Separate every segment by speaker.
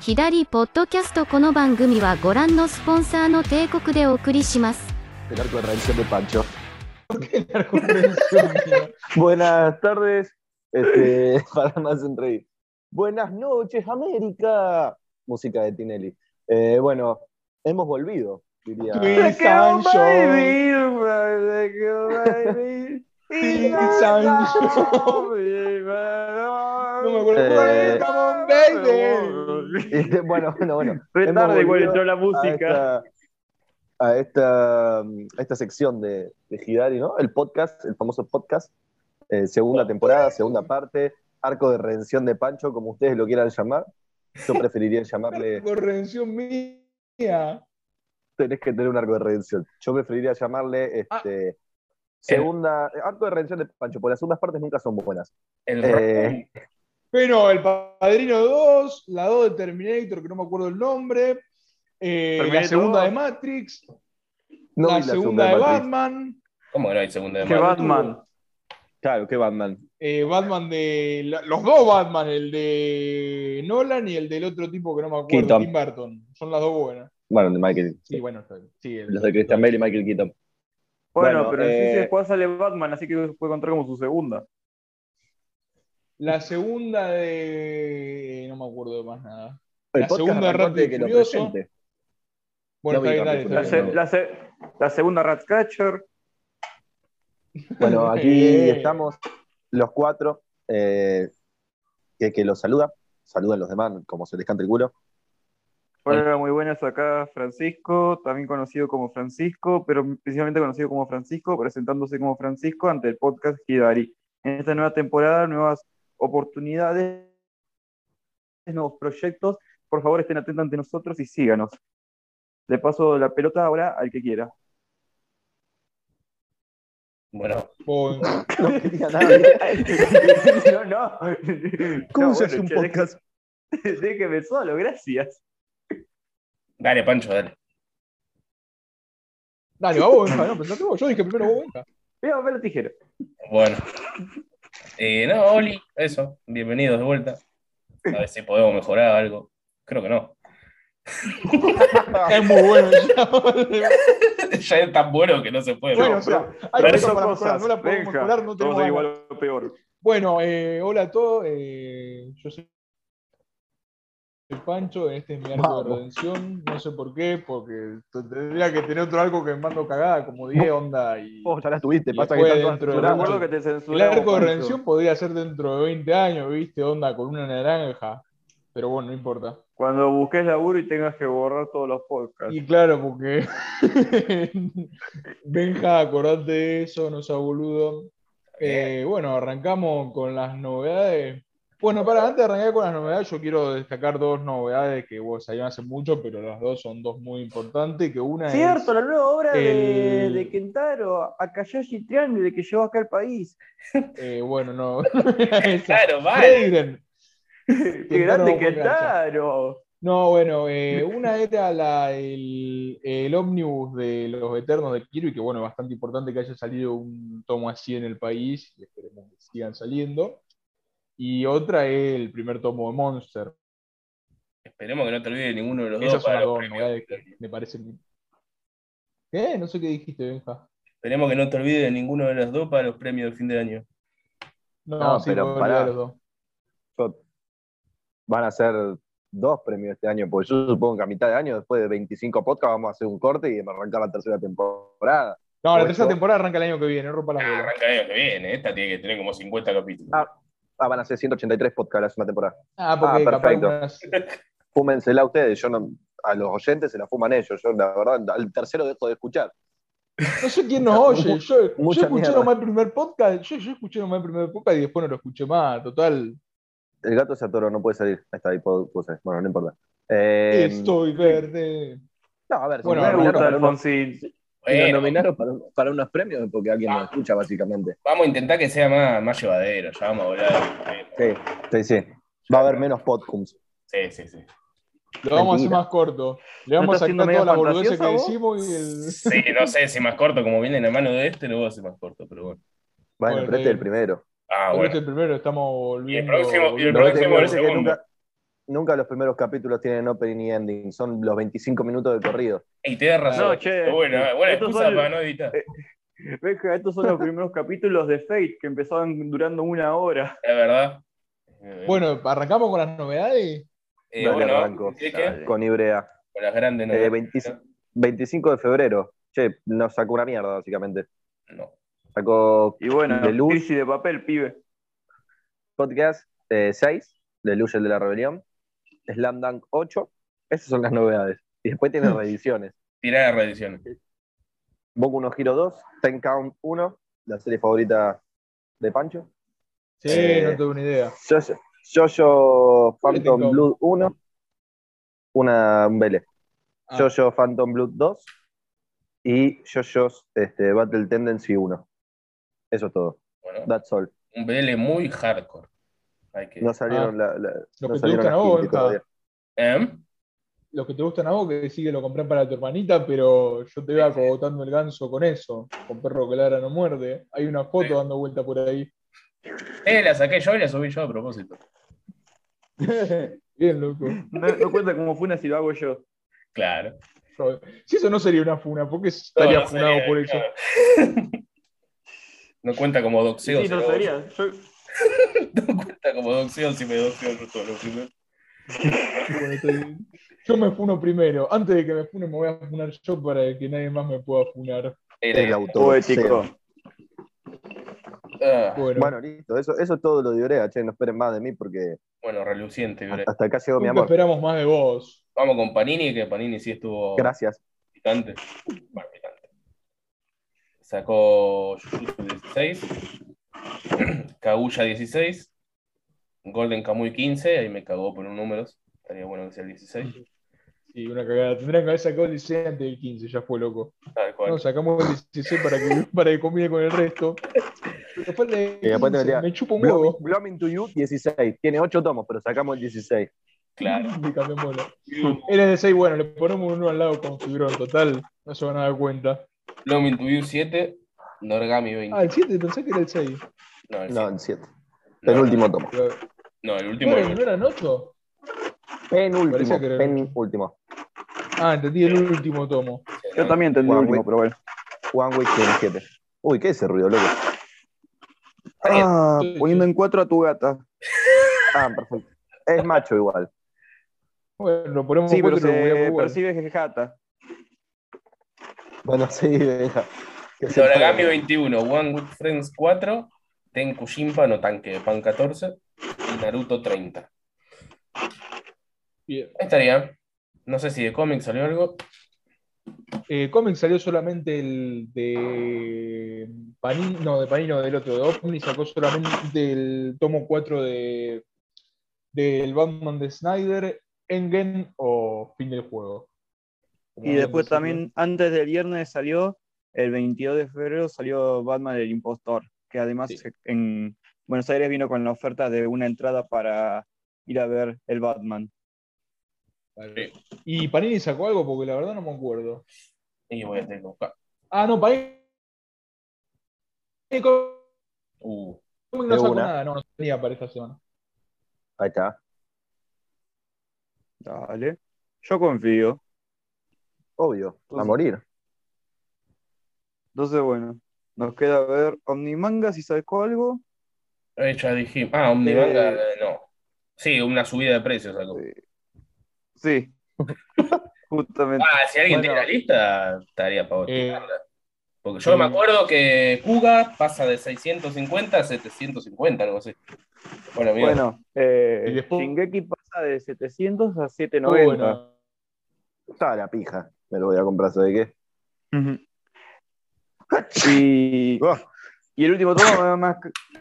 Speaker 1: 左ポッドキャストこの番組はご覧のスポンサーの帝国でお送りします
Speaker 2: El arco de redención de Pancho.
Speaker 3: Arco-
Speaker 2: Buenas tardes, este, para más en reír. Buenas noches, América. Música de Tinelli. Eh, bueno, hemos volvido, diría.
Speaker 3: Luis Sancho. Luis Sancho. No me acuerdo.
Speaker 2: Eh,
Speaker 3: Estamos baby.
Speaker 2: Y, Este, bueno, bueno, bueno.
Speaker 4: Fue
Speaker 2: Hemos
Speaker 4: tarde igual
Speaker 2: volvido
Speaker 4: entró la
Speaker 2: a
Speaker 4: música.
Speaker 2: esta, a esta, mm, a esta sección de, de Hidari, ¿no? El podcast, el famoso podcast, eh, segunda temporada, segunda parte, arco de redención de Pancho, como ustedes lo quieran llamar. Yo preferiría llamarle,
Speaker 3: Corrección mía.
Speaker 2: tenés que tener un arco de redención. Yo preferiría llamarle
Speaker 3: Ah.
Speaker 2: este, segunda, arco de redención de Pancho, porque las segundas partes nunca son buenas.
Speaker 5: El
Speaker 2: Eh,
Speaker 3: Pero el Padrino 2, la 2 de Terminator, que no me acuerdo el nombre, eh, la
Speaker 4: Terminator
Speaker 3: segunda
Speaker 4: 2.
Speaker 3: de Matrix,
Speaker 2: No
Speaker 3: la,
Speaker 2: vi
Speaker 3: segunda de
Speaker 2: Matrix.
Speaker 3: Batman,
Speaker 5: ¿Cómo que no hay segunda de
Speaker 4: Que
Speaker 5: Marvel?
Speaker 4: Batman.
Speaker 2: Claro, qué Batman.
Speaker 3: eh, Batman de. la- los dos Batman, el de Nolan y el del otro tipo que no me acuerdo,
Speaker 2: Keaton.
Speaker 3: Tim Burton. Son las dos buenas.
Speaker 2: Bueno, de Michael.
Speaker 3: Sí, bueno, está bien. sí, el-
Speaker 2: Los de Christian Bale y Michael Keaton.
Speaker 4: Bueno,
Speaker 2: Bueno,
Speaker 4: pero
Speaker 2: eh,
Speaker 4: entonces después sale Batman, así que puede contar como su segunda.
Speaker 3: La segunda de. No me acuerdo de más nada.
Speaker 2: El
Speaker 3: La
Speaker 2: podcast
Speaker 3: segunda
Speaker 2: arrancó
Speaker 3: Rápido
Speaker 2: antes
Speaker 3: y
Speaker 2: de que lo
Speaker 3: Furioso.
Speaker 2: presente.
Speaker 3: Bueno,
Speaker 2: No
Speaker 3: está
Speaker 2: vi
Speaker 3: bien, dale,
Speaker 2: Rápido y
Speaker 3: está
Speaker 4: La,
Speaker 2: Furioso.
Speaker 3: bien.
Speaker 4: se- la se- la segunda Ratcatcher.
Speaker 2: Bueno,
Speaker 3: Eh.
Speaker 2: aquí estamos los cuatro. eh, que, que los saluda. Saludan los demás, como se les canta el culo.
Speaker 4: Hola, muy buenas acá, Francisco, también conocido como Francisco, pero principalmente conocido como Francisco, presentándose como Francisco ante el podcast Hidari. En esta nueva temporada, nuevas oportunidades, nuevos proyectos. Por favor, estén atentos ante nosotros y síganos. Le paso la pelota ahora al que quiera.
Speaker 5: Bueno,
Speaker 3: Bueno,
Speaker 2: No quería nada.
Speaker 4: no, no.
Speaker 2: ¿Cómo
Speaker 4: No,
Speaker 2: se
Speaker 4: bueno,
Speaker 2: hace un
Speaker 4: che,
Speaker 2: podcast?
Speaker 4: déjeme- Déjeme solo, gracias.
Speaker 5: dale, Pancho, dale.
Speaker 3: Dale, va vos, Benja, no, pensaste vos. Yo dije primero vos, Benja.
Speaker 4: Voy a ver la tijera.
Speaker 5: Bueno. Eh, no, Oli, eso. Bienvenidos de vuelta. A ver si podemos mejorar algo. Creo que no.
Speaker 3: Ah, Es muy bueno. ya.
Speaker 5: ya es tan bueno que no se puede.
Speaker 3: bueno,
Speaker 5: ¿no?
Speaker 3: o sea, hay
Speaker 4: Pero
Speaker 3: cosas
Speaker 4: son
Speaker 3: para mejorar,
Speaker 4: cosas,
Speaker 3: no la podemos
Speaker 4: Benja,
Speaker 3: mejorar, no tenemos
Speaker 4: todos
Speaker 3: ganas.
Speaker 4: igual o peor.
Speaker 3: Bueno, eh, hola a todos. eh, yo soy el Pancho, este es mi arco de
Speaker 2: Vamos.
Speaker 3: redención. No sé por qué, porque t- tendría que tener otro arco que me mando cagada, como 10 onda. Y
Speaker 2: Vos ya la tuviste,
Speaker 3: Y
Speaker 2: pasa que
Speaker 3: después
Speaker 2: están todas
Speaker 3: dentro
Speaker 2: censuradas.
Speaker 3: de Pero,
Speaker 4: Yo recuerdo que te
Speaker 3: el
Speaker 4: censuramos.
Speaker 3: arco de
Speaker 4: Pancho.
Speaker 3: redención podría ser dentro de 20 años, ¿viste? Onda con una naranja. Pero bueno, no importa.
Speaker 4: Cuando busques laburo y tengas que borrar todos los podcasts.
Speaker 3: Y claro, porque Benja, acordate de eso, no seas boludo. Eh, bueno, arrancamos con las novedades. Bueno, para antes de arrancar con las novedades, yo quiero destacar dos novedades que bueno, salieron hace mucho, pero las dos son dos muy importantes, que una es...
Speaker 4: Cierto, la nueva obra de,
Speaker 3: el-
Speaker 4: de Kentaro, Akayashi Triangle, que llegó acá al país.
Speaker 3: eh, bueno, no, esa.
Speaker 5: Claro, vale.
Speaker 3: Reigren.
Speaker 4: ¡Qué
Speaker 3: Kentaro
Speaker 4: grande Kentaro!
Speaker 3: No, bueno, eh, una era la, el, el ómnibus de los Eternos de Kirby, que bueno, bastante importante que haya salido un tomo así en el país, y esperemos que sigan saliendo. Y otra es el primer tomo de Monster.
Speaker 5: Esperemos que no te olvides de ninguno de los
Speaker 3: Esas
Speaker 5: dos.
Speaker 3: son
Speaker 5: para
Speaker 3: las
Speaker 5: los
Speaker 3: dos
Speaker 5: premios.
Speaker 3: novedades eh, que me parecen. ¿Qué? No sé qué dijiste, Benja.
Speaker 5: Esperemos que no te olvides de ninguno de los dos para los premios del fin de año.
Speaker 3: No,
Speaker 2: No,
Speaker 3: sí,
Speaker 2: pero
Speaker 3: me voy a
Speaker 2: pará.
Speaker 3: olvidar los dos.
Speaker 2: Van a ser dos premios este año, porque yo supongo que a mitad de año, después de 25 podcasts, vamos a hacer un corte y vamos a arrancar la tercera temporada.
Speaker 3: No, la
Speaker 2: Ocho.
Speaker 3: tercera temporada arranca el año que viene, ropa las
Speaker 5: Ah,
Speaker 3: bolas.
Speaker 5: arranca el año que viene. Esta tiene que tener como 50 capítulos.
Speaker 2: Ah. Ah, van a ser 183 podcasts la segunda temporada.
Speaker 3: Ah, porque
Speaker 2: Ah,
Speaker 3: capaz
Speaker 2: perfecto.
Speaker 3: unas-
Speaker 2: Fúmensela ustedes, yo no, a los oyentes se la fuman ellos. Yo, la verdad, al tercero dejo de escuchar.
Speaker 3: No sé quién nos oye. Yo, yo
Speaker 2: Mucha
Speaker 3: escuché
Speaker 2: mierda.
Speaker 3: nomás el primer podcast. Yo, yo escuché nomás el primer podcast y después no lo escuché más. Total.
Speaker 2: El gato se atoró, no puede salir. Ahí está, ahí puedo, puedo salir. Bueno, no importa. Eh,
Speaker 3: Estoy verde.
Speaker 2: No, a ver, si
Speaker 3: Bueno,
Speaker 2: me
Speaker 4: Me
Speaker 2: nominaron,
Speaker 3: bueno,
Speaker 4: gusta
Speaker 2: para, unos,
Speaker 4: Alfonsín.
Speaker 2: si me
Speaker 5: Bueno,
Speaker 2: nominaron para, para unos premios porque alguien
Speaker 5: Ah.
Speaker 2: nos escucha, básicamente.
Speaker 5: vamos a intentar que sea más, más llevadero. Ya vamos a volar.
Speaker 2: Sí, sí, sí. Va a haber menos podcasts.
Speaker 5: Sí, sí, sí.
Speaker 3: Lo vamos a hacer
Speaker 2: Mentira.
Speaker 3: más corto. Le
Speaker 4: ¿No
Speaker 3: vamos a sacar
Speaker 4: estás siendo
Speaker 3: todas
Speaker 4: medio
Speaker 3: las boludeces que
Speaker 4: fantasiosa
Speaker 3: decimos y el.
Speaker 5: Sí, no sé si más corto, como viene en la mano de este, lo voy a hacer más corto, pero bueno.
Speaker 2: Bueno,
Speaker 3: Bueno,
Speaker 2: pero este es el
Speaker 3: eh,
Speaker 2: primero.
Speaker 5: Ah,
Speaker 3: Porque
Speaker 5: bueno.
Speaker 3: este primero estamos
Speaker 5: Y el
Speaker 3: volviendo.
Speaker 5: próximo- y el
Speaker 2: No,
Speaker 5: próximo
Speaker 2: me parece
Speaker 5: el
Speaker 2: que
Speaker 5: segundo.
Speaker 2: nunca, nunca los primeros capítulos tienen opening y ending, son los 25 minutos de corrido.
Speaker 5: Y tenés razón.
Speaker 4: No, che,
Speaker 5: buena, buena
Speaker 4: estos
Speaker 5: excusa
Speaker 4: son-
Speaker 5: para no editar.
Speaker 4: eh. Benja, estos son los primeros capítulos de Fate que empezaban durando una hora.
Speaker 5: La verdad. Eh,
Speaker 3: Bueno, arrancamos con las novedades.
Speaker 5: eh,
Speaker 2: dale,
Speaker 5: bueno,
Speaker 2: arranco.
Speaker 5: ¿sí que?
Speaker 4: Dale.
Speaker 2: Con Ibrea.
Speaker 5: Con las grandes
Speaker 2: Eh,
Speaker 5: novedades.
Speaker 2: 25 25 de febrero. Che, nos sacó una mierda, básicamente.
Speaker 5: No.
Speaker 2: Sacó
Speaker 4: Y bueno,
Speaker 2: De luz.
Speaker 4: crisis de papel, pibe.
Speaker 2: Podcast 6, de Luye de la Rebelión, Slam Dunk 8, esas son las novedades. Y después tiene reediciones.
Speaker 5: Tirá las reediciones.
Speaker 2: Boku no Hero 2, Ten Count 1, la serie favorita de Pancho.
Speaker 3: Sí,
Speaker 2: Eh,
Speaker 3: no tengo ni idea.
Speaker 2: Jojo- Jojo Phantom
Speaker 3: Count.
Speaker 2: Blood 1, una, un BL.
Speaker 3: Ah.
Speaker 2: Jojo Phantom Blood 2 y Jojo's este, Battle Tendency 1. Eso es todo.
Speaker 5: Bueno,
Speaker 2: That's all.
Speaker 5: un BL muy hardcore. Hay que...
Speaker 2: No salieron la, la-
Speaker 3: Ah.
Speaker 2: no
Speaker 3: Lo que te
Speaker 2: salieron
Speaker 3: gustan a
Speaker 2: las
Speaker 3: vos,
Speaker 2: quintas
Speaker 3: Benja.
Speaker 2: todavía.
Speaker 5: ¿Eh?
Speaker 3: Los que te gustan a vos, que sí que lo compré para tu hermanita, pero yo te veo acogotando el ganso con eso. Con perro que ladra no muerde. Hay una
Speaker 5: Sí.
Speaker 3: foto dando vuelta por ahí.
Speaker 5: Eh, la saqué yo y la subí yo a propósito.
Speaker 3: Bien, loco.
Speaker 4: No, no cuenta como funa si lo hago yo.
Speaker 5: Claro.
Speaker 3: Yo- Si eso no sería una funa, ¿por qué estaría
Speaker 5: no
Speaker 3: funado
Speaker 5: sería,
Speaker 3: por eso?
Speaker 5: claro. No cuenta como
Speaker 4: Sí,
Speaker 5: doxeo. si
Speaker 4: no
Speaker 5: lo-
Speaker 4: sería. Yo,
Speaker 5: No cuenta como doxeo si me doxeo yo solo primero.
Speaker 3: Bueno, estoy- Yo me funo primero. Antes de que me funen, me voy a funar yo para que nadie más me pueda funar.
Speaker 5: Eh,
Speaker 2: El
Speaker 5: la-
Speaker 2: autor.
Speaker 4: poético.
Speaker 5: ah,
Speaker 3: Bueno,
Speaker 2: Bueno, listo, eso, eso es todo lo de Orea, che, no esperen más de mí porque
Speaker 5: bueno, reluciente. Violeta.
Speaker 2: hasta acá llegó mi
Speaker 3: nunca
Speaker 2: amor.
Speaker 3: esperamos más de vos.
Speaker 5: Vamos con Panini, que Panini sí estuvo
Speaker 2: Gracias.
Speaker 5: picante. Bueno, picante. Sacó Jujutsu 16, Kaguya 16, Golden Kamuy 15, ahí me cagó por los números. Estaría bueno que sea el 16.
Speaker 3: Sí, una cagada. Tendrían que haber sacado el 16 antes del 15, ya fue loco.
Speaker 5: Tal cual.
Speaker 3: No, sacamos el 16 para que, para que combine con el resto. Pero Después de
Speaker 2: Y después te
Speaker 3: 15,
Speaker 2: metía
Speaker 3: me chupa un
Speaker 2: Blooming,
Speaker 3: huevo.
Speaker 2: Blooming to You 16. Tiene 8 tomos, pero sacamos el 16.
Speaker 5: Claro.
Speaker 3: Y cambiémoslo. Era de 6, bueno, le ponemos uno al lado con fibrón, total. No se van a dar cuenta.
Speaker 5: Blooming to You 7, Norgami 20.
Speaker 3: Ah, el 7, pensé que era el 6.
Speaker 5: no, el,
Speaker 2: No,
Speaker 5: 7.
Speaker 2: el 7.
Speaker 5: No,
Speaker 2: Penúltimo tomo.
Speaker 3: Pero,
Speaker 5: No, el último.
Speaker 3: ¿No eran- no eran 8?
Speaker 2: Penúltimo.
Speaker 3: Parecía que era-
Speaker 2: Penúltimo.
Speaker 3: Ah, entendí el último tomo.
Speaker 4: Yo también entendí el
Speaker 2: Guau,
Speaker 4: último,
Speaker 2: güey.
Speaker 4: pero bueno.
Speaker 2: One Week tiene 7. Uy, ¿qué es ese ruido, loco?
Speaker 5: bien.
Speaker 4: Ah,
Speaker 3: Sí,
Speaker 4: poniendo
Speaker 3: sí.
Speaker 4: en cuatro a tu gata.
Speaker 2: Ah, perfecto. Es macho igual.
Speaker 3: Bueno, lo ponemos
Speaker 4: Sí, pero
Speaker 3: cuatro y lo
Speaker 4: se
Speaker 3: googleamos igual.
Speaker 4: percibe que es gata.
Speaker 2: Bueno, sí, deja. Que se
Speaker 5: Noragami
Speaker 2: pague.
Speaker 5: 21, One Good Friends 4, Tenku Shinpa, no tanque de pan 14 y Naruto 30.
Speaker 3: Bien.
Speaker 5: Ahí Estaría. No sé si de cómics salió algo.
Speaker 3: Eh, cómic salió solamente el de Panino, no, de Panino del otro, de Omni, sacó solamente el tomo 4 de del Batman de Snyder, Engen o Fin del Juego. Como
Speaker 4: Y
Speaker 3: bien
Speaker 4: después
Speaker 3: decirlo.
Speaker 4: también, antes del viernes salió, el 22 de febrero salió Batman el Impostor, que además
Speaker 3: Sí.
Speaker 4: en Buenos Aires vino con la oferta de una entrada para ir a ver el Batman.
Speaker 3: Vale. Y Panini sacó algo porque la verdad no me acuerdo.
Speaker 5: Y voy a tener que buscar.
Speaker 3: Ah, no, Panini. Panini Comic
Speaker 5: Uh,
Speaker 3: no
Speaker 2: De
Speaker 3: sacó
Speaker 2: una.
Speaker 3: nada, no, no tenía para esta semana.
Speaker 2: Ahí está.
Speaker 4: Dale. Yo confío.
Speaker 2: Obvio. A morir.
Speaker 4: Entonces, bueno, nos queda ver Omnimanga si sacó algo.
Speaker 5: eh, ya dijimos. Ah, Omnimanga, eh, no. Sí, una subida de precios. algo.
Speaker 4: Sí. Sí. Justamente.
Speaker 5: Ah, si alguien
Speaker 4: Bueno.
Speaker 5: tiene la lista, estaría para
Speaker 3: Eh,
Speaker 5: tirarla. Porque yo
Speaker 4: eh.
Speaker 5: me acuerdo que Kuga pasa de 650 a 750, algo así. Bueno, mira.
Speaker 4: Bueno, eh,
Speaker 3: Y después-
Speaker 4: Shingeki pasa de 700 a
Speaker 3: Pero
Speaker 4: 790.
Speaker 3: bueno.
Speaker 2: Está la pija. Me lo voy a comprar, ¿sabes qué?
Speaker 4: Ujú. Y,
Speaker 2: Ah,
Speaker 4: y el último tomo es más,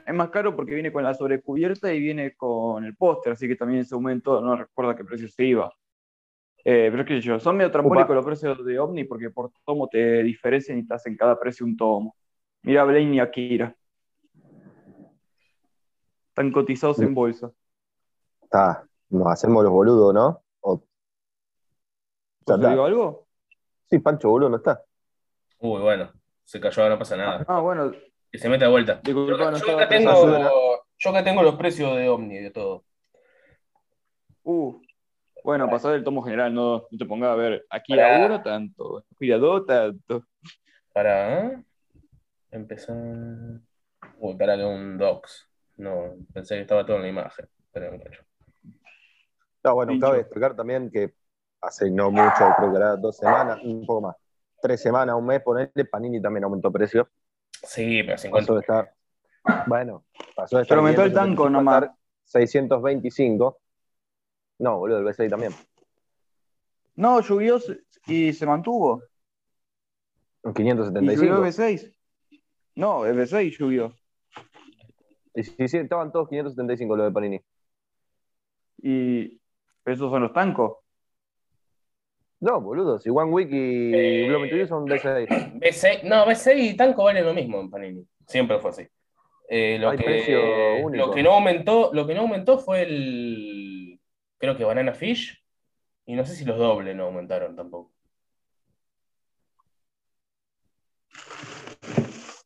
Speaker 4: es más caro porque viene con la sobrecubierta y viene con el póster, así que también en ese momento no recuerdo a qué precio se iba. Eh, pero qué sé yo, son medio trampónicos
Speaker 2: Upa.
Speaker 4: los precios de Omni porque por tomo te diferencian y te hacen cada precio un tomo. Mira Blaine y Akira. Están cotizados en bolsa.
Speaker 2: Está. Nos hacemos los boludos, ¿no? O- Ya
Speaker 6: Pues
Speaker 4: ¿Te
Speaker 2: está.
Speaker 4: digo algo?
Speaker 2: Sí, Pancho, boludo, no está.
Speaker 5: Uy, bueno. Se cayó, no pasa nada.
Speaker 4: Ah, bueno,
Speaker 5: Que se meta de vuelta.
Speaker 4: disculpa,
Speaker 5: Yo,
Speaker 4: no
Speaker 5: yo
Speaker 4: estaba
Speaker 5: acá
Speaker 4: prestando-
Speaker 5: tengo, yo acá tengo los precios de Omni de todo.
Speaker 6: Uh, bueno, pasar del tomo general, no, no te pongas a ver aquí
Speaker 5: Pará.
Speaker 6: ahora tanto, cuidado tanto.
Speaker 5: Para empezar. Uy, para que un docs. No, pensé que estaba todo en la imagen. Pero no,
Speaker 2: No, bueno,
Speaker 6: Pincho.
Speaker 2: cabe destacar también que hace no mucho, creo que era dos semanas, un poco más, tres semanas, un mes, ponerle Panini también aumentó precio.
Speaker 5: Sí, pero 50.
Speaker 2: Pasó de estar. Bueno, pasó de estar.
Speaker 6: Pero aumentó el
Speaker 2: 500,
Speaker 6: tanco
Speaker 2: pasó a
Speaker 6: nomás.
Speaker 2: estar 625. No, boludo, el B6 también.
Speaker 6: No, subió se- y se mantuvo. Y subió
Speaker 2: 575.
Speaker 6: B6. No, el B6 subió.
Speaker 2: Y sí, sí, estaban todos 575 los de Panini.
Speaker 6: Y esos son los tancos.
Speaker 2: No, boludo, si One Week y
Speaker 5: Eh.
Speaker 2: Blooming to You son B6.
Speaker 5: B6, no, B6 y Tanco valen lo mismo en Panini. Siempre fue así. Eh, lo,
Speaker 2: Hay
Speaker 5: que,
Speaker 2: precio único.
Speaker 5: lo que no aumentó, lo que no aumentó fue el creo que Banana Fish. Y no sé si los dobles no aumentaron tampoco.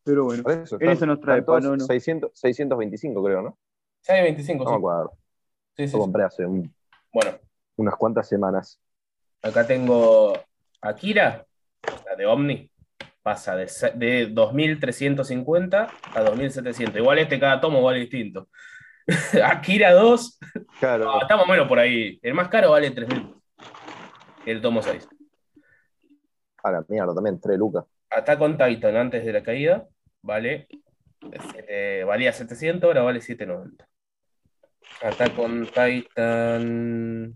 Speaker 6: Pero bueno.
Speaker 2: Por eso,
Speaker 6: En eso
Speaker 2: están-
Speaker 6: nos trae
Speaker 2: están todos
Speaker 6: Panono.
Speaker 2: 600, 625, creo, ¿no?
Speaker 5: Ya hay 25,
Speaker 2: No me acuerdo.
Speaker 5: sí. Sí, sí,
Speaker 2: Lo
Speaker 5: sí.
Speaker 2: compré hace un-
Speaker 5: Bueno,
Speaker 2: unas cuantas semanas.
Speaker 5: acá tengo Akira, la de Omni. Pasa de, se- de 2350 a 2700. Igual este cada tomo vale distinto. Akira ah, 2
Speaker 2: Claro.
Speaker 5: No, estamos menos por ahí. El más caro vale 3.000. El tomo 6.
Speaker 2: A la mierda, también, 3 lucas.
Speaker 5: Attack on Titan antes de la caída vale siete- valía 700, ahora vale 790. Attack on Titan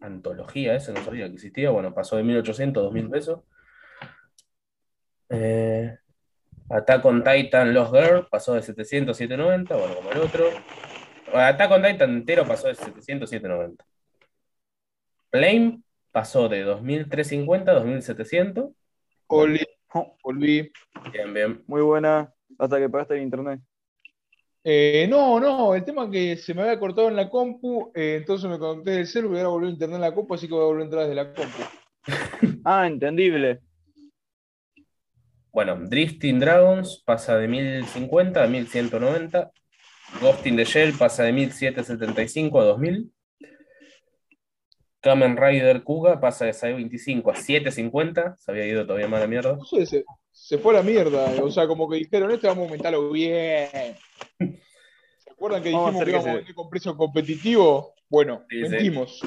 Speaker 5: antología, eso no sabía que existía. Bueno, pasó de 1800 a 2000 pesos. Eh, Attack on Titan Lost Girl pasó de 700 a 790, bueno, como el otro. Attack on Titan entero pasó de 700 a 790. Flame pasó de 2350 a 2700.
Speaker 3: Oli,
Speaker 6: Oh,
Speaker 3: volví.
Speaker 5: Bien, bien.
Speaker 6: muy buena. Hasta que pagaste el internet.
Speaker 3: Eh, no, no, el tema que se me había cortado en la compu, eh, entonces me conecté del celu y ahora volvió a internet en la compu, así que voy a volver a entrar desde la compu.
Speaker 6: Ah, entendible.
Speaker 5: Bueno, Drifting Dragons pasa de 1050 a 1190. Ghost in the Shell pasa de 1775 a 2000. Kamen Rider Kuga pasa de 625 a 750. Se había ido todavía más a la mierda.
Speaker 3: No sé, se, se fue a la mierda, eh, o sea, como que dijeron, este vamos a aumentarlo bien. ¿Se acuerdan que
Speaker 6: Vamos a
Speaker 3: dijimos
Speaker 6: hacer
Speaker 3: que
Speaker 6: que
Speaker 3: íbamos a
Speaker 6: se-
Speaker 3: vender con precio competitivo? Bueno,
Speaker 5: Sí, sí.
Speaker 3: mentimos.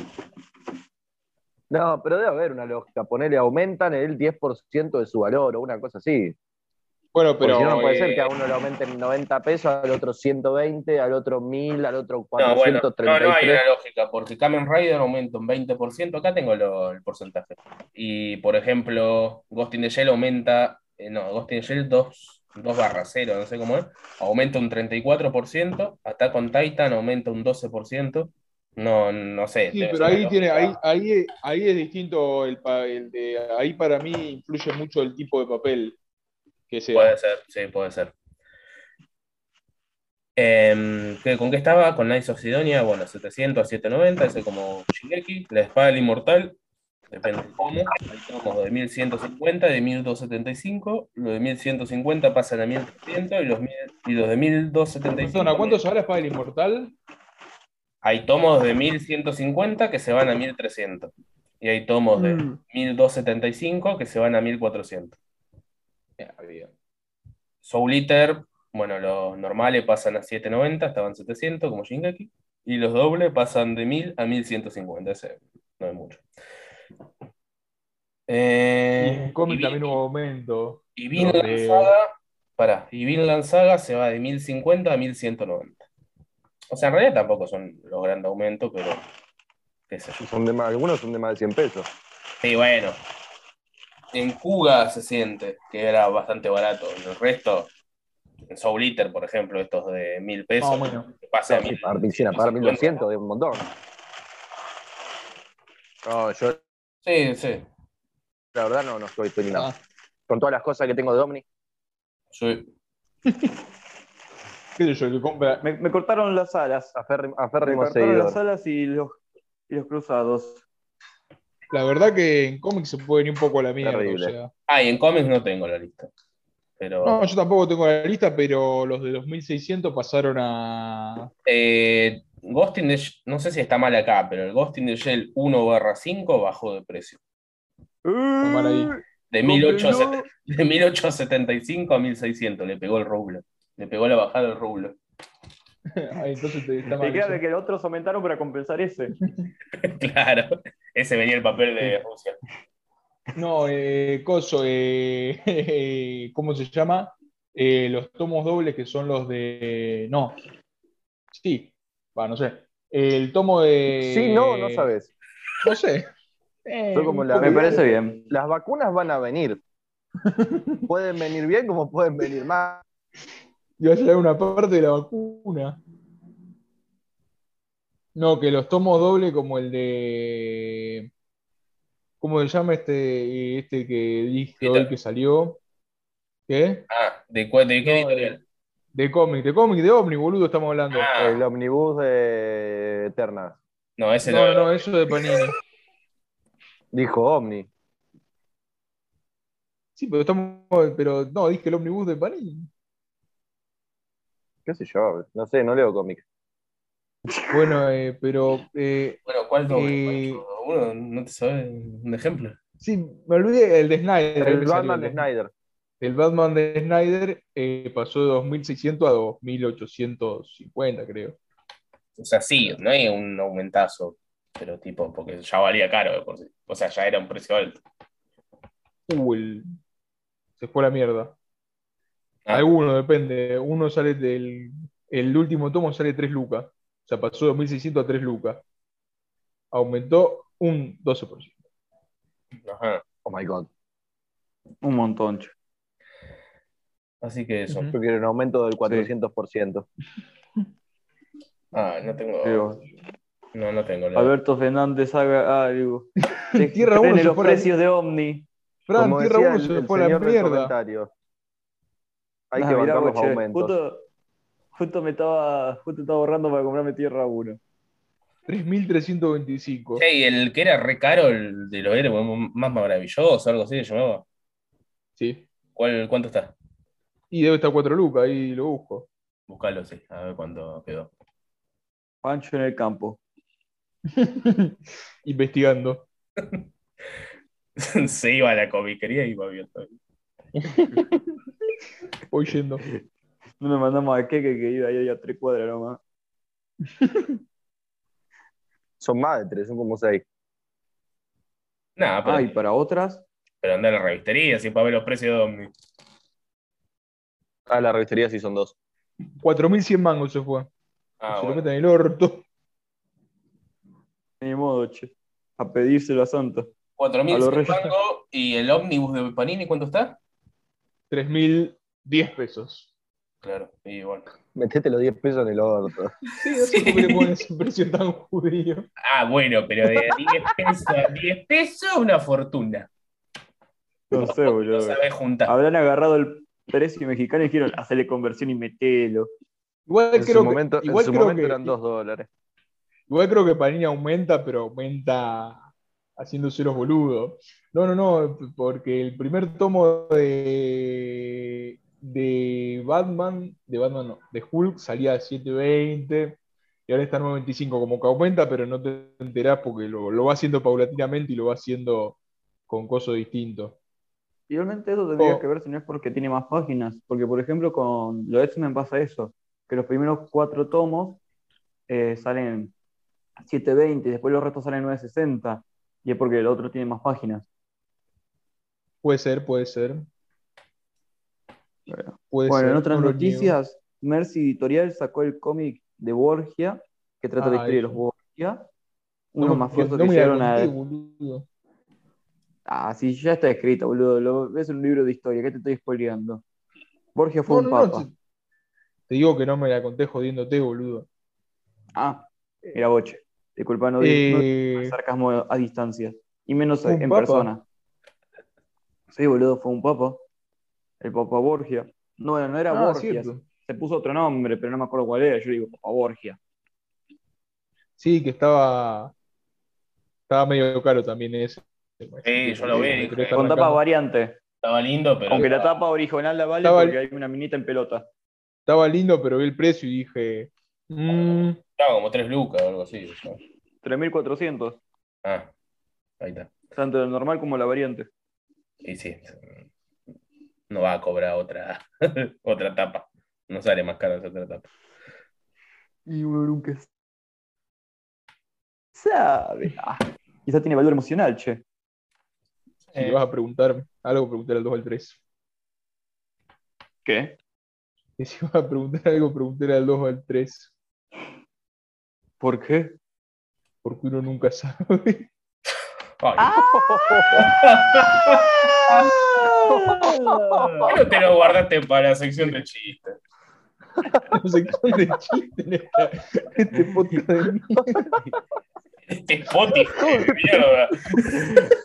Speaker 2: No, pero debe haber una lógica. Ponele, aumentan el 10% de su valor o una cosa así.
Speaker 3: Bueno,
Speaker 2: Pero
Speaker 3: pero
Speaker 2: si no, no puede
Speaker 5: eh,
Speaker 2: ser que a uno le aumenten 90 pesos, al otro 120, al otro 1000, al otro
Speaker 5: No, bueno, no,
Speaker 2: 433.
Speaker 5: no hay una lógica, porque Kamen Rider aumenta un 20%, acá tengo lo- el porcentaje. Y, por ejemplo, Ghost in the Shell aumenta, eh, no, Ghost in the Shell 2, 2 barra 0, no sé cómo es, aumenta un 34%, Attack on Titan aumenta un 12%, no, no sé.
Speaker 3: Sí,
Speaker 5: debe
Speaker 3: pero
Speaker 5: ser una
Speaker 3: ahí tiene, ahí,
Speaker 5: lógica.
Speaker 3: ahí, es- ahí es distinto el, pa- el de, ahí para mí influye mucho el tipo de papel que sea.
Speaker 5: Puede ser, sí, puede ser. Em, ¿qué- ¿Con qué estaba? Con Knights of Sidonia, bueno, 700 a 790, ese como Shigeki, la espada del inmortal, depende de cómo, ahí tenemos de 1150, de 1275, los de 1150 pasan a 1300 y los, mil- y los de 1275.
Speaker 3: Perdona, ¿cuántos ahora es para el Inmortal?
Speaker 5: Hay tomos de 1150 que se van a 1300 y hay tomos de 1275 que se van a 1400.
Speaker 3: Ah,
Speaker 5: Soul Eater, bueno, los normales pasan a 790, estaban 700 como Shingeki, y los dobles pasan de 1000 a 1150, ese no es mucho.
Speaker 3: Y
Speaker 5: Eh,
Speaker 3: en cómic
Speaker 5: y
Speaker 3: también hubo aumento.
Speaker 5: y Vinland
Speaker 3: Donde-
Speaker 5: Saga, pará, y Vinland Saga se va de 1050 a 1190. O sea, en realidad tampoco son los grandes aumentos, pero qué sé yo.
Speaker 2: Son de más- algunos son de más de 100 pesos.
Speaker 5: Sí, bueno. En Kuga se siente que era bastante barato. En el resto, en Soul Eater, por ejemplo, estos de mil
Speaker 3: Más o
Speaker 5: pesos,
Speaker 3: menos.
Speaker 5: que pasa a mil.
Speaker 2: Para 1100, para 1200 de un montón. No, yo
Speaker 5: Sí, sí.
Speaker 2: la verdad no, no estoy terminado.
Speaker 3: Ah,
Speaker 2: Con todas las cosas que tengo de Omni.
Speaker 5: Sí.
Speaker 3: ¿Qué sé yo? Que compra.
Speaker 6: Me, me cortaron las alas.
Speaker 2: Aférrim-
Speaker 6: Me
Speaker 2: Aférrimo
Speaker 6: cortaron
Speaker 2: seguidor.
Speaker 6: las alas y los, y los cruzados.
Speaker 3: La verdad que en cómic se puede venir un poco a la mierda. O
Speaker 2: Terrible.
Speaker 3: sea.
Speaker 5: Ah, y en cómics no tengo la lista. Pero
Speaker 3: No, yo tampoco tengo la lista, pero los de 2600 pasaron a.
Speaker 5: eh, Ghost in the Shell, no sé si está mal acá, pero el Ghost in the Shell 1 barra 5 bajó de precio.
Speaker 3: Tomar ahí.
Speaker 5: De, 1870 de 1875 a 1600 le pegó el rublo. Le pegó la bajada del rublo.
Speaker 3: Ay, entonces te, está
Speaker 4: Te
Speaker 3: mal
Speaker 4: queda
Speaker 3: eso.
Speaker 4: de que los otros aumentaron para compensar ese.
Speaker 5: Claro, ese venía el papel de Rusia.
Speaker 3: No, eh, coso, eh, eh, ¿cómo se llama? Eh, los tomos dobles que son los de... No. Sí, va, no sé. El tomo de...
Speaker 2: Sí, no, no sabes.
Speaker 3: No sé. Eh,
Speaker 2: Son como
Speaker 3: un
Speaker 2: la-
Speaker 3: poco
Speaker 4: Me
Speaker 2: Me
Speaker 4: parece
Speaker 2: parece
Speaker 4: bien.
Speaker 2: Las vacunas van a venir. pueden venir bien como pueden venir mal.
Speaker 3: Iba a llegar una parte de la vacuna. No, que los tomos doble como el de. ¿Cómo se llama este, este que dije hoy que salió? ¿Qué?
Speaker 5: Ah, ¿de, cu- de qué
Speaker 3: No,
Speaker 5: editorial?
Speaker 3: De cómic, de cómic, de ovni, boludo, estamos hablando.
Speaker 5: Ah,
Speaker 2: El omnibus de Eterna.
Speaker 5: no, ese
Speaker 3: No,
Speaker 5: no.
Speaker 3: no, eso de Panini.
Speaker 2: Dijo Omni.
Speaker 3: Sí, pero estamos. Pero no, dije el omnibus de Panini.
Speaker 2: ¿Qué sé yo? No sé, no leo cómics.
Speaker 3: Bueno, eh, pero. eh,
Speaker 5: Bueno, ¿cuál doble?
Speaker 3: Eh,
Speaker 5: ¿Cuál doble? Uno, no te sabes un ejemplo.
Speaker 3: sí, me olvidé el de Snyder.
Speaker 2: El
Speaker 3: me salió
Speaker 2: Batman
Speaker 3: el
Speaker 2: de
Speaker 3: de-
Speaker 2: Snyder.
Speaker 3: El Batman de Snyder eh, pasó de 2600 a 2850, creo.
Speaker 5: O sea, sí, no hay un aumentazo, pero tipo, porque ya valía caro de por sí. O sea, ya era un precio alto.
Speaker 3: Uh, el- se fue a la mierda.
Speaker 5: Ah.
Speaker 3: Alguno, depende. Uno sale del. El último tomo sale 3 lucas. O sea, pasó de 2600 a 3 lucas. Aumentó un 12%.
Speaker 5: Ajá.
Speaker 2: Oh my god.
Speaker 4: Un montón. che.
Speaker 5: Así que eso.
Speaker 3: Ujú.
Speaker 2: Yo quiero un aumento del 400%.
Speaker 5: Ah, no tengo.
Speaker 4: Pero
Speaker 5: No, no tengo. la-
Speaker 4: Alberto Fernández haga algo. Se
Speaker 3: Tierra uno
Speaker 4: frene
Speaker 3: se
Speaker 4: los
Speaker 3: fue a la-
Speaker 4: precios de Omni.
Speaker 3: Fran,
Speaker 2: Como
Speaker 3: Tierra
Speaker 2: decía
Speaker 3: 1
Speaker 2: el-
Speaker 3: se
Speaker 2: el
Speaker 3: fue a la
Speaker 2: señor del
Speaker 3: mierda.
Speaker 2: comentario. Hay
Speaker 4: Ah,
Speaker 2: que
Speaker 4: mirá,
Speaker 2: bancar los
Speaker 4: boche,
Speaker 2: aumentos.
Speaker 4: Justo, justo me estaba, justo estaba ahorrando para comprarme Tierra 1.
Speaker 3: 3325.
Speaker 5: Che, y el que era re caro, el de los héroes más maravilloso, algo así se llamaba.
Speaker 3: Sí.
Speaker 5: ¿Cuál, ¿Cuánto está?
Speaker 3: Y debe estar 4 lucas, ahí lo busco.
Speaker 5: Buscalo, sí, a ver cuánto quedó.
Speaker 4: Pancho en el campo.
Speaker 3: Investigando.
Speaker 5: se iba a la comiquería y iba bien. todavía.
Speaker 3: Voy yendo.
Speaker 4: No nos mandamos a Keke que iba ahí a tres cuadras nomás.
Speaker 2: Son más de tres, son como seis.
Speaker 5: Nada, pero,
Speaker 4: Ah, y para otras.
Speaker 5: pero andá a la revistería, así para ver los precios de Omni.
Speaker 2: Ah, la revistería sí son dos.
Speaker 3: 4100 mangos se fue.
Speaker 5: Ah,
Speaker 3: se lo
Speaker 5: bueno.
Speaker 3: meten en el orto.
Speaker 4: Ni modo, che. A pedírselo a Santa.
Speaker 5: 4.000
Speaker 4: A lo
Speaker 5: sin
Speaker 4: reyes.
Speaker 5: embargo, y el ómnibus de Panini, ¿cuánto está?
Speaker 3: 3010 pesos.
Speaker 5: Claro, y bueno.
Speaker 2: Metete los 10 pesos en el orto.
Speaker 3: Sí, no sé por qué le ponen ese precio tan judío.
Speaker 5: Ah, bueno, pero de 10 pesos a 10 pesos, una fortuna.
Speaker 4: No sé,
Speaker 5: Lo
Speaker 4: boludo.
Speaker 5: sabés juntar.
Speaker 4: Habrán agarrado el precio mexicano y dijeron, hacele conversión y metelo.
Speaker 3: Igual
Speaker 2: En
Speaker 3: creo
Speaker 2: su momento,
Speaker 3: que, igual
Speaker 2: en su
Speaker 3: creo
Speaker 2: momento
Speaker 3: que-
Speaker 2: eran 2 dólares.
Speaker 3: Igual creo que Panini aumenta, pero aumenta haciéndose los boludos. No, no, no, porque el primer tomo de, de Batman, de Batman no, de Hulk salía a 7.20 y ahora está a 9.25, como que aumenta, pero no te enterás porque lo, lo va haciendo paulatinamente y lo va haciendo con cosas distintos.
Speaker 4: Igualmente eso tendría
Speaker 3: Oh.
Speaker 4: que ver si no es porque tiene más páginas. Porque, por ejemplo, con los X-Men pasa eso. Que los primeros cuatro tomos eh, salen a 720, después los restos salen 960. Y es porque el otro tiene más páginas.
Speaker 3: Puede ser, puede ser.
Speaker 4: Bueno.
Speaker 3: Puede
Speaker 4: Bueno, en
Speaker 3: ser,
Speaker 4: otras
Speaker 3: no lo niego.
Speaker 4: noticias, Mercy Editorial sacó el cómic de Borgia, que trata de la
Speaker 3: Ah,
Speaker 4: historia
Speaker 3: eso.
Speaker 4: de los Borgia,
Speaker 3: No
Speaker 4: unos
Speaker 3: me-
Speaker 4: mafiosos
Speaker 3: no
Speaker 4: que
Speaker 3: me la
Speaker 4: llegaron a...
Speaker 3: conté, boludo.
Speaker 4: Ah, sí, ya está escrito, boludo. Lo ves en un libro de historia, ¿qué te estoy spoileando? Borgia fue
Speaker 3: No,
Speaker 4: un
Speaker 3: no, no,
Speaker 4: papa.
Speaker 3: te- te digo que no me la conté jodiéndote, boludo.
Speaker 4: Ah, era boche. Disculpa, no, di- no
Speaker 3: Eh,
Speaker 4: di sarcasmo a distancia. Y menos
Speaker 3: ¿fue
Speaker 4: en
Speaker 3: un papa?
Speaker 4: persona. Sí, boludo, fue un papa. El papa Borgia. No, bueno, no era
Speaker 3: ah,
Speaker 4: Borgia.
Speaker 3: cierto.
Speaker 4: Se puso otro nombre, pero no me acuerdo cuál era. Yo digo, papa Borgia.
Speaker 3: Sí, que estaba. Estaba medio caro también ese.
Speaker 5: Sí, yo lo vi, eh.
Speaker 3: Me
Speaker 5: dije,
Speaker 3: querés
Speaker 4: Con
Speaker 3: arrancar
Speaker 4: tapa
Speaker 3: más.
Speaker 4: variante.
Speaker 5: Estaba lindo, pero.
Speaker 4: Aunque la tapa original la vale
Speaker 3: Estaba-
Speaker 4: porque hay una minita en pelota.
Speaker 3: Estaba lindo, pero vi el precio y dije. mm,
Speaker 5: Claro, como 3 lucas o algo así. o sea.
Speaker 6: 3.400,
Speaker 5: Ah, ahí está.
Speaker 6: tanto el normal como la variante.
Speaker 5: Y sí, no va a cobrar otra, otra tapa. No sale más caro esa otra tapa.
Speaker 6: Y uno nunca s- sabe. Ah, quizá tiene valor emocional, che.
Speaker 3: Si
Speaker 5: eh.
Speaker 3: le vas a preguntar algo, preguntar al 2 al 3.
Speaker 6: ¿Qué?
Speaker 3: Y si vas a preguntar algo, preguntar al 2 o al 3.
Speaker 6: ¿Por qué?
Speaker 3: Porque uno nunca sabe.
Speaker 5: Ay,
Speaker 4: Ah.
Speaker 5: ¿por qué no te lo guardaste para la sección de chistes?
Speaker 3: No sé qué son de chiste en esta- este podcast de mierda.
Speaker 5: Este Spotify de mierda.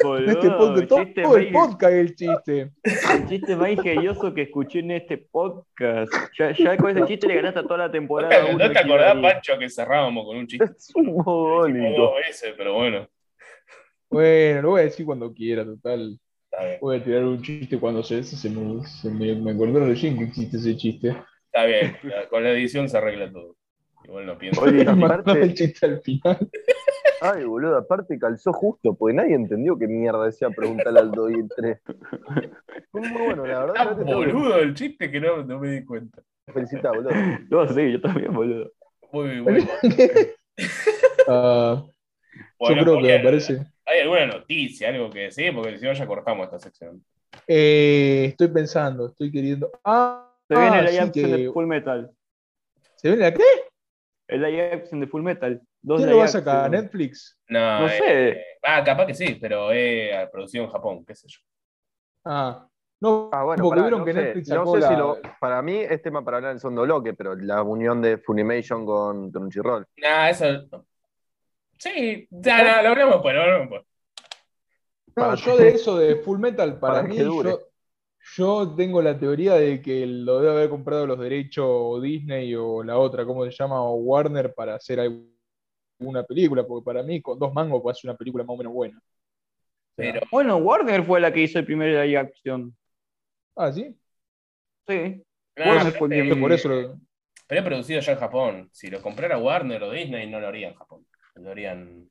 Speaker 6: Boludo,
Speaker 3: Este podcast, todo
Speaker 6: chiste
Speaker 3: todo el
Speaker 6: más-
Speaker 3: podcast es el chiste.
Speaker 6: El chiste más ingenioso que escuché en este podcast. Ya, ya con ese chiste le ganaste a toda la
Speaker 5: ¿No
Speaker 6: temporada.
Speaker 5: te-
Speaker 6: uno,
Speaker 5: ¿No te acordás,
Speaker 6: Kiari.
Speaker 5: Pancho, que cerrábamos con un chiste
Speaker 2: Es un
Speaker 5: dos
Speaker 2: mogólico.
Speaker 5: veces? Pero bueno,
Speaker 3: Bueno, lo voy a decir cuando quiera, total.
Speaker 5: está bien.
Speaker 3: Voy a tirar un chiste cuando se, se me, se me, me acordé recién que existe ese chiste.
Speaker 5: Está bien. La- Con la edición se arregla todo. Igual no pienso.
Speaker 2: Oye,
Speaker 3: Mandame el
Speaker 2: aparte,
Speaker 3: chiste al final.
Speaker 2: ay, boludo, aparte calzó justo, porque nadie entendió qué mierda decía preguntar al 2 y el 3. Fue muy bueno, la verdad.
Speaker 5: Está
Speaker 2: yo te tengo que
Speaker 5: boludo el chiste que no, no me di cuenta.
Speaker 2: felicitar, boludo.
Speaker 6: No, sí, yo también, boludo.
Speaker 5: Muy bueno.
Speaker 3: Ah, yo
Speaker 5: Bueno,
Speaker 3: creo que me
Speaker 5: Julián,
Speaker 3: parece.
Speaker 5: ¿Hay alguna noticia, algo que decir? Porque si no, ya cortamos esta sección.
Speaker 3: Eh, estoy pensando, estoy queriendo. Ah,
Speaker 6: Se viene
Speaker 3: ah,
Speaker 6: el
Speaker 3: sí
Speaker 6: live action
Speaker 3: que-
Speaker 6: de Full Metal.
Speaker 3: ¿Se viene la qué?
Speaker 6: El live action de Full Metal. Dos
Speaker 3: ¿Quién
Speaker 6: live
Speaker 3: lo va a
Speaker 6: action.
Speaker 3: sacar? ¿Netflix?
Speaker 5: No,
Speaker 6: No
Speaker 5: eh,
Speaker 6: sé.
Speaker 5: Ah, capaz que sí, pero eh, a producción Japón, qué sé yo.
Speaker 3: Ah, no,
Speaker 2: Ah, bueno,
Speaker 3: porque
Speaker 2: pará,
Speaker 3: vieron
Speaker 2: no
Speaker 3: que
Speaker 2: sé,
Speaker 3: Netflix
Speaker 2: no
Speaker 3: sacó
Speaker 2: sé si
Speaker 3: la-
Speaker 2: lo- Para mí es tema para hablar en el segundo bloque, pero la unión de Funimation con Crunchyroll.
Speaker 5: Nah, eso. Sí, ya, nah, lo hablamos después, lo hablamos después.
Speaker 3: No,
Speaker 2: Para
Speaker 3: yo
Speaker 2: que-
Speaker 3: de eso de Full Metal, para,
Speaker 2: para
Speaker 3: mí,
Speaker 2: que dure.
Speaker 3: yo, yo tengo la teoría de que lo debe haber comprado los derechos o Disney o la otra, ¿cómo se llama? O Warner para hacer alguna película, porque para mí con dos mangos puede hacer una película más o menos buena.
Speaker 5: Pero
Speaker 6: Bueno, Warner fue la que hizo el primer live action.
Speaker 3: Ah, ¿sí?
Speaker 6: Sí.
Speaker 5: nah,
Speaker 6: Warner fue
Speaker 5: pero-
Speaker 2: Eh,
Speaker 6: quien-
Speaker 3: Por eso lo-
Speaker 5: Pero es producido ya en Japón. Si lo comprara Warner o Disney, no lo haría en Japón. Lo harían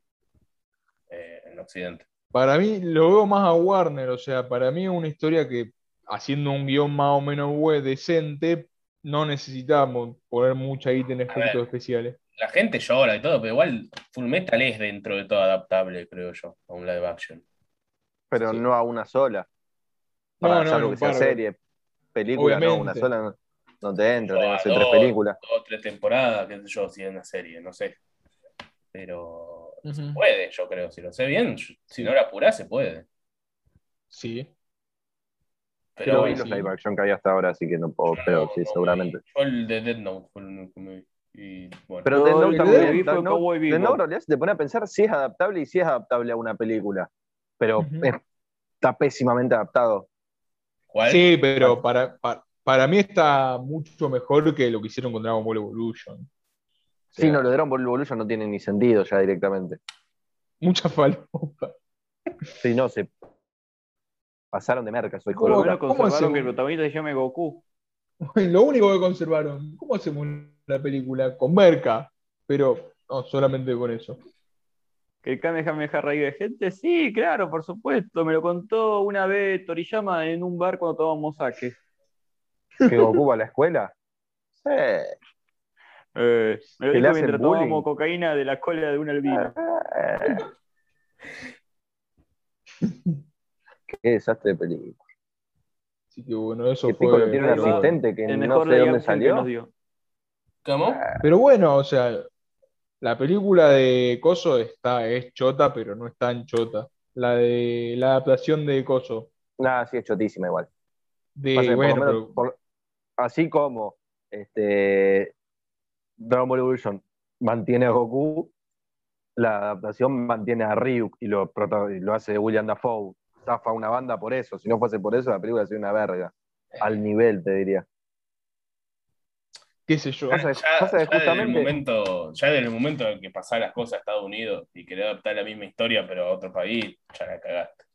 Speaker 5: eh, en Occidente.
Speaker 3: Para mí lo veo más a Warner, o sea, para mí es una historia que haciendo un guión más o menos bue- decente, no necesitamos poner mucha guita en efectos
Speaker 5: ver.
Speaker 3: especiales.
Speaker 5: La gente llora y todo, pero igual Full Metal es dentro de todo adaptable, creo yo, a un live action.
Speaker 2: pero
Speaker 5: Sí.
Speaker 2: no a una sola.
Speaker 3: No,
Speaker 2: Para
Speaker 3: no,
Speaker 2: salvo
Speaker 3: no,
Speaker 2: que sea
Speaker 3: bárbaro.
Speaker 2: serie, película, no, una
Speaker 3: Obviamente.
Speaker 2: sola no, no te entra,
Speaker 5: No,
Speaker 2: tenés que hacer
Speaker 5: no.
Speaker 2: tres películas.
Speaker 5: Dos o tres temporadas, qué sé yo, si es una serie, no sé. Pero
Speaker 3: Ujú.
Speaker 5: puede, yo creo, si lo sé bien. Si no la apurás, se puede.
Speaker 3: Sí.
Speaker 5: Pero
Speaker 2: No
Speaker 3: Pero
Speaker 2: vi
Speaker 5: bueno,
Speaker 3: sí.
Speaker 2: los live action que había hasta ahora, así que no puedo,
Speaker 5: yo
Speaker 2: pero
Speaker 5: no-
Speaker 2: sí,
Speaker 5: no
Speaker 2: seguramente.
Speaker 5: vi. Yo el de Dead Note fue el único que me vi. Y bueno,
Speaker 2: Pero
Speaker 6: No,
Speaker 2: The
Speaker 6: lo
Speaker 2: Note
Speaker 6: que
Speaker 2: también,
Speaker 6: vi fue
Speaker 2: The Note-
Speaker 6: Cowboy
Speaker 2: The Note, en
Speaker 6: Bebop.
Speaker 2: realidad, si te pone a pensar si es adaptable y si es adaptable a una película. Pero
Speaker 3: Ujú.
Speaker 2: eh, está pésimamente adaptado.
Speaker 5: ¿cuál?
Speaker 3: Sí, pero para, para, para mí está mucho mejor que lo que hicieron con Dragon Ball Evolution. O sea,
Speaker 2: Si no, lo de Dragon Ball Evolution no tiene ni sentido ya directamente.
Speaker 3: Mucha falopa.
Speaker 2: Si no, se pasaron de merca, soy
Speaker 6: Por lo
Speaker 3: ¿Cómo-
Speaker 2: joder.
Speaker 6: menos
Speaker 3: cómo
Speaker 6: conservaron
Speaker 3: hacemos?
Speaker 6: que el protagonista se llame Goku.
Speaker 3: Lo único que conservaron, ¿cómo hacemos la película? Con Merca, pero no, solamente con eso.
Speaker 6: Que el Kamehameha raíz de gente. Sí, claro, por supuesto. Me lo contó una vez Toriyama en un bar cuando tomábamos sake.
Speaker 2: Que Goku va a la escuela. Sí.
Speaker 6: Eh, me lo
Speaker 2: Que le
Speaker 6: dijo
Speaker 2: hacen
Speaker 6: mientras
Speaker 2: bullying.
Speaker 6: tomábamos cocaína de la cola de un albino.
Speaker 2: Eh. Qué desastre de película.
Speaker 3: Así que bueno, eso
Speaker 2: Que Piccolo
Speaker 3: fue.
Speaker 2: tiene un
Speaker 6: ahí va.
Speaker 2: asistente que
Speaker 6: El
Speaker 2: no
Speaker 6: mejor
Speaker 2: sé de
Speaker 6: live
Speaker 2: dónde
Speaker 6: action que
Speaker 2: salió.
Speaker 6: nos dio.
Speaker 5: ¿Cómo?
Speaker 2: ¿eh?
Speaker 3: Pero bueno, o sea, la película de Coso está, es chota, pero no es tan chota. La de la adaptación de Coso.
Speaker 2: Nah, sí, es chotísima igual.
Speaker 3: De,
Speaker 2: Pasa que por lo
Speaker 3: bueno,
Speaker 2: menos,
Speaker 3: pero-
Speaker 2: por- así como este, Dragon Ball Evolution mantiene a Goku, la adaptación mantiene a Ryuk y lo, prota- y lo hace William Dafoe. Zafa una banda por eso. Si no fuese por eso, la película sería una verga. Al nivel, te diría.
Speaker 3: qué sé yo.
Speaker 2: Pasa-
Speaker 5: Ya,
Speaker 2: pasa que
Speaker 5: ya desde el
Speaker 2: justamente-
Speaker 5: momento, ya desde el momento en que pasás las cosas a Estados Unidos y querés adaptar la misma historia pero a otro país, ya la cagaste.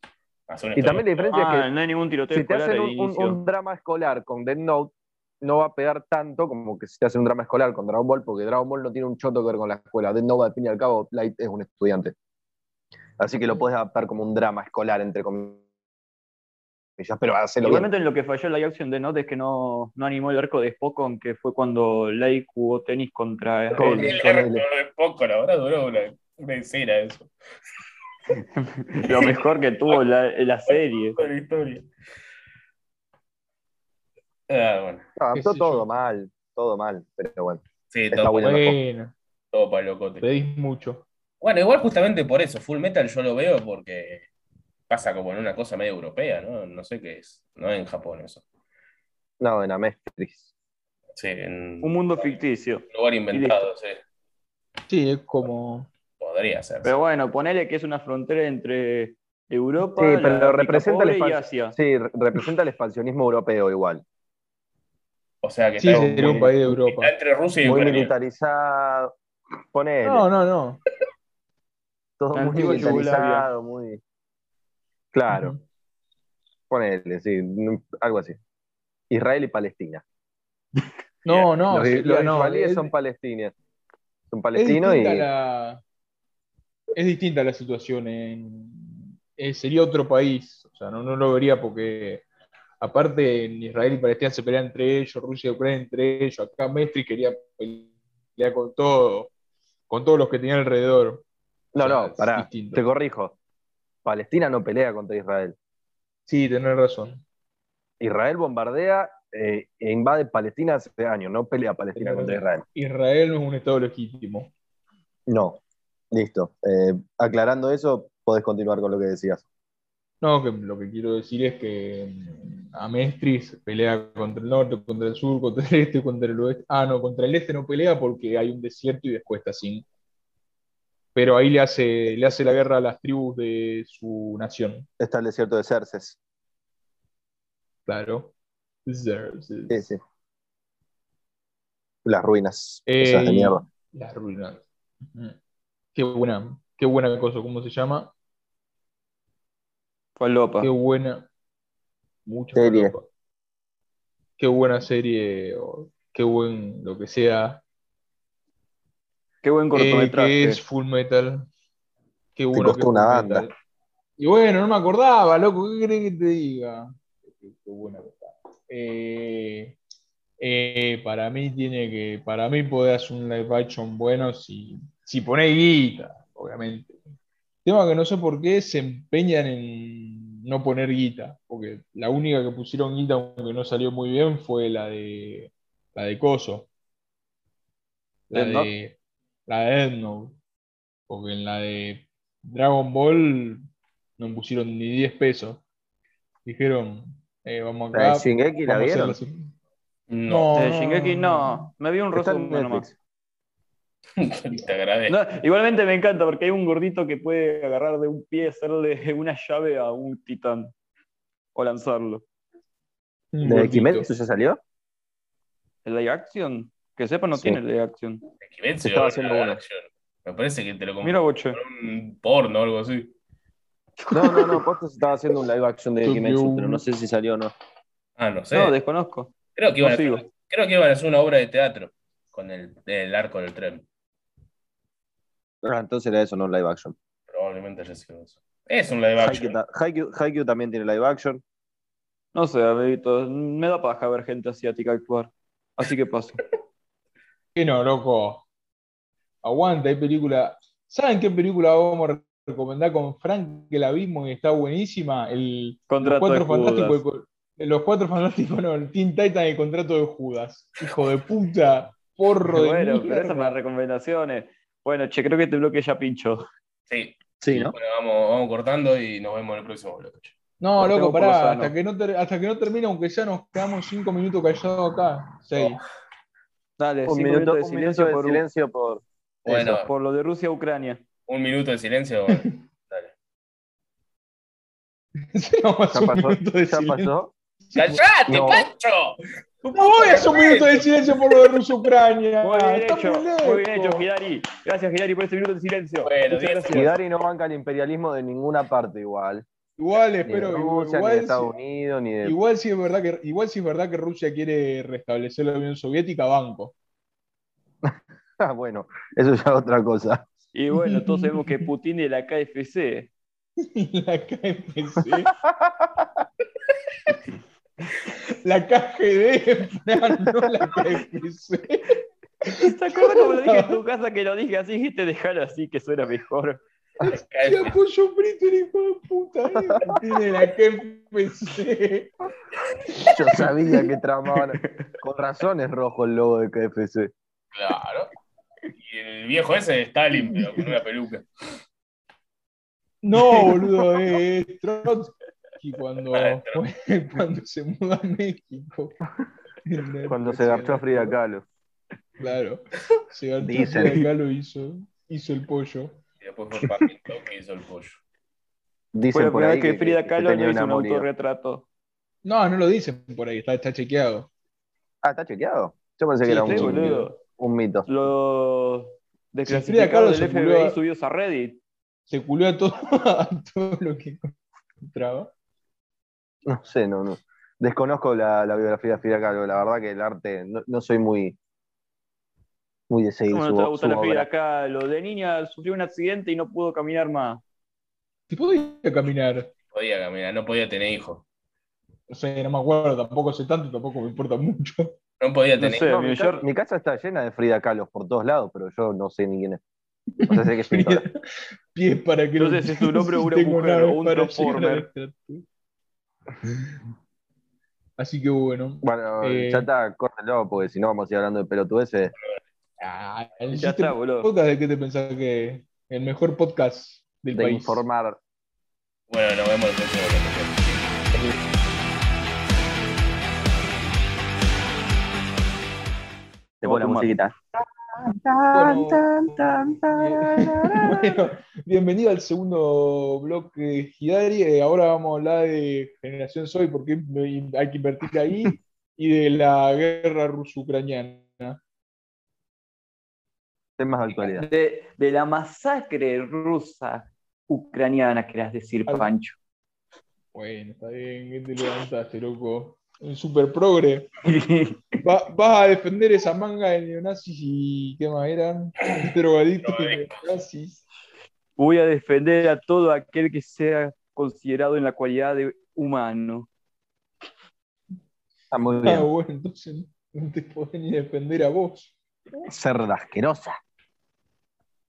Speaker 5: Hacé una
Speaker 2: Y
Speaker 5: historia-
Speaker 2: también la diferencia es que
Speaker 6: Ah, no hay ningún tiroteo
Speaker 2: si te
Speaker 6: escolar
Speaker 2: hacen
Speaker 6: al
Speaker 2: un, un-
Speaker 6: inicio.
Speaker 2: un drama escolar con Dead Note, no va a pegar tanto como que si te hacen un drama escolar con Dragon Ball, porque Dragon Ball no tiene un choto que ver con la escuela. Death Note, al fin y al cabo, Light es un estudiante. Así que lo puedes adaptar como un drama escolar, entre comillas, pero hacerlo bien.
Speaker 4: Igualmente en lo que falló la action de Note es que no, no animó el arco de Spock, aunque fue cuando Lake jugó tenis contra
Speaker 2: Con-
Speaker 4: él.
Speaker 5: El arco de poco, la verdad, duró una, una escena eso.
Speaker 4: Lo mejor que tuvo la, la serie.
Speaker 5: Toda la historia. Ah, bueno.
Speaker 2: No, adaptó
Speaker 3: qué sé
Speaker 2: todo
Speaker 3: yo.
Speaker 2: mal, todo mal, pero bueno.
Speaker 5: Sí,
Speaker 2: Está
Speaker 5: todo,
Speaker 2: bueno.
Speaker 3: Bueno,
Speaker 5: todo para locote.
Speaker 3: pedís mucho.
Speaker 5: Bueno, igual justamente por eso, Full Metal yo lo veo porque pasa como en una cosa medio europea, ¿no? No sé qué es. No es en Japón eso.
Speaker 2: No, en Amestris.
Speaker 5: Sí, en
Speaker 4: Un
Speaker 5: un
Speaker 4: mundo ficticio.
Speaker 5: lugar inventado, sí.
Speaker 3: Sí, es como.
Speaker 5: Podría ser.
Speaker 4: Pero bueno, ponele que es una frontera entre Europa
Speaker 2: Sí,
Speaker 4: la
Speaker 2: pero
Speaker 4: África
Speaker 2: representa el
Speaker 4: pobre y
Speaker 2: espacio.
Speaker 4: Asia.
Speaker 2: Sí, re- representa el expansionismo europeo igual.
Speaker 5: o sea que
Speaker 3: Sí,
Speaker 5: está,
Speaker 3: sería un país de Europa.
Speaker 5: está entre Rusia y
Speaker 2: Muy
Speaker 5: Ucrania.
Speaker 2: militarizado. Ponele,
Speaker 3: No, no, no.
Speaker 2: todo
Speaker 4: la
Speaker 2: muy
Speaker 4: antigua
Speaker 2: militarizado, muy. Claro, ponele, sí, n- algo así. Israel y Palestina.
Speaker 3: No, no,
Speaker 2: los
Speaker 3: sería-
Speaker 2: los
Speaker 3: no,
Speaker 2: israelíes
Speaker 3: es-
Speaker 2: son palestinos. Son
Speaker 3: es
Speaker 2: palestinos
Speaker 3: distinta,
Speaker 2: y.
Speaker 3: la, es distinta la situación. en- eh, sería otro país. O sea, no, no lo vería porque, aparte, en Israel y Palestina se pelean entre ellos, Rusia y Ucrania entre ellos. Acá Mestri quería pelear con todo, con todos los que tenía alrededor.
Speaker 2: No,
Speaker 3: O sea,
Speaker 2: no,
Speaker 3: es
Speaker 2: pará,
Speaker 3: distinto.
Speaker 2: te corrijo. Palestina no pelea contra Israel.
Speaker 3: Sí, tenés razón.
Speaker 2: Israel bombardea eh, e invade Palestina hace años, no pelea Palestina
Speaker 3: Pero-
Speaker 2: contra Israel.
Speaker 3: Israel no es un estado legítimo.
Speaker 2: No. Listo. Eh, aclarando eso, podés continuar con lo que decías.
Speaker 3: No, que lo que quiero decir es que mm, Amestris pelea contra el norte, contra el sur, contra el este, contra el oeste. Ah, no, contra el este no pelea porque hay un desierto y después está sin. Pero ahí le hace, le hace la guerra a las tribus de su nación,
Speaker 2: Está el desierto de Cerces.
Speaker 3: claro. Xerxes.
Speaker 2: Sí, sí. Las ruinas.
Speaker 3: Eh,
Speaker 2: esas de
Speaker 3: y-
Speaker 2: mierda.
Speaker 3: Las ruinas. Ujú. Qué buena, qué buena cosa, ¿cómo se llama?
Speaker 4: Falopa.
Speaker 3: Qué buena. Mucha
Speaker 2: Serie.
Speaker 3: falopa. Qué buena serie, o qué buen lo que sea.
Speaker 4: Qué buen
Speaker 3: Eh,
Speaker 4: cortometraje.
Speaker 3: que es Full Metal. Qué bueno
Speaker 2: costó
Speaker 3: que es
Speaker 2: una
Speaker 3: Full
Speaker 2: banda.
Speaker 3: Metal. Y bueno, no me acordaba, loco, ¿qué crees que te diga? Qué, qué buena que está. Eh, eh, para mí tiene que, para mí podés hacer un live action bueno si, si ponés guita, obviamente. Tema que no sé por qué se empeñan en no poner guita, porque la única que pusieron guita, aunque no salió muy bien, fue la de la de Coso. La
Speaker 4: ¿Death Note?
Speaker 3: de la de Death Note. Porque en la de Dragon Ball no pusieron ni 10 pesos. Dijeron, eh, vamos acá.
Speaker 2: La de Shingeki la
Speaker 3: vamos a hacer
Speaker 2: vieron.
Speaker 3: las-
Speaker 5: No,
Speaker 4: Eh, Shingeki, no. Me vi un
Speaker 2: Está en
Speaker 4: resumen nomás.
Speaker 2: Netflix.
Speaker 5: te agradezco.
Speaker 4: No, igualmente me encanta porque hay un gordito que puede agarrar de un pie y hacerle una llave a un titán o lanzarlo.
Speaker 3: Un
Speaker 2: ¿La de
Speaker 3: gordito.
Speaker 2: Kimetsu ya salió?
Speaker 4: ¿El live action? Que sepa, no
Speaker 2: Sí.
Speaker 4: tiene live action.
Speaker 5: Kimetsu
Speaker 2: Se estaba
Speaker 5: era
Speaker 2: haciendo
Speaker 5: una
Speaker 2: una.
Speaker 5: acción. Me parece que te lo compré
Speaker 4: Mira, Boche.
Speaker 5: un porno o algo así.
Speaker 2: No, no, no. Posta se estaba haciendo un live action de
Speaker 3: Tokyo.
Speaker 2: Kimetsu, pero no sé si salió o no.
Speaker 5: Ah, no sé.
Speaker 4: No, desconozco.
Speaker 5: creo, que iban
Speaker 4: No
Speaker 5: a,
Speaker 4: sigo.
Speaker 5: creo que iban a hacer una obra de teatro con el, el arco del tren.
Speaker 2: Ah, entonces era eso, no un live action.
Speaker 5: Probablemente haya sido eso. Es un live
Speaker 2: Haikyuu
Speaker 5: action.
Speaker 2: ta- Haikyuu Haikyuu también tiene live action.
Speaker 4: No sé, amiguitos. Me da paja ver gente asiática actuar. Así que paso.
Speaker 3: Que no, loco. Aguanta, hay película. ¿Saben qué película vamos a recomendar con Frank que la vimos y está buenísima? El, los
Speaker 4: Contrato de
Speaker 3: cuatro
Speaker 4: Judas.
Speaker 3: fantásticos. de- los cuatro fantásticos, no, el Teen Titan y el contrato de Judas. Hijo de puta, porro de
Speaker 4: Bueno, pero
Speaker 3: mierda.
Speaker 4: esas son las recomendaciones. Bueno, che, creo que este bloque ya pincho.
Speaker 5: Sí.
Speaker 2: Sí, ¿no?
Speaker 5: Bueno, vamos, vamos cortando y nos vemos en el próximo bloque.
Speaker 3: No,
Speaker 4: Cortemos
Speaker 3: loco,
Speaker 4: por lo
Speaker 3: pará,
Speaker 4: sano.
Speaker 3: hasta que, no ter- hasta que no termine, aunque ya nos quedamos cinco minutos callados acá. Seis.
Speaker 4: Oh. Dale,
Speaker 2: Un
Speaker 4: cinco
Speaker 2: minuto,
Speaker 4: minutos de
Speaker 2: un minuto
Speaker 4: silencio
Speaker 2: de
Speaker 4: por,
Speaker 2: silencio por.
Speaker 5: Bueno,
Speaker 4: por lo de Rusia a Ucrania.
Speaker 5: un minuto de silencio. bueno. Dale.
Speaker 3: Sí, vamos a
Speaker 2: Ya
Speaker 3: hacer un
Speaker 2: pasó,
Speaker 3: minuto de
Speaker 2: ya
Speaker 3: silencio.
Speaker 2: pasó.
Speaker 5: ¡Cállate,
Speaker 2: No.
Speaker 5: Pancho!
Speaker 3: ¿Cómo voy a hacer un minuto de silencio por lo de Rusia-Ucrania?
Speaker 4: Muy bien
Speaker 3: Está
Speaker 4: hecho,
Speaker 3: lejos.
Speaker 4: muy bien hecho, Gidari. Gracias, Gidari, por este minuto de silencio.
Speaker 5: Bueno,
Speaker 4: Muchas
Speaker 5: diez
Speaker 4: gracias.
Speaker 2: Y Dari no banca el imperialismo de ninguna parte igual.
Speaker 3: Igual
Speaker 2: Ni de
Speaker 3: espero
Speaker 2: Rusia, ni
Speaker 3: igual
Speaker 2: de
Speaker 3: si-
Speaker 2: Estados Unidos, ni de.
Speaker 3: Igual si es verdad que igual si es verdad que Rusia quiere restablecer la Unión Soviética, banco.
Speaker 2: Ah, bueno, eso ya es otra cosa.
Speaker 4: Y bueno, todos sabemos que Putin es la KFC.
Speaker 3: La KFC. la KGD, Fran, no la KFC.
Speaker 4: ¿Te acuerdas como lo dije en tu casa que lo dije así? Dijiste dejar así que suena mejor.
Speaker 3: La pollo frito, el hijo de puta. eh. Tiene la KFC.
Speaker 2: Yo sabía que tramaban. Con razón es rojo el logo de KFC.
Speaker 5: Claro. Y el viejo ese es Stalin, pero con una peluca.
Speaker 3: No, boludo, es Trotsky cuando,
Speaker 5: Ah,
Speaker 3: cuando se muda a México.
Speaker 2: Cuando se garchó a Frida Kahlo.
Speaker 3: Claro. Se garchó a
Speaker 2: Dicen.
Speaker 3: Frida Kahlo hizo, hizo el pollo.
Speaker 5: Y después fue Paquito que hizo el pollo.
Speaker 2: Dicen
Speaker 4: Fue la
Speaker 2: por
Speaker 4: primera
Speaker 2: ahí
Speaker 4: vez que, Frida
Speaker 2: que
Speaker 4: Kahlo
Speaker 2: tenía
Speaker 4: no hizo un
Speaker 2: amorío.
Speaker 4: autorretrato.
Speaker 3: No, no lo dicen por ahí, está, está chequeado.
Speaker 2: Ah, está chequeado. Yo pensé
Speaker 3: Sí,
Speaker 2: que era
Speaker 4: Sí,
Speaker 3: Vamos,
Speaker 2: un,
Speaker 4: boludo.
Speaker 2: un mito.
Speaker 4: Los
Speaker 3: Frida Kahlo
Speaker 4: desclasificados
Speaker 3: se
Speaker 4: del
Speaker 3: murió-
Speaker 4: FBI subidos a Reddit.
Speaker 3: Se culió a todo, a todo lo que encontraba.
Speaker 2: No sé, no, no. Desconozco la, la biografía de Frida Kahlo. La verdad que el arte, no, no soy muy, muy de seguir
Speaker 4: ¿Cómo no
Speaker 2: su,
Speaker 4: te va a
Speaker 2: su
Speaker 4: gustar la Frida
Speaker 2: obra.
Speaker 4: Kahlo? De niña sufrió un accidente y no pudo caminar más.
Speaker 3: Si podía caminar,
Speaker 5: Podía caminar, no podía tener hijos.
Speaker 3: o sea, no me acuerdo, tampoco sé tanto, tampoco me importa mucho.
Speaker 5: No podía
Speaker 4: No
Speaker 5: tener
Speaker 4: sé.
Speaker 5: hijos.
Speaker 2: No, mi,
Speaker 4: Yo-
Speaker 2: ca- mi casa está llena de Frida Kahlo por todos lados, pero yo no sé ni quién es. O sea, sé que es pintora.
Speaker 3: Pies para que lo-
Speaker 4: No sé si es un hombre o una
Speaker 3: tengo
Speaker 4: mujer,
Speaker 3: naves
Speaker 4: o un
Speaker 3: para llegar
Speaker 4: transformer.
Speaker 3: a la estatua. Así que bueno.
Speaker 2: Bueno,
Speaker 3: Eh.
Speaker 2: ya está, córtelo, porque si no vamos a ir hablando de pelotudeces.
Speaker 3: Ah,
Speaker 4: Ya está, boludo.
Speaker 3: podcast de qué te pensás que el mejor podcast del
Speaker 2: de
Speaker 3: país.
Speaker 2: informar.
Speaker 5: Bueno, nos vemos el próximo bloque.
Speaker 2: Te pongo la
Speaker 4: Automático.
Speaker 2: musiquita.
Speaker 3: Bueno, bien- bueno, bienvenido al segundo bloque de Hidari. Eh, ahora vamos a hablar de Generación Soy, porque hay que invertir ahí, y de la guerra ruso-ucraniana.
Speaker 2: Temas de actualidad.
Speaker 4: De, de la masacre rusa ucraniana, querás decir,
Speaker 3: Al-
Speaker 4: Pancho.
Speaker 3: Bueno, está bien, ¿qué te levantaste, loco? Un super progre. Va- vas a defender esa manga de neonazis y qué más eran? Drogadictos y neonazis.
Speaker 4: Voy a defender a todo aquel que sea considerado en la cualidad de humano.
Speaker 2: Está muy
Speaker 3: Ah,
Speaker 2: bien.
Speaker 3: bueno, entonces no te podés ni defender a vos.
Speaker 2: Cerda asquerosa.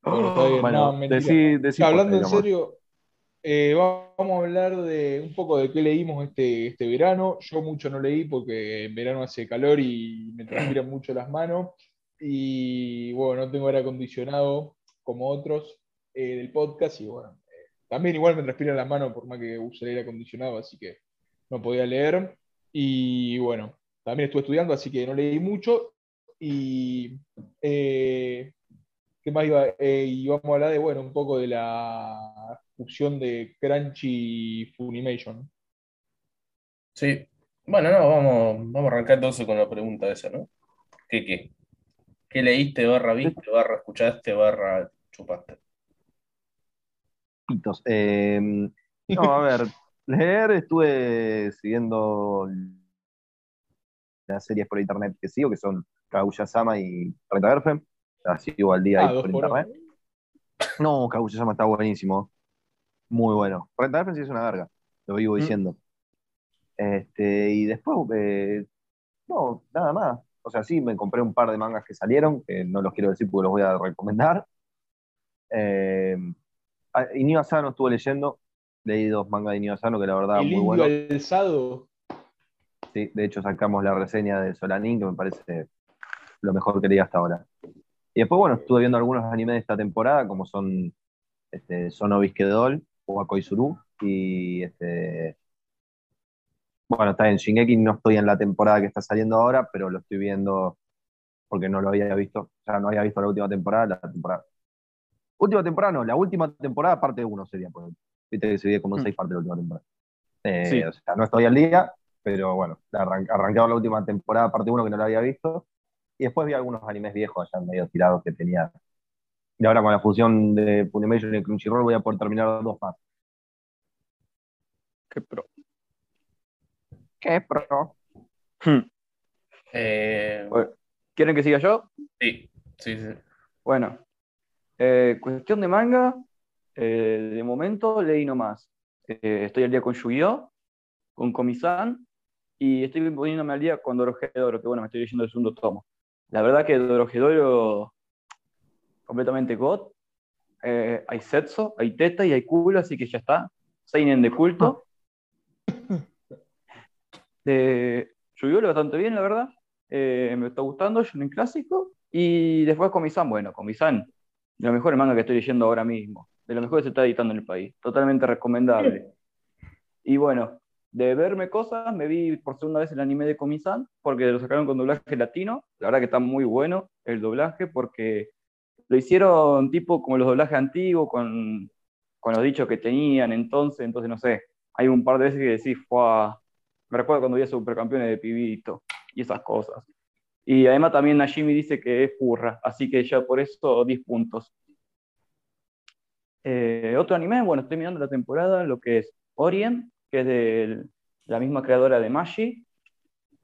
Speaker 3: Bueno, está bien,
Speaker 2: Bueno,
Speaker 3: no, mentira.
Speaker 2: decí, decí
Speaker 3: Hablando
Speaker 2: por-
Speaker 3: en
Speaker 2: digamos.
Speaker 3: serio, eh, va- vamos a hablar de un poco de qué leímos este, este verano. Yo mucho no leí porque en verano hace calor y me transpiran mucho las manos. Y bueno, no tengo aire acondicionado como otros eh, del podcast. Y bueno, eh, también igual me transpiran las manos por más que use el aire acondicionado, así que no podía leer. Y bueno, también estuve estudiando, así que no leí mucho. Y eh, ¿Qué más iba? Eh, y vamos a hablar de, bueno, un poco de la fusión de Crunchy y Funimation.
Speaker 5: Sí. Bueno, no, vamos, vamos a arrancar entonces con la pregunta esa, ¿no? ¿Qué qué? ¿Qué leíste, barra viste, barra escuchaste, barra chupaste?
Speaker 2: pitos. Eh, no, a ver, leer estuve siguiendo las series por internet que sigo, que son Kaguya-sama y Renta Garfen. Las sigo al día
Speaker 3: Ah,
Speaker 2: ahí
Speaker 3: dos
Speaker 2: por
Speaker 3: por
Speaker 2: internet. No, Kaguya-sama está buenísimo. Muy bueno. Renta Garfen sí es una verga, lo
Speaker 3: Mm.
Speaker 2: vivo diciendo. Este, y después, eh, no, nada más. O sea, sí, me compré un par de mangas que salieron, que no los quiero decir porque los voy a recomendar. Eh, Ah, Inio Asano estuve leyendo. Leí dos mangas de Inio Asano que la verdad
Speaker 3: el
Speaker 2: muy
Speaker 3: indio
Speaker 2: bueno.
Speaker 3: alzado.
Speaker 2: Sí, de hecho, sacamos la reseña de Solanin, que me parece lo mejor que leí hasta ahora. Y después, bueno, estuve viendo algunos animes de esta temporada, como son este, Sono Bisquedol, o Akoizuru, y este. Bueno, está en Shingeki, no estoy en la temporada que está saliendo ahora, pero lo estoy viendo porque no lo había visto. O sea, no había visto la última temporada, la temporada. Última temporada no, la última temporada parte 1 sería, porque viste que se divide como en
Speaker 4: Mm.
Speaker 2: 6 partes la última temporada. Eh,
Speaker 4: Sí.
Speaker 2: O sea, no estoy al día, pero bueno, arran- arrancaba la última temporada, parte 1 que no la había visto, y después vi algunos animes viejos allá medio tirados que tenía. Y ahora con la fusión de Funimation y Crunchyroll voy a poder terminar dos más.
Speaker 4: Qué pro.
Speaker 7: Qué pro.
Speaker 4: Hmm.
Speaker 5: Eh,
Speaker 4: Bueno, ¿Quieren que siga yo?
Speaker 5: sí, sí, sí.
Speaker 4: Bueno. Eh, cuestión de manga. eh, de momento leí nomás. Eh, estoy al día con Yu-Gi-Oh! con Comisan y estoy poniéndome al día con Dorojedoro, que bueno, me estoy leyendo el segundo tomo. La verdad que Dorojedoro completamente god. Eh, hay sexo, hay teta y hay culo, así que ya está. Seinen de culto. Eh, Yu-Gi-Oh! lo bastante bien, la verdad. Eh, me está gustando, Shonen clásico. Y después Comisan, bueno, Comisan, de los mejores mangas que estoy leyendo ahora mismo. De los mejores que se está editando en el país. Totalmente recomendable. Y bueno, de verme cosas, me vi por segunda vez el anime de Comisan, porque lo sacaron con doblaje latino. La verdad que está muy bueno el doblaje, porque lo hicieron tipo como los doblajes antiguos, con, con los dichos que tenían entonces. Entonces, no sé, hay un par de veces que decís, "Fua, me recuerdo cuando vi a Supercampeones de Pibito y esas cosas. Y además también Najimi dice que es furra, así que ya por eso 10 puntos. Eh, otro anime, bueno, estoy mirando la temporada, lo que es Orient, que es de la misma creadora de Magi.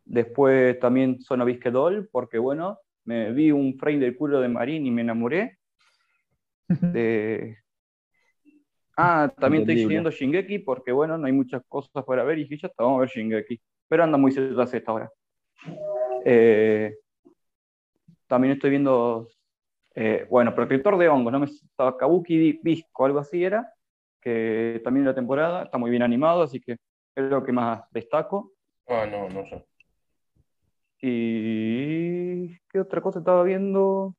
Speaker 4: Después también Sono Bisque Doll, porque bueno, me vi un frame del culo de Marín y me enamoré. De... Ah, también estoy
Speaker 2: Entendible.
Speaker 4: siguiendo Shingeki, porque bueno, no hay muchas cosas para ver y dije, ya está, vamos a ver Shingeki. Pero anda muy ZZ ahora. Eh, también estoy viendo, eh, bueno, Protector de Hongos, ¿no? me estaba Kabuki Visco, algo así era, que también la temporada está muy bien animado, así que es lo que más destaco.
Speaker 5: Ah, no, no sé.
Speaker 4: ¿Y qué otra cosa estaba viendo?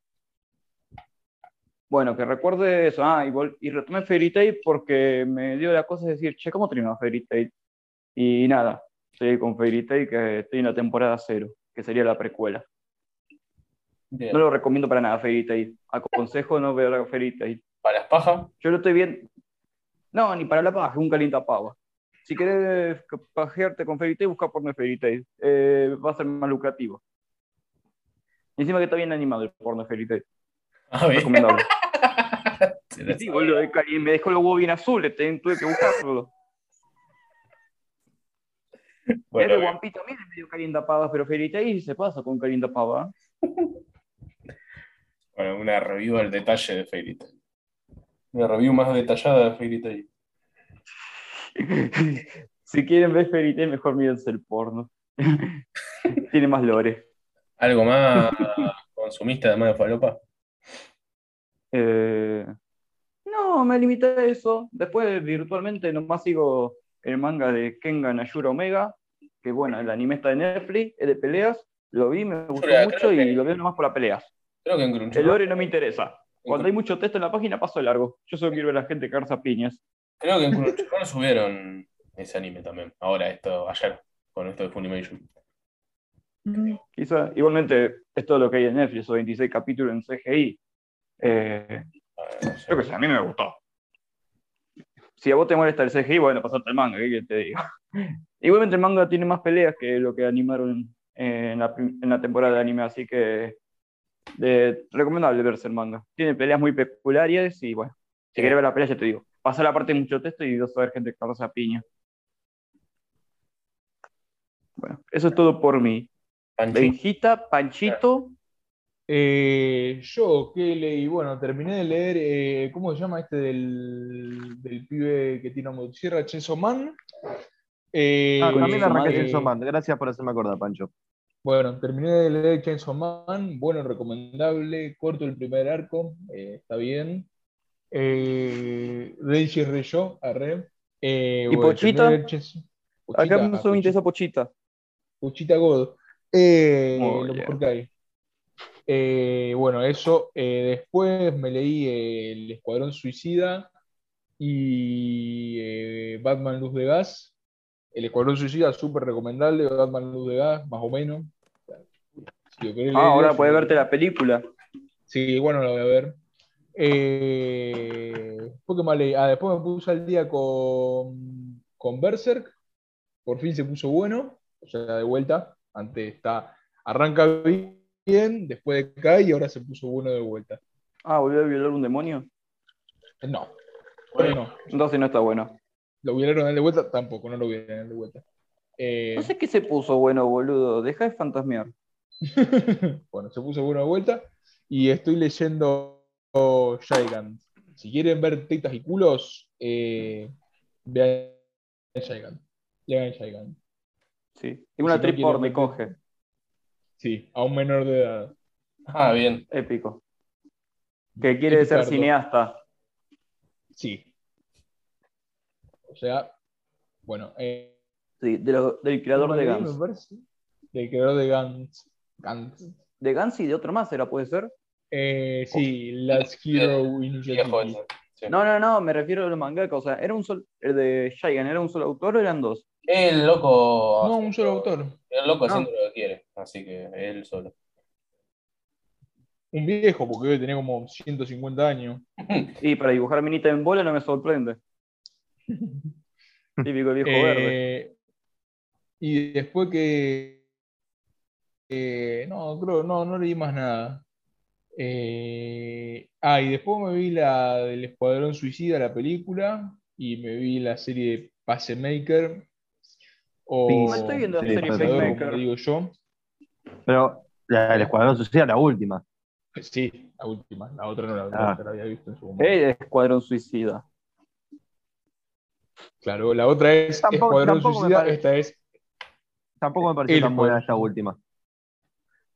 Speaker 4: Bueno, que recuerde eso. Ah, y, vol- y retomé Fairy Tail porque me dio la cosa de decir, che, ¿cómo terminó Fairy Tail? Y nada, estoy con Fairy Tail que estoy en la temporada cero, que sería la precuela.
Speaker 5: Bien.
Speaker 4: No lo recomiendo para nada, Fairy Tail. Aconsejo no ver Fairy Tail.
Speaker 5: Para las pajas,
Speaker 4: Yo lo estoy viendo. No, ni para la paja, es un calientapagua. Si querés pajearte con Fairy Tail, busca porno de Fairy Tail. Eh, va a ser más lucrativo. Y encima que está bien animado el porno de Fairy Tail.
Speaker 5: Ah, bien.
Speaker 4: Recomendable.
Speaker 5: Se la
Speaker 4: Sí,
Speaker 5: sabe.
Speaker 4: boludo, es cali- me dejó los huevos bien azules, ten- tuve que buscarlo.
Speaker 5: Bueno,
Speaker 4: es de
Speaker 5: bien.
Speaker 4: One Piece también es medio calientapavas, pero Fairy Tail se pasa con calientapava.
Speaker 5: Bueno, una review al detalle de Fairy Tail. Una review más detallada de Fairy Tail.
Speaker 4: ¿eh? si quieren ver Fairy Tail, mejor mírense el porno. Tiene más lore.
Speaker 5: ¿Algo más consumista además de falopa?
Speaker 4: Eh, no, me limité a eso. Después, virtualmente, nomás sigo el manga de Kengan Ashura Omega, que bueno, el anime está de Netflix, es de peleas. Lo vi, me gustó
Speaker 5: Ashura,
Speaker 4: mucho
Speaker 5: creo
Speaker 4: y
Speaker 5: que-
Speaker 4: lo veo nomás por las peleas.
Speaker 5: Creo que en
Speaker 4: El
Speaker 5: Crunchyroll.
Speaker 4: lore no me interesa. Cuando hay mucho texto en la página, paso de largo. Yo solo quiero ver a la gente cagarse a piñas.
Speaker 5: Creo que en Crunchyroll subieron ese anime también. Ahora, esto, ayer, con esto de Funimation.
Speaker 4: Quizá, igualmente, es todo lo que hay en Netflix, o 26 capítulos en CGI. Eh,
Speaker 5: Ah, no sé.
Speaker 4: yo qué sé, a mí me gustó. Si a vos te molesta el CGI, bueno, pasate el manga, ¿qué querés que te digo? Igualmente el manga tiene más peleas que lo que animaron en la, prim- en la temporada de anime, así que eh, recomendable verse el manga. Tiene peleas muy peculiares y bueno, si querés ver la pelea ya te digo. Pasa la parte de mucho texto y vas a ver gente que rosa piña. Bueno, eso es todo por mí.
Speaker 5: Panchi.
Speaker 4: Benjita, Panchito,
Speaker 3: Eh, yo, ¿qué leí? Bueno, terminé de leer, eh, ¿cómo se llama este del, del pibe que tiene una motosierra? Chainsaw Man. Eh,
Speaker 4: Ah,
Speaker 2: Con
Speaker 4: también
Speaker 2: Chainsaw Man,
Speaker 4: arranqué
Speaker 3: eh,
Speaker 2: Chainsaw Man. Gracias por hacerme acordar, Pancho.
Speaker 3: Bueno, terminé de leer Chainsaw Man, bueno, recomendable, corto el primer arco, eh, está bien. Eh, Denji Reyo, arre. Eh,
Speaker 4: ¿Y
Speaker 3: bueno, terminé
Speaker 4: Pochita?
Speaker 3: de leer Chainsaw-
Speaker 4: acá
Speaker 3: Pochita,
Speaker 4: me sube interesa Pochita.
Speaker 3: Puchita God. Eh,
Speaker 4: Oh,
Speaker 3: lo
Speaker 4: yeah.
Speaker 3: mejor que hay. Eh, bueno, eso. eh, después me leí eh, El Escuadrón Suicida y eh, Batman Luz de Gas. El Escuadrón Suicida, súper recomendable. Batman Luz de Gas, más o menos. Si lo querés
Speaker 4: Ah, ahora
Speaker 3: leer,
Speaker 4: puedes
Speaker 3: yo-
Speaker 4: verte la película.
Speaker 3: Sí, bueno, lo voy a ver. Eh, después que más leí. Ah, después me puse al día con, con Berserk. Por fin se puso bueno. O sea, de vuelta. Antes está. Arranca bien, después cae y ahora se puso bueno de vuelta.
Speaker 4: Ah, volvió a violar un demonio.
Speaker 3: No. Pero no.
Speaker 4: Entonces no está bueno.
Speaker 3: ¿Lo violaron a él de vuelta? Tampoco, no lo violaron a él de vuelta. Eh,
Speaker 4: No sé qué se puso bueno, boludo. Deja de fantasmear.
Speaker 3: bueno, se puso buena vuelta. Y estoy leyendo Gigant. Si quieren ver tetas y culos, eh, vean Gigant. Lean Gigant.
Speaker 4: Sí. Y una
Speaker 3: Si no
Speaker 4: trip
Speaker 3: quiere
Speaker 4: porno y
Speaker 3: meter-
Speaker 4: coge.
Speaker 3: Sí, a un menor de edad.
Speaker 5: Ah, bien.
Speaker 4: Épico. Que quiere ser
Speaker 3: Ricardo.
Speaker 4: cineasta.
Speaker 3: Sí. O sea, bueno. eh,
Speaker 4: Sí, de lo- del creador de
Speaker 3: Bueno, me
Speaker 4: Gans.
Speaker 3: parece. Del creador de Gantz. Gantz.
Speaker 4: De Gans y de otro más era, puede ser.
Speaker 3: Eh, sí, Last Hero Initiative.
Speaker 5: Viejo ese. Sí.
Speaker 4: No, no, no, me refiero a los mangaka. O sea, era un solo. El de Shigan, ¿era un solo autor o eran dos?
Speaker 5: El loco.
Speaker 3: No, un solo autor.
Speaker 5: El loco
Speaker 4: No.
Speaker 5: haciendo lo que quiere. Así que él solo.
Speaker 3: Un viejo, porque debe tener como 150 años.
Speaker 4: Y para dibujar minita en bola no me sorprende. Típico viejo
Speaker 3: Eh,
Speaker 4: verde.
Speaker 3: Y después que. que- no, creo, no, no leí más nada. Eh, ah, y después me vi la del Escuadrón Suicida, la película, y me vi la serie Pacemaker. O
Speaker 2: Sí,
Speaker 4: Igual estoy viendo la
Speaker 2: Sí,
Speaker 4: serie
Speaker 2: pero-
Speaker 3: Cazador, como
Speaker 4: Pacemaker.
Speaker 3: le digo yo.
Speaker 2: Pero la- el Escuadrón Suicida, la última.
Speaker 3: Sí, la última, la otra no la,
Speaker 2: Ah.
Speaker 3: otra la había visto en su momento.
Speaker 4: Eh, Escuadrón Suicida.
Speaker 3: Claro, la otra es
Speaker 2: Tampoco-
Speaker 3: Escuadrón
Speaker 2: tampoco me
Speaker 3: Suicida,
Speaker 2: parece.
Speaker 3: esta es.
Speaker 2: Tampoco me pareció
Speaker 3: El
Speaker 2: tan buena
Speaker 3: Escuadrón
Speaker 2: esta última.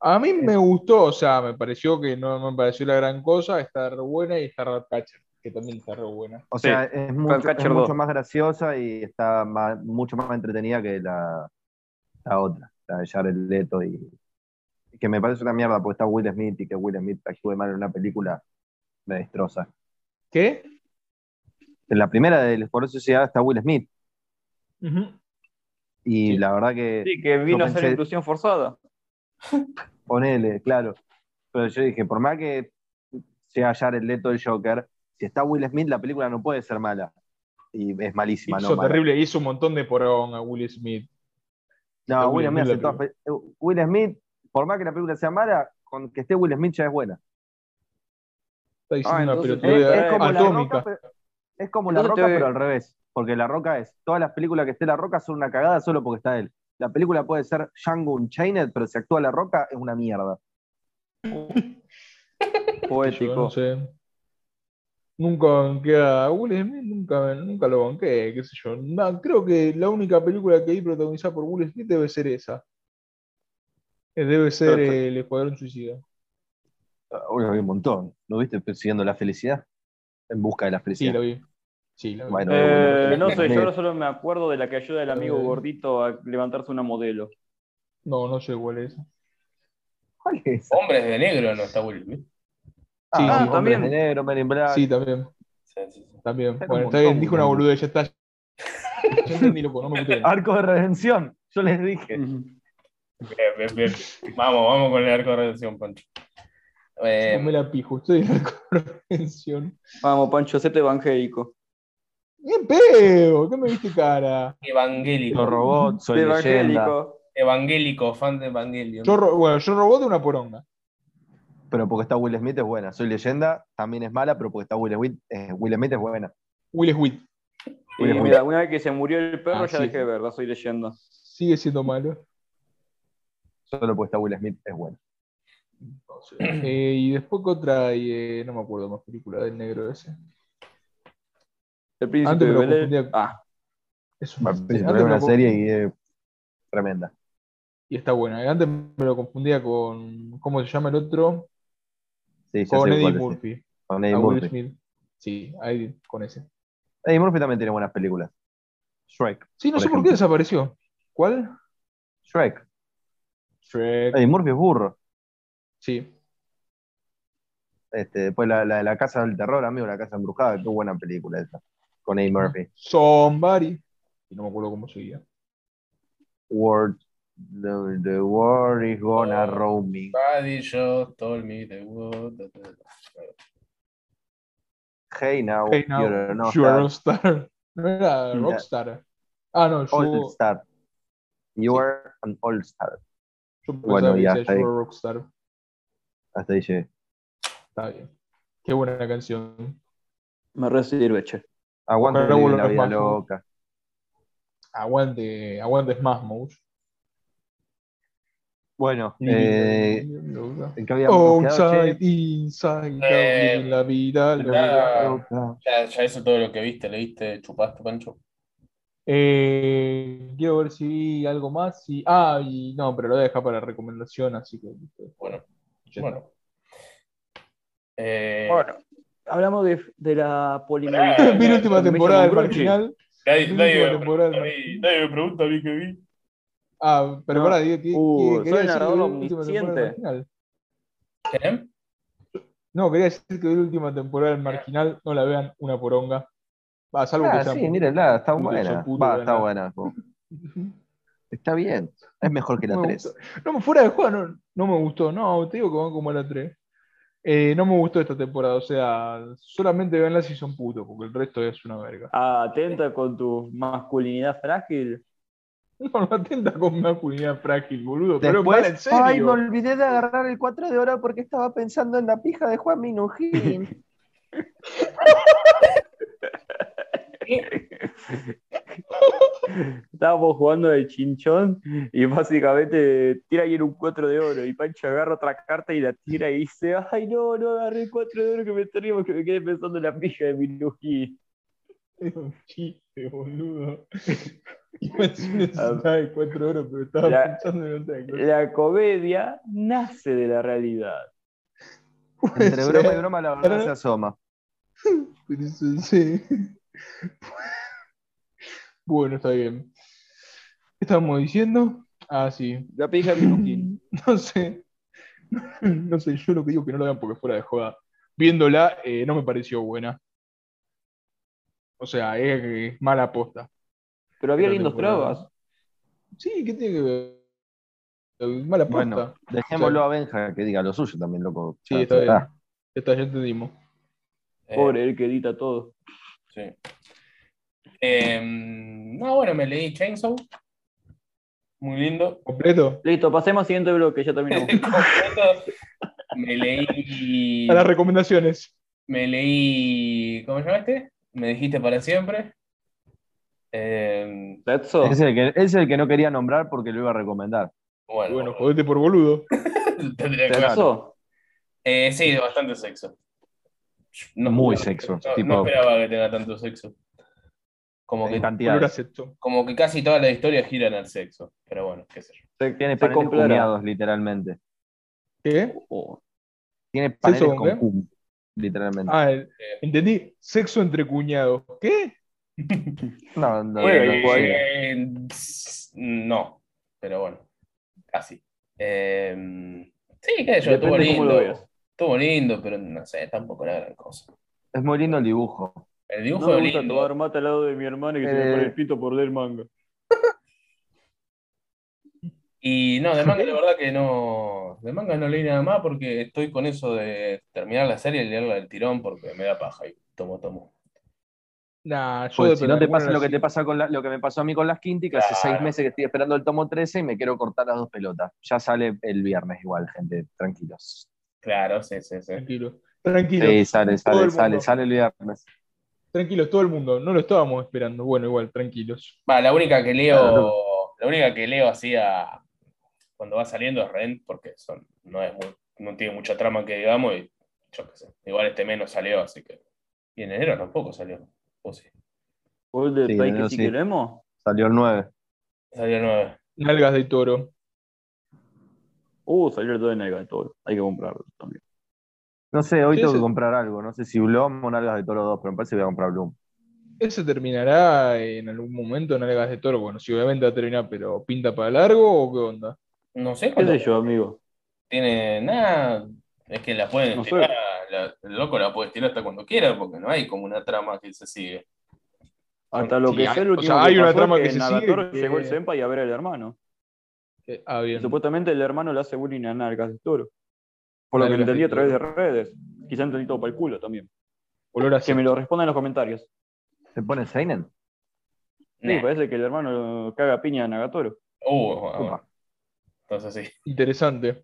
Speaker 3: A mí me gustó, o sea, me pareció que no no me pareció la gran cosa, está re buena y está Ratcatcher, que también está re buena.
Speaker 2: O sea, es, mucho, es
Speaker 4: Catcher
Speaker 2: mucho
Speaker 4: dos.
Speaker 2: más graciosa y está más- mucho más entretenida que la, la otra, la de Jared Leto. Y, que me parece una mierda porque está Will Smith y que Will Smith actúe mal en una película me destroza.
Speaker 3: ¿Qué?
Speaker 2: En la primera del Escuadrón Suicida está Will Smith y
Speaker 3: Sí.
Speaker 2: la verdad que
Speaker 4: Sí, que vino a
Speaker 2: pensé-
Speaker 4: ser inclusión forzada.
Speaker 2: Ponele, claro. Pero yo dije, por más que sea Jared Leto el Joker, si está Will Smith, la película no puede ser mala. Y es malísima,
Speaker 3: Hizo
Speaker 2: no mala.
Speaker 3: terrible, hizo un montón de porón a Will Smith.
Speaker 2: No,
Speaker 3: A
Speaker 2: Will,
Speaker 3: Will
Speaker 2: Smith hace
Speaker 3: Smith la
Speaker 2: todas pe- Will Smith, por más que la película sea mala, con que esté Will Smith ya es buena.
Speaker 3: Está diciendo
Speaker 4: Ah,
Speaker 3: una
Speaker 4: entonces-
Speaker 2: Es,
Speaker 3: pelotudez
Speaker 2: es
Speaker 4: eh,
Speaker 2: como la
Speaker 3: atómica.
Speaker 2: roca, pero, es como La
Speaker 4: Entonces te
Speaker 2: Roca,
Speaker 4: voy-
Speaker 2: pero al revés. Porque la roca es, todas las películas que esté la roca son una cagada solo porque está él. La película puede ser Django Unchained, pero si actúa la roca es una mierda.
Speaker 3: Yo no
Speaker 4: Poético.
Speaker 3: sé. Nunca banqué a Will Smith, nunca, nunca lo banqué, qué sé yo. No, creo que la única película que vi protagonizada por Will Smith debe ser esa. Eh, Debe ser
Speaker 4: Perfecto.
Speaker 3: eh, El Escuadrón Suicida.
Speaker 2: Uy, vi un montón. ¿No viste persiguiendo la felicidad? En busca de la
Speaker 3: Sí,
Speaker 2: felicidad.
Speaker 3: la vi. Sí, la vi.
Speaker 2: Bueno.
Speaker 4: Eh, no sé, yo
Speaker 2: Negro.
Speaker 4: ahora solo me acuerdo de la que ayuda al amigo
Speaker 3: Eh.
Speaker 4: gordito a levantarse una modelo.
Speaker 3: No, no sé cuál es.
Speaker 2: ¿Cuál es?
Speaker 5: Hombres de negro no está Will Smith.
Speaker 3: Sí,
Speaker 2: Ah,
Speaker 3: sí,
Speaker 2: también.
Speaker 4: también.
Speaker 2: De negro, Men in Black.
Speaker 3: Sí, también.
Speaker 5: Sí, sí, sí.
Speaker 3: También.
Speaker 2: Era un
Speaker 3: bueno, está
Speaker 2: montón,
Speaker 3: bien, dijo una
Speaker 2: boludo.
Speaker 3: boluda, ya está. Yo entendí, loco, no me puteen.
Speaker 2: Arco de redención. Yo les dije.
Speaker 5: Bien, bien, bien. Vamos, vamos con el arco de redención, Pancho. Eh,
Speaker 3: No me la pijo, estoy en la convención.
Speaker 4: Vamos, Pancho, hacete evangélico.
Speaker 3: Bien pedo, ¿qué me viste cara?
Speaker 5: evangélico.
Speaker 2: Los robots, soy leyenda.
Speaker 4: evangélico.
Speaker 5: Evangélico, fan de Evangelion.
Speaker 3: Yo, ro- bueno, yo robot de una poronga.
Speaker 2: Pero porque está Will Smith es buena. Soy leyenda, también es mala, pero porque está Will Smith, eh, Will Smith es buena.
Speaker 3: Will Smith
Speaker 4: Y
Speaker 2: Mira,
Speaker 4: mira, una vez que se murió el perro
Speaker 3: Ah,
Speaker 4: ya
Speaker 3: sí.
Speaker 4: dejé de verla, soy leyenda.
Speaker 3: sigue siendo malo.
Speaker 2: Solo porque está Will Smith es buena.
Speaker 3: Eh, y después que otra, y, eh, no me acuerdo más película del negro ese.
Speaker 4: El príncipe
Speaker 3: Antes me lo
Speaker 4: de Belén.
Speaker 3: confundía-
Speaker 4: Ah,
Speaker 3: Eso
Speaker 2: Me
Speaker 3: me-
Speaker 2: parece
Speaker 3: antes me
Speaker 2: una
Speaker 3: lo-
Speaker 2: serie y es tremenda.
Speaker 3: Y está buena. Antes me lo confundía con, ¿cómo se llama el otro?
Speaker 2: Sí, ya
Speaker 3: Con
Speaker 2: sé
Speaker 3: Eddie
Speaker 2: cuál es.
Speaker 3: Murphy.
Speaker 2: Con Eddie
Speaker 3: a Will
Speaker 2: Murphy.
Speaker 3: Smith. Sí, ahí con ese.
Speaker 2: Eddie Murphy también tiene buenas películas. Shrek.
Speaker 3: Sí, no
Speaker 2: Por
Speaker 3: sé por
Speaker 2: ejemplo.
Speaker 3: qué desapareció. ¿Cuál?
Speaker 2: Shrek.
Speaker 3: Shrek.
Speaker 2: Eddie Murphy es burro.
Speaker 3: Sí.
Speaker 2: Este, después la, la de la Casa del Terror, amigo, la Casa Embrujada. Qué buena película esa. Con Eddie Murphy.
Speaker 3: Somebody. Y no me acuerdo cómo seguía.
Speaker 2: World, the, the world is gonna
Speaker 5: Oh.
Speaker 2: roam me.
Speaker 5: Buddy, yo, told me the world. da, da, da.
Speaker 2: Hey now,
Speaker 3: Hey now,
Speaker 2: Oh, you're not
Speaker 3: you are a
Speaker 2: that
Speaker 3: star. No era
Speaker 2: Sí,
Speaker 3: Rockstar. Ah, no,
Speaker 2: old
Speaker 3: yo,
Speaker 2: star. You
Speaker 3: Sí.
Speaker 2: are an all star.
Speaker 3: yo pensaba
Speaker 2: Bueno,
Speaker 3: que
Speaker 2: ya
Speaker 3: decía
Speaker 2: está
Speaker 3: You
Speaker 2: ahí.
Speaker 3: are a Rockstar.
Speaker 2: Hasta ahí llegué.
Speaker 3: Está bien. Qué buena canción.
Speaker 4: me re sirve, che.
Speaker 2: Aguanta
Speaker 3: Ojalá
Speaker 2: vivir
Speaker 3: vuelva
Speaker 2: la vida
Speaker 3: más.
Speaker 2: loca.
Speaker 3: Aguante, aguante Smash
Speaker 2: Bueno, eh,
Speaker 3: Inside,
Speaker 2: ¿en qué
Speaker 3: Oh,
Speaker 2: habíamos quedado, che?
Speaker 3: inside,
Speaker 5: Eh,
Speaker 3: out, la vida, la vida.
Speaker 5: Ya,
Speaker 3: Ah,
Speaker 5: ya, ya eso todo lo que viste, leíste, chupaste, Pancho.
Speaker 3: Eh, quiero ver si vi algo más. y- ah, y no, pero lo voy a dejar para recomendación, así que.
Speaker 5: Bueno,
Speaker 3: ya está.
Speaker 5: bueno. Eh,
Speaker 6: Bueno,
Speaker 4: Hablamos de, de la
Speaker 5: Pará,
Speaker 4: polimonía.
Speaker 5: mira,
Speaker 3: Vi la última
Speaker 4: me
Speaker 3: temporada del
Speaker 4: llamó Grouchy.
Speaker 3: Marginal.
Speaker 5: nadie, nadie
Speaker 3: última
Speaker 5: me
Speaker 3: temporada.
Speaker 5: pregunta a mí- nadie me pregunta a mí que vi.
Speaker 3: Ah, pero
Speaker 4: No.
Speaker 3: pará, Diego, ¿qué-
Speaker 4: Uh,
Speaker 3: qué- quería
Speaker 4: soy
Speaker 3: decir que vi
Speaker 4: narrador
Speaker 3: la última temporada del
Speaker 4: omnisciente.
Speaker 3: Marginal.
Speaker 5: ¿Eh?
Speaker 3: No, quería decir que vi la última temporada del Marginal, no la vean, una poronga. Va, salvo que
Speaker 2: Ah,
Speaker 3: sea-
Speaker 2: sí, mírenla, está
Speaker 3: puto,
Speaker 2: buena.
Speaker 3: son puto,
Speaker 2: Va, está
Speaker 3: ganar.
Speaker 2: buena. Está bien. Es mejor que la
Speaker 3: Me
Speaker 2: 3.
Speaker 3: No, me- fuera de juego no, no me gustó. No, te digo que van como a la 3. no me gustó esta temporada. O sea, solamente veanla si son putos, porque el resto es una verga.
Speaker 4: Atenta con tu masculinidad frágil.
Speaker 3: No, no atenta con masculinidad frágil, boludo. Pero
Speaker 2: Después,
Speaker 3: para en serio.
Speaker 2: ay, me olvidé de agarrar el 4 de hora porque estaba pensando en la pija de Juan Minujín.
Speaker 4: Estábamos jugando de chinchón y básicamente tira ahí en un 4 de oro. Y Pancho agarra otra carta y la tira y dice: Ay, no, no agarré el 4 de oro que me estaríamos que me quedé pensando en la pija de Minuji.
Speaker 3: Es un chiste, boludo. Iba a decir
Speaker 4: A
Speaker 3: necesitaba de 4 horas, pero estaba
Speaker 4: La-
Speaker 3: pensando en otra cosa.
Speaker 4: La comedia nace de la realidad.
Speaker 2: Entre broma y broma, la verdad se asoma.
Speaker 3: Pero eso sí. Bueno, está bien. ¿Qué estábamos diciendo? Ah, sí.
Speaker 4: La pija de Minuji.
Speaker 3: No sé. No sé, yo lo que digo que no lo vean porque fuera de joda. Viéndola, eh, no me pareció buena. O sea, es eh, mala aposta.
Speaker 4: Pero había
Speaker 3: Pero
Speaker 4: lindos
Speaker 3: temporada.
Speaker 4: trabas.
Speaker 3: Sí, ¿qué tiene que ver? Eh, Mala aposta.
Speaker 2: Bueno, dejémoslo a Benja que diga lo suyo también, loco.
Speaker 3: sí,
Speaker 2: Ya,
Speaker 3: está
Speaker 2: ya
Speaker 3: bien. Ya está, ya entendimos.
Speaker 5: Eh,
Speaker 4: Pobre el que edita todo.
Speaker 5: Sí. Em, no, bueno, me leí Chainsaw. Muy lindo.
Speaker 3: ¿Completo?
Speaker 4: Listo, pasemos al siguiente bloque, ya terminamos.
Speaker 5: Completo. Me leí.
Speaker 3: A las recomendaciones.
Speaker 5: Me leí. ¿Cómo llamaste? Me dijiste para siempre. Em,
Speaker 4: Tetsuo.
Speaker 2: Es el, que, es el que no quería nombrar porque lo iba a recomendar.
Speaker 5: bueno,
Speaker 3: Bueno, jodete por boludo.
Speaker 2: pues,
Speaker 5: tendría que
Speaker 2: te-
Speaker 5: ver.
Speaker 4: Tetsuo.
Speaker 5: Eh, sí, bastante sexo. No,
Speaker 2: Muy
Speaker 5: no-
Speaker 2: sexo,
Speaker 5: No,
Speaker 2: tipo-
Speaker 5: no esperaba que tenga tanto sexo. Como que,
Speaker 2: En
Speaker 3: Olor a
Speaker 2: cantidades.
Speaker 3: sexo.
Speaker 5: como que casi toda la historia gira en el sexo. Pero bueno, qué sé yo.
Speaker 2: Tiene
Speaker 4: se
Speaker 2: paneles
Speaker 4: complara.
Speaker 2: cuñados, literalmente.
Speaker 3: ¿Qué?
Speaker 4: Oh,
Speaker 2: Tiene paneles
Speaker 3: con
Speaker 2: con
Speaker 3: qué?
Speaker 2: cum, literalmente.
Speaker 3: Ah, el- entendí. Sexo entre cuñados. ¿Qué?
Speaker 2: No, no,
Speaker 4: Bueno,
Speaker 2: no,
Speaker 5: Eh,
Speaker 4: igual.
Speaker 2: sí.
Speaker 5: eh, no, pero bueno, casi. Eh, sí, qué sé yo, estuvo
Speaker 4: Depende cómo lo veas.
Speaker 5: lindo. Estuvo lindo, pero no sé, tampoco era gran cosa.
Speaker 2: Es muy lindo el dibujo.
Speaker 5: El
Speaker 4: No
Speaker 5: dibujo
Speaker 4: me
Speaker 5: es
Speaker 4: gusta
Speaker 5: lindo.
Speaker 4: tomar mate al lado de mi hermana que se me
Speaker 2: Eh.
Speaker 4: pone el pito por leer manga.
Speaker 5: Y no, de manga la verdad que no. De manga no leí nada más porque estoy con eso de terminar la serie y leerla del tirón porque me da paja y tomo, tomo.
Speaker 3: Nah, yo de
Speaker 2: Pues si no te
Speaker 3: Pergamino
Speaker 2: pasa
Speaker 3: era
Speaker 2: lo que
Speaker 3: así.
Speaker 2: te pasa con la- lo que me pasó a mí con las Quinti, que hace
Speaker 5: Claro.
Speaker 2: seis meses que estoy esperando el tomo 13 y me quiero cortar las dos pelotas. Ya sale el viernes igual, gente, tranquilos.
Speaker 5: Claro, sí, sí, sí.
Speaker 3: Tranquilo. Tranquilo.
Speaker 2: Sí, sale,
Speaker 3: Todo
Speaker 2: sale,
Speaker 3: el
Speaker 2: sale,
Speaker 3: mundo.
Speaker 2: sale el viernes.
Speaker 3: Tranquilos, todo el mundo. No lo estábamos esperando. Bueno, igual, tranquilos.
Speaker 5: Va, la única que
Speaker 2: Claro.
Speaker 5: leo, la única que leo así a- cuando va saliendo es Rent, porque son, no, es muy- no tiene mucha trama que digamos, y yo qué sé. Igual este mes no salió, así que. Y en enero tampoco salió. O sí.
Speaker 4: ¿O el de
Speaker 2: Sí,
Speaker 4: Play
Speaker 2: no,
Speaker 4: que sí
Speaker 2: sí.
Speaker 4: queremos?
Speaker 2: Salió el 9.
Speaker 5: Salió el 9.
Speaker 3: Nalgas de toro.
Speaker 4: Uh, salió el 2 de Nalga de Toro. Hay que comprarlo también.
Speaker 2: No sé, hoy
Speaker 3: Sí,
Speaker 2: tengo
Speaker 3: sí.
Speaker 2: que comprar algo. No sé si Bloom o Nalgas de Toro 2, pero me parece que voy a comprar Bloom.
Speaker 3: ¿Ese terminará en algún momento Nalgas de toro? Bueno, sí, obviamente va a terminar, pero ¿pinta para largo o qué onda?
Speaker 5: No sé
Speaker 4: ¿Qué
Speaker 5: cuándo
Speaker 4: sé yo, amigo?
Speaker 5: tiene nada. Es que la pueden
Speaker 4: No sé.
Speaker 5: estirar, la- el loco la puede estirar hasta cuando quiera, porque no hay como una trama que se sigue.
Speaker 4: Hasta lo
Speaker 3: Sí,
Speaker 4: que
Speaker 3: hay-
Speaker 4: sé,
Speaker 3: o
Speaker 4: el último
Speaker 3: sea, hay
Speaker 4: que
Speaker 3: una
Speaker 4: pasó
Speaker 3: trama
Speaker 4: es
Speaker 3: que se sigue
Speaker 4: Nagatoro
Speaker 3: que-
Speaker 4: llegó el senpai a ver al hermano.
Speaker 3: Eh, ah,
Speaker 4: Y
Speaker 3: bien.
Speaker 4: supuestamente el hermano le hace bullying a Nalgas de Toro. Por lo que
Speaker 3: Nalgas de
Speaker 4: entendí a
Speaker 3: Toro.
Speaker 4: través de redes. Quizá entendí todo para el culo también.
Speaker 3: Olor a
Speaker 4: Que
Speaker 3: sexo.
Speaker 4: me lo respondan en los comentarios.
Speaker 2: ¿Se pone Seinen?
Speaker 4: Sí,
Speaker 5: Nah.
Speaker 4: parece que el hermano caga a piña a Nagatoro.
Speaker 5: Uh, ah, bueno.
Speaker 2: Upa.
Speaker 5: entonces sí.
Speaker 3: Interesante.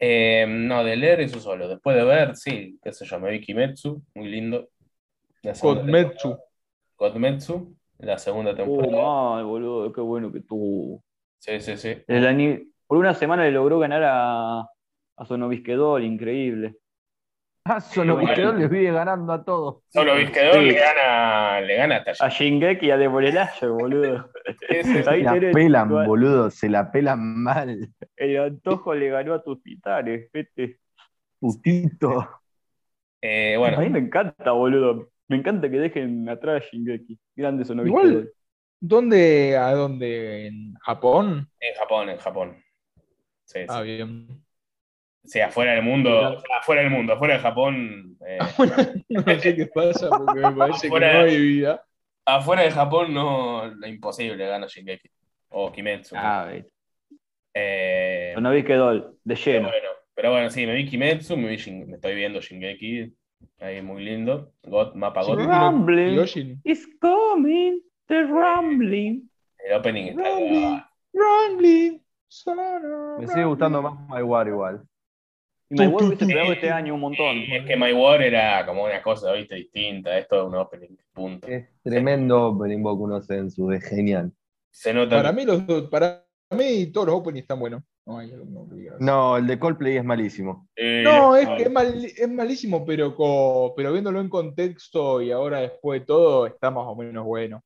Speaker 5: Eh, no, de leer eso solo. Después de ver, sí, qué sé yo, me vi Kimetsu, muy lindo. La segunda
Speaker 3: Con Metsu.
Speaker 5: Godmetsu, la segunda
Speaker 4: Oh,
Speaker 5: temporada.
Speaker 4: mal, boludo, qué bueno que tú.
Speaker 5: Sí, sí, sí.
Speaker 4: El ani- Por una semana le logró ganar a, a Sonovisquedol, increíble.
Speaker 8: Ah, solo
Speaker 5: Igual.
Speaker 8: Vizquedón les vive ganando a todos.
Speaker 5: Solo Vizquedón
Speaker 4: Sí. Ah,
Speaker 5: le gana, le gana hasta
Speaker 4: A Shingeki y a Deborelayer, boludo. Ahí
Speaker 8: Se la
Speaker 4: tenés,
Speaker 8: pelan,
Speaker 4: igual.
Speaker 8: boludo, se la pelan mal.
Speaker 4: El antojo le ganó a tus titanes, vete.
Speaker 8: Putito.
Speaker 5: Eh,
Speaker 4: A mí
Speaker 5: bueno,
Speaker 4: me encanta, boludo. Me encanta que dejen atrás a Shingeki. Grande Sonovisquedol.
Speaker 3: Igual, ¿Dónde? ¿A dónde? ¿En Japón?
Speaker 5: en Japón, en Japón. Sí, sí.
Speaker 3: Ah, bien.
Speaker 5: O sea, fuera del mundo, o sea, fuera del mundo, fuera de Japón. eh,
Speaker 3: No sé qué pasa porque me parece que no
Speaker 5: Fuera.
Speaker 3: hay vida.
Speaker 5: afuera de Japón no, lo imposible gana Shingeki. O Kimetsu.
Speaker 4: Ah, vete.
Speaker 5: Eh,
Speaker 4: Sonovisquedol, de
Speaker 5: pero
Speaker 4: lleno.
Speaker 5: bueno, pero bueno, sí, me vi Kimetsu, me, vi Shin- me estoy viendo Shingeki. Ahí muy lindo. God, mapa God.
Speaker 3: Shingeki no-
Speaker 4: Rumbling.
Speaker 3: Yoshin.
Speaker 4: It's coming, the rumbling.
Speaker 5: El opening está.
Speaker 3: Rumbling. Rumbling.
Speaker 2: Me sigue gustando más My War igual.
Speaker 4: Y me vuelvo este programa este año un montón.
Speaker 5: Y es que My War era como una cosa, viste, distinta. Esto es un opening, punto.
Speaker 2: Es tremendo, pero invoco unos census, es genial.
Speaker 5: Se nota.
Speaker 3: Para mí, los dos, para mí todos los openings están buenos. No, hay alguno que diga.
Speaker 2: No, el de Coldplay es malísimo.
Speaker 5: Eh,
Speaker 3: No, es,
Speaker 5: no,
Speaker 3: es, mal- es malísimo, pero, co- pero viéndolo en contexto y ahora después de todo, está más o menos bueno.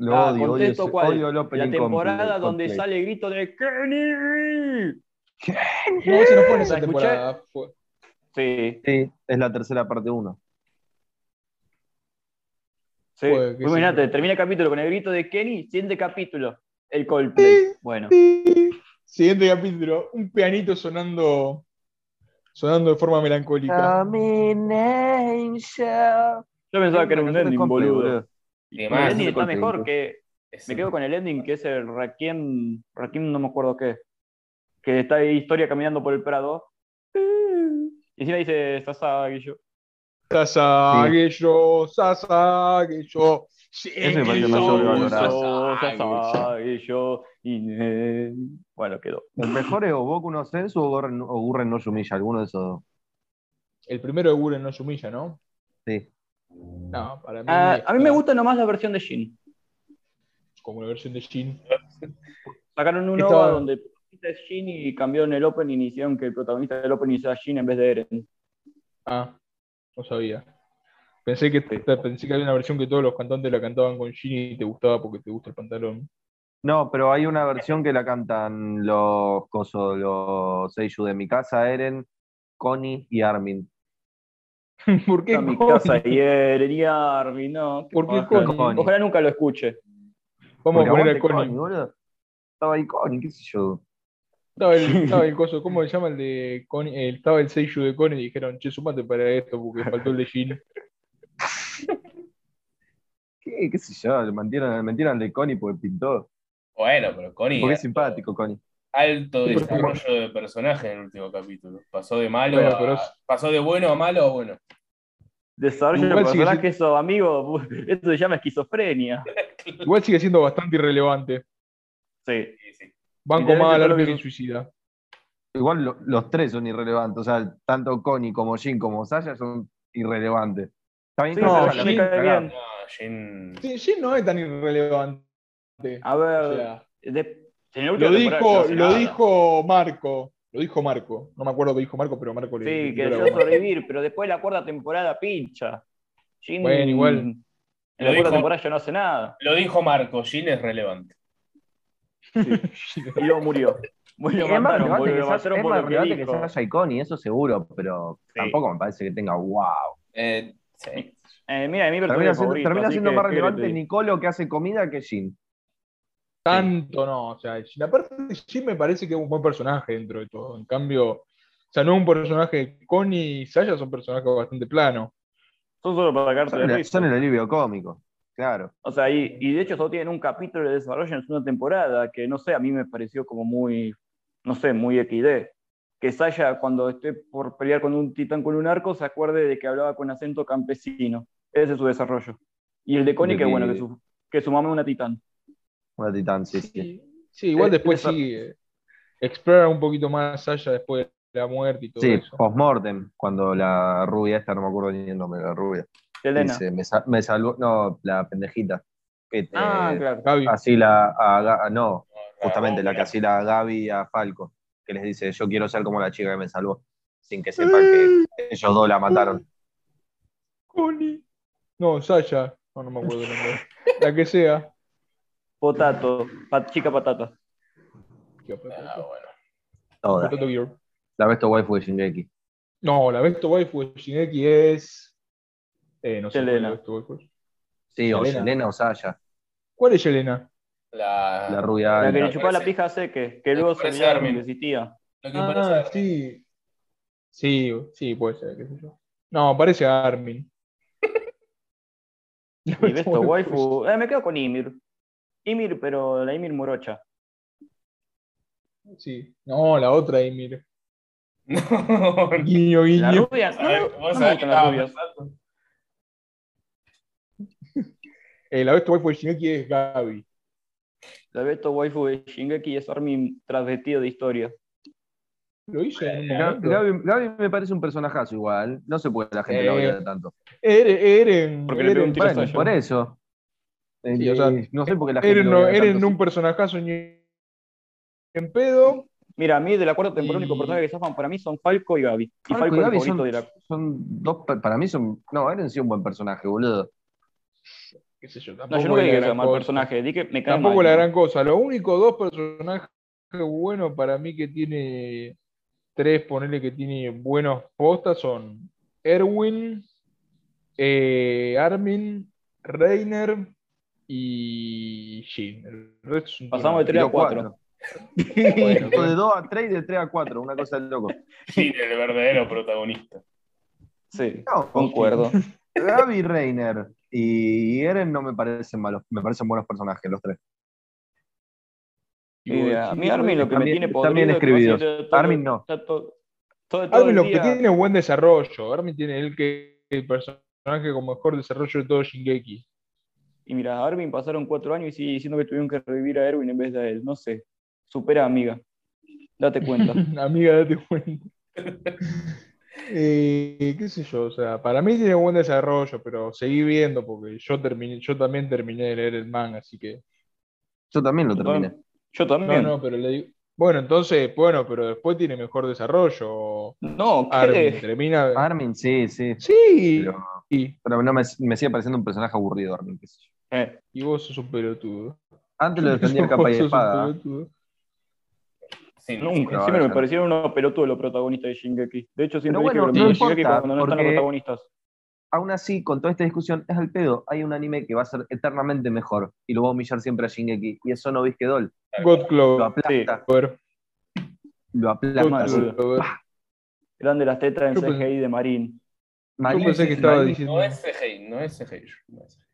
Speaker 2: Lo
Speaker 4: Ah,
Speaker 2: odio, odio,
Speaker 4: contexto,
Speaker 2: ese-
Speaker 4: ¿cuál?
Speaker 2: odio el opening
Speaker 4: La temporada
Speaker 2: Coldplay.
Speaker 4: donde sale el grito de Kenny.
Speaker 3: No, ese no fue en esa
Speaker 4: ¿La
Speaker 3: temporada. fue-
Speaker 4: Sí,
Speaker 2: Sí, es la tercera parte 1.
Speaker 4: sí.
Speaker 3: Joder, qué
Speaker 4: Vos mirá,
Speaker 3: sé yo.
Speaker 4: termina el capítulo con el grito de Kenny, siguiente capítulo, el Coldplay. Bueno,
Speaker 3: Siguiente capítulo, un pianito sonando sonando de forma
Speaker 2: Ah,
Speaker 3: melancólica.
Speaker 4: yo pensaba que era un
Speaker 2: Canciones
Speaker 4: ending,
Speaker 2: Coldplay,
Speaker 4: boludo.
Speaker 5: Y
Speaker 4: El
Speaker 5: más,
Speaker 4: ending está
Speaker 2: Coldplay,
Speaker 4: mejor que.
Speaker 5: es-
Speaker 4: Me quedo con el ending que es el Rakim, Rakim no me acuerdo qué, que está ahí historia caminando por el Prado. Y encima dice Sasa Guillo.
Speaker 3: Sasageyo, Sasageyo.
Speaker 2: Ese me parece más sobrevalorado.
Speaker 4: Sasa Guillo. y- Bueno, quedó.
Speaker 2: El mejor es o Boku no Sensu o Gurren, o Gurren no Yumiya, alguno de esos dos.
Speaker 3: El primero de Guren no se humilla, ¿no?
Speaker 2: Sí.
Speaker 3: No, para mí.
Speaker 4: Ah,
Speaker 3: está
Speaker 4: a mí me gusta nomás la versión de Shin.
Speaker 3: Como la versión de Shin.
Speaker 4: Sacaron un
Speaker 3: Esta-
Speaker 4: OVA donde el protagonista es Shin y cambiaron el opening y hicieron que el protagonista del opening sea Shin en vez de Eren.
Speaker 3: Ah, no sabía. Pensé que, pensé que había una versión que todos los cantantes la cantaban con Shin y te gustaba porque te gusta el pantalón.
Speaker 2: No, pero hay una versión que la cantan los cosos, los Seiyuu de mi casa, Eren, Connie y Armin.
Speaker 3: ¿Por qué?
Speaker 4: A mi
Speaker 3: coño?
Speaker 4: casa y Eren y Armin, no.
Speaker 3: ¿Por qué
Speaker 4: paja.
Speaker 3: Connie?
Speaker 2: Connie.
Speaker 4: Ojalá nunca lo escuche.
Speaker 3: Vamos
Speaker 2: Porque
Speaker 3: a poner a
Speaker 2: aguante Connie,
Speaker 3: Connie.
Speaker 2: boludo. Estaba ahí Connie, qué sé yo.
Speaker 3: Estaba el, estaba el coso, ¿cómo se llama el de Connie? El- estaba el seiyuu de Connie y dijeron, che, sumate para esto porque faltó el de Shin.
Speaker 2: ¿Qué, qué sé yo? Le mantieron, le mantieron al de Connie porque pintó.
Speaker 5: Bueno, pero Connie.
Speaker 2: Porque es
Speaker 5: alto-
Speaker 2: simpático, Connie.
Speaker 5: Alto
Speaker 3: Sí, porque-
Speaker 5: desarrollo de personaje en el último capítulo. Pasó de malo
Speaker 3: Bueno,
Speaker 5: a-
Speaker 3: pero es-
Speaker 5: Pasó de bueno a malo a bueno.
Speaker 4: Desarrollo de
Speaker 3: Igual sigue
Speaker 4: personaje, eso, amigo, eso se llama esquizofrenia.
Speaker 3: Igual sigue siendo bastante irrelevante.
Speaker 4: Sí.
Speaker 5: Sí, sí.
Speaker 3: Banco
Speaker 4: Literalmente
Speaker 3: mal,
Speaker 4: todo lo
Speaker 3: árbitro
Speaker 4: que-
Speaker 3: suicida.
Speaker 2: Igual lo- los tres son irrelevantes. O sea, tanto Connie como Jin como Sasha son irrelevantes. Está bien
Speaker 4: Sí,
Speaker 2: que
Speaker 4: no,
Speaker 2: Sasha
Speaker 4: Jin
Speaker 2: la
Speaker 4: me
Speaker 2: dejan
Speaker 4: cae
Speaker 2: cagar.
Speaker 4: bien.
Speaker 5: No, Jin.
Speaker 3: Sí, Shin no es tan irrelevante.
Speaker 4: A ver,
Speaker 3: O sea,
Speaker 4: de- en la última
Speaker 3: lo
Speaker 4: temporada no
Speaker 3: dijo,
Speaker 4: hace
Speaker 3: lo
Speaker 4: nada.
Speaker 3: dijo Marco. Lo dijo Marco. No me acuerdo que dijo Marco, pero Marco le
Speaker 4: Sí,
Speaker 3: le
Speaker 4: que
Speaker 3: dio la
Speaker 4: yo
Speaker 3: boca.
Speaker 4: sobrevivir, pero después de la cuarta temporada pincha. Jin-
Speaker 3: Bueno, igual.
Speaker 4: En
Speaker 5: Lo
Speaker 4: la cuarta
Speaker 5: dijo-
Speaker 4: temporada ya no hace nada.
Speaker 5: Lo dijo Marco, Jin es relevante.
Speaker 4: Y luego murió. Bueno, lo
Speaker 2: es más
Speaker 4: mataron,
Speaker 2: relevante
Speaker 4: boludo,
Speaker 2: que
Speaker 4: lo
Speaker 2: Sasha-
Speaker 4: mataron
Speaker 2: es
Speaker 4: por
Speaker 2: más
Speaker 4: lo que
Speaker 2: relevante que
Speaker 4: dijo.
Speaker 2: Sasha y Connie, eso seguro, pero
Speaker 4: Sí.
Speaker 2: tampoco me parece que tenga wow.
Speaker 5: Eh, sí.
Speaker 4: Eh, mira, de
Speaker 2: Termina
Speaker 4: mi personaje
Speaker 2: siendo,
Speaker 4: favorito,
Speaker 2: termina
Speaker 4: así
Speaker 2: siendo
Speaker 4: que
Speaker 2: más
Speaker 4: espérate.
Speaker 2: relevante Nicolo que hace comida que Jin.
Speaker 3: Tanto no, o sea, Shin, aparte Shin me parece que es un buen personaje dentro de todo. En cambio, o sea, no es un personaje, Connie y Sasha son personajes bastante planos.
Speaker 4: Son solo para sacarte de
Speaker 2: Son el,
Speaker 4: risa.
Speaker 2: son el alivio cómico, claro.
Speaker 4: O sea, y, y de hecho solo tienen un capítulo de desarrollo en una temporada, que no sé, a mí me pareció como muy, no sé, muy XD. Que Saya, cuando esté por pelear con un titán con un arco, se acuerde de que hablaba con acento campesino. Ese es su desarrollo. Y el de Connie,
Speaker 2: De
Speaker 4: que
Speaker 2: que-
Speaker 4: bueno, que su, que su mamá es una titán.
Speaker 2: Una titán, sí, sí.
Speaker 3: Sí, igual
Speaker 4: Eh,
Speaker 3: después
Speaker 4: esa-
Speaker 3: sí, eh, explora un poquito más Sasha después de la muerte y todo
Speaker 2: Sí,
Speaker 3: eso.
Speaker 2: post-mortem, cuando la rubia esta, no me acuerdo ni el nombre, la rubia.
Speaker 4: Elena.
Speaker 2: Dice, me, sa- me salvó, no, la pendejita. Pete,
Speaker 4: Ah,
Speaker 2: eh,
Speaker 4: claro.
Speaker 3: Gaby.
Speaker 2: así la, a Ga- a- no, justamente la que
Speaker 5: Ramón,
Speaker 2: así la Gaby y a Falco, que les dice, yo quiero ser como la chica que me salvó, sin
Speaker 3: Eh,
Speaker 2: que sepan que ellos dos la mataron.
Speaker 3: Connie. No, Sasha. No, no me acuerdo el nombre. La que sea.
Speaker 4: Potato, pat- chica patata.
Speaker 5: Ah, bueno.
Speaker 2: Todas.
Speaker 3: Potato Gear.
Speaker 2: La ves tu waifu de Shingeki.
Speaker 3: No, la Besto Waifu de Shineki pues, es. Eh, no sé. cuál es la
Speaker 4: Yelena.
Speaker 3: Best Waifu.
Speaker 2: Sí, o
Speaker 3: Yelena.
Speaker 2: Yelena o Sasha,
Speaker 3: ¿Cuál es Yelena?
Speaker 5: La,
Speaker 2: la rubia.
Speaker 4: La que
Speaker 5: no,
Speaker 4: le chupaba la
Speaker 5: parece-
Speaker 4: pija a Seque, que
Speaker 5: no,
Speaker 4: luego se
Speaker 5: parece
Speaker 4: olvidaron
Speaker 5: Armin.
Speaker 4: que existía.
Speaker 5: lo que parece
Speaker 3: Ah,
Speaker 5: Armin.
Speaker 3: sí. Sí, sí, puede ser, qué sé yo. No, parece Armin.
Speaker 4: Y Besto Waifu. Eh, me quedo con Ymir. Ymir, pero la Ymir Morocha.
Speaker 3: pues, Sí. No, la otra ahí, mira.
Speaker 5: No,
Speaker 3: Guiño,
Speaker 4: La
Speaker 3: guiño.
Speaker 4: rubia.
Speaker 5: A ver, ah,
Speaker 4: No,
Speaker 5: vos
Speaker 4: no me
Speaker 5: sabés
Speaker 4: gustan
Speaker 5: que
Speaker 4: las
Speaker 5: estaba
Speaker 4: rubias.
Speaker 5: pensando.
Speaker 3: Eh, la Besto Waifu de Shineki es Gaby.
Speaker 4: La Beto Waifu de Shingeki es Armin transvestido de historia.
Speaker 3: Lo hizo en un
Speaker 2: Ga-
Speaker 3: momento.
Speaker 2: Gaby, Gaby me parece un personajazo igual. No se puede la gente la
Speaker 3: Eh,
Speaker 2: odiar tanto.
Speaker 3: Eren, Eren,
Speaker 4: Porque le pegó un
Speaker 3: Eren,
Speaker 4: tiro a
Speaker 2: Bueno,
Speaker 4: Sasha.
Speaker 2: por eso. Eh,
Speaker 3: Sí, o sea,
Speaker 2: no sé por qué la gente
Speaker 3: Eren
Speaker 2: la
Speaker 3: no,
Speaker 2: odia
Speaker 3: Eren
Speaker 2: tanto.
Speaker 3: un personajazo ni en pedo.
Speaker 4: Mira, a mí de la cuarta temporada,
Speaker 3: Y-
Speaker 4: el único personaje que zafan para mí son Falco y Gaby. Y
Speaker 2: Falco
Speaker 4: Falco,
Speaker 2: y
Speaker 4: es el
Speaker 2: Gaby
Speaker 4: favorito
Speaker 2: son,
Speaker 4: de la.
Speaker 2: son dos, per- para mí son, no, Eren sí un buen personaje, boludo.
Speaker 3: Qué sé yo,
Speaker 4: No,
Speaker 3: tampoco
Speaker 4: yo nunca
Speaker 3: es la
Speaker 4: dije que
Speaker 3: gran
Speaker 4: sea mal
Speaker 3: cosa.
Speaker 4: personaje. Dije que me cae
Speaker 3: Tampoco
Speaker 4: mal.
Speaker 3: la gran cosa. Lo único, dos personajes buenos para mí que tiene. Tres, ponerle que tiene buenos postas son Erwin, eh, Armin, Reiner y Jin. El resto es un
Speaker 4: Pasamos
Speaker 3: tiro.
Speaker 4: de tres a
Speaker 2: Tiró
Speaker 4: cuatro.
Speaker 2: cuatro.
Speaker 3: Bueno,
Speaker 2: de 2 a 3 y de 3 a 4, una cosa de loco.
Speaker 5: Sí, el verdadero protagonista.
Speaker 4: Sí,
Speaker 2: No,
Speaker 4: concuerdo.
Speaker 2: Gaby Reiner y Eren no me parecen malos, me parecen buenos personajes los tres.
Speaker 4: Y a mí Armin lo que me
Speaker 2: También-
Speaker 4: tiene
Speaker 2: también
Speaker 4: podrido es que
Speaker 2: escribidos.
Speaker 4: va a ser todo-
Speaker 2: Armin no.
Speaker 4: está todo- todo- todo
Speaker 3: Armin
Speaker 4: el
Speaker 3: lo que
Speaker 4: día-
Speaker 3: tiene es buen desarrollo. Armin tiene el que el personaje con mejor desarrollo de todo Shingeki.
Speaker 4: Y mira, a Armin pasaron cuatro años y sigue diciendo que tuvieron que revivir a Erwin en vez de a él. No sé. Supera, amiga. Date cuenta.
Speaker 3: Amiga, date cuenta. Eh, qué sé yo, o sea, para mí tiene buen desarrollo, pero seguí viendo porque yo terminé, yo también terminé de leer el manga, así que.
Speaker 2: Yo también lo terminé.
Speaker 4: Yo
Speaker 3: No,
Speaker 4: también. No,
Speaker 3: no, pero le digo. Bueno, entonces, bueno, pero después tiene mejor desarrollo. Armin
Speaker 4: ¿qué?
Speaker 3: termina.
Speaker 2: Armin, sí, sí.
Speaker 3: Sí.
Speaker 2: Ah. Pero,
Speaker 3: Y
Speaker 2: pero no me, me sigue pareciendo un personaje aburrido, Armin. qué sé yo.
Speaker 4: Eh,
Speaker 3: y vos sos un pelotudo.
Speaker 2: Antes lo defendía a capa
Speaker 3: Vos
Speaker 2: y
Speaker 3: sos un
Speaker 2: espada.
Speaker 3: pelotudo.
Speaker 5: Sí,
Speaker 4: nunca.
Speaker 2: no,
Speaker 4: Encima
Speaker 2: ya
Speaker 4: me
Speaker 2: no.
Speaker 4: parecieron unos pelotudos los protagonistas de Shingeki. De hecho, siempre
Speaker 2: Pero bueno,
Speaker 4: dije que
Speaker 2: no
Speaker 4: los de Shingeki
Speaker 2: importa,
Speaker 4: cuando no están los
Speaker 2: porque-
Speaker 4: protagonistas.
Speaker 2: Aún así, con toda esta discusión, es al pedo. Hay un anime que va a ser eternamente mejor y lo va a humillar siempre a Shingeki. Y eso no viste Doll.
Speaker 3: God
Speaker 2: Lo
Speaker 3: Clover.
Speaker 2: aplasta, lo
Speaker 3: God
Speaker 2: aplasta. así.
Speaker 3: Clover.
Speaker 4: Eran de las tetas en
Speaker 3: Yo pensé-
Speaker 4: CGI de Marín.
Speaker 3: Yo
Speaker 2: Marín,
Speaker 3: pensé que estaba
Speaker 2: Marín-
Speaker 3: diciendo.
Speaker 5: No es CGI, no es CGI. No es CGI.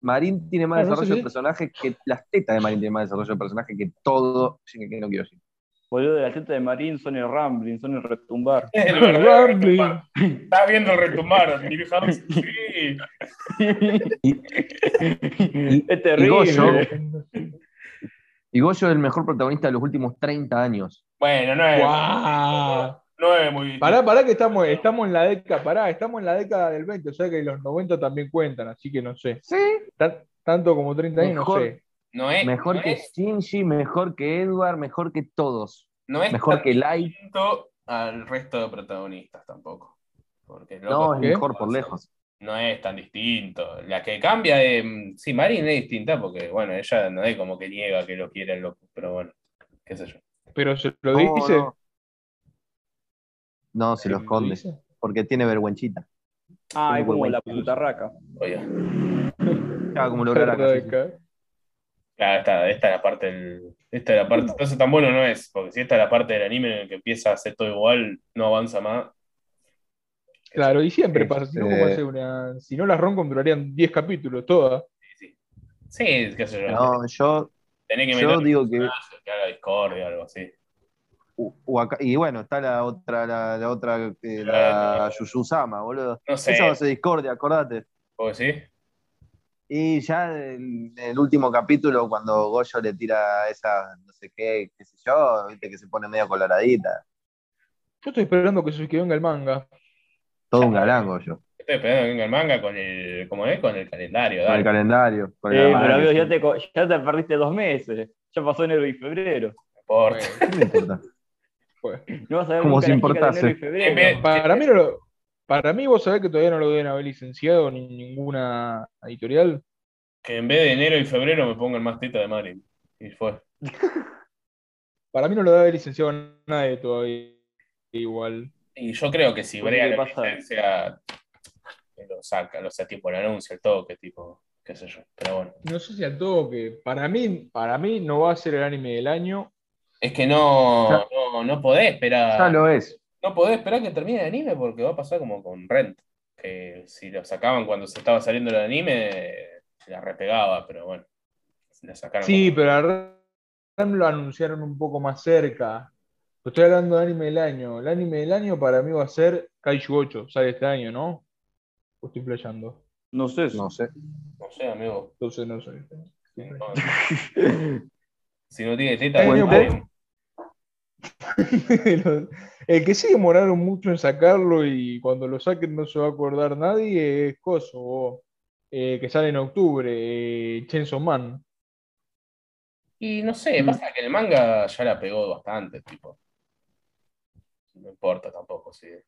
Speaker 2: Marín tiene más
Speaker 3: Ah, no
Speaker 2: desarrollo
Speaker 3: sé
Speaker 2: de
Speaker 3: si-
Speaker 2: personaje que. Las tetas de Marín tienen más desarrollo de personaje que todo Shingeki no Kyojin.
Speaker 4: Boludo, de las tetas de Marín son el rambling, son el retumbar.
Speaker 5: Es el verdadero
Speaker 3: Ramblin.
Speaker 5: retumbar. Está viendo el retumbar, Neil House. Sí.
Speaker 4: es terrible.
Speaker 2: Goyo. Y Goyo es el mejor protagonista de los últimos 30 años.
Speaker 5: Bueno, no es,
Speaker 3: ¡Guau!
Speaker 5: no es muy
Speaker 3: Pará, pará que estamos, estamos en la década, pará, estamos en la década del 20, o sea que los 90 también cuentan, así que no sé.
Speaker 2: Sí.
Speaker 3: Tan- tanto como 30 años,
Speaker 2: Mejor.
Speaker 3: no sé.
Speaker 5: No es,
Speaker 2: Mejor
Speaker 5: no
Speaker 2: que
Speaker 5: es,
Speaker 2: Shinji, mejor que Edward, mejor que todos.
Speaker 5: no es
Speaker 2: Mejor
Speaker 5: tan
Speaker 2: que Light.
Speaker 5: distinto al resto de protagonistas tampoco. Porque
Speaker 2: No,
Speaker 5: loco,
Speaker 2: es
Speaker 3: ¿Qué?
Speaker 2: mejor por lejos.
Speaker 5: No es tan distinto. La que cambia, eh, sí, Marin es distinta porque, bueno, ella no es como que niega que lo quiera el loco, pero bueno, qué sé yo.
Speaker 3: Pero se lo
Speaker 2: No,
Speaker 3: dice.
Speaker 2: no. No, se lo esconde,
Speaker 3: dice.
Speaker 2: porque tiene vergüenchita.
Speaker 4: Ah, es como la putarraca.
Speaker 5: Oye,
Speaker 2: Ah, como lo hará acá, sí, sí.
Speaker 3: Acá.
Speaker 5: claro, esta, esta es la parte del. Esta es la parte. Entonces tan bueno no es, porque si esta es la parte del anime en el que empieza a hacer todo igual, no avanza más.
Speaker 3: Claro, y siempre pasa, si no, ¿cómo
Speaker 2: Este-
Speaker 3: hace una. Si no las roncon durarían 10 capítulos todas.
Speaker 5: Sí, qué sé yo.
Speaker 2: No, yo,
Speaker 5: Tenés que meter
Speaker 2: yo digo que.
Speaker 5: personaje, que haga discordia o algo así.
Speaker 2: u- u acá- y bueno, está la otra, la, la otra, eh, la Yuyuzama, boludo.
Speaker 5: No sé,
Speaker 2: Esa va a ser discordia, acordate.
Speaker 5: ¿vos decís?
Speaker 2: Y ya en en el último capítulo, cuando Goyo le tira esa, no sé qué, qué sé yo, viste que se pone medio coloradita.
Speaker 3: Yo estoy esperando que se que venga el manga.
Speaker 2: Todo un galán, Goyo.
Speaker 5: estoy esperando que venga el manga con el, ¿cómo es? Con el calendario.
Speaker 2: Con el
Speaker 5: dale.
Speaker 2: calendario. con el
Speaker 4: Eh,
Speaker 2: calendario,
Speaker 4: pero amigo, ya
Speaker 2: sí.
Speaker 4: te, co- ya te perdiste dos meses. Ya pasó enero y febrero.
Speaker 5: No importa.
Speaker 3: Bueno,
Speaker 2: ¿Qué me importa?
Speaker 3: bueno.
Speaker 4: No vas a ver
Speaker 8: Como
Speaker 4: nunca
Speaker 8: si
Speaker 4: las chicas
Speaker 8: importase.
Speaker 4: de enero y
Speaker 5: En vez-
Speaker 4: febrero.
Speaker 3: Para mí, no lo- para mí vos sabés que todavía no lo deben haber licenciado ni ninguna editorial.
Speaker 5: que en vez de enero y febrero me pongan más teta de Mario. Y fue.
Speaker 3: Para mí no lo debe haber licenciado nadie todavía. Igual.
Speaker 5: Y yo creo que si
Speaker 4: Porque
Speaker 5: Brea
Speaker 4: le
Speaker 5: lo
Speaker 4: pasa-
Speaker 5: licencia, lo saca, lo sea, tipo el anuncio, el toque, tipo, qué sé yo. Pero bueno.
Speaker 3: No sé si al todo que. Para mí, para mí no va a ser el anime del año.
Speaker 5: Es que no,
Speaker 2: Ya.
Speaker 5: no, no podés esperar.
Speaker 2: Ya Ah, lo es.
Speaker 5: No podés esperar que termine el anime porque va a pasar como con Rent. Que si lo sacaban cuando se estaba saliendo el anime, la repegaba, pero bueno. La sacaron
Speaker 3: Sí,
Speaker 5: cuando-
Speaker 3: pero a Ram lo anunciaron un poco más cerca. Pero Estoy hablando de anime del año. El anime del año para mí va a ser Kaiju 8. Sale este año, ¿no? O estoy flasheando.
Speaker 4: No sé eso.
Speaker 2: No sé.
Speaker 5: No sé, amigo.
Speaker 3: Entonces no sé.
Speaker 5: No, si no tiene teta,
Speaker 3: Bueno,
Speaker 5: no tiene-
Speaker 3: El que sí demoraron mucho en sacarlo y cuando lo saquen no se va a acordar nadie es Coso, vos. Eh, que sale en octubre, eh, Chainsaw Man.
Speaker 5: Y no sé, pasa que el manga ya la pegó bastante, tipo. No importa tampoco, sí.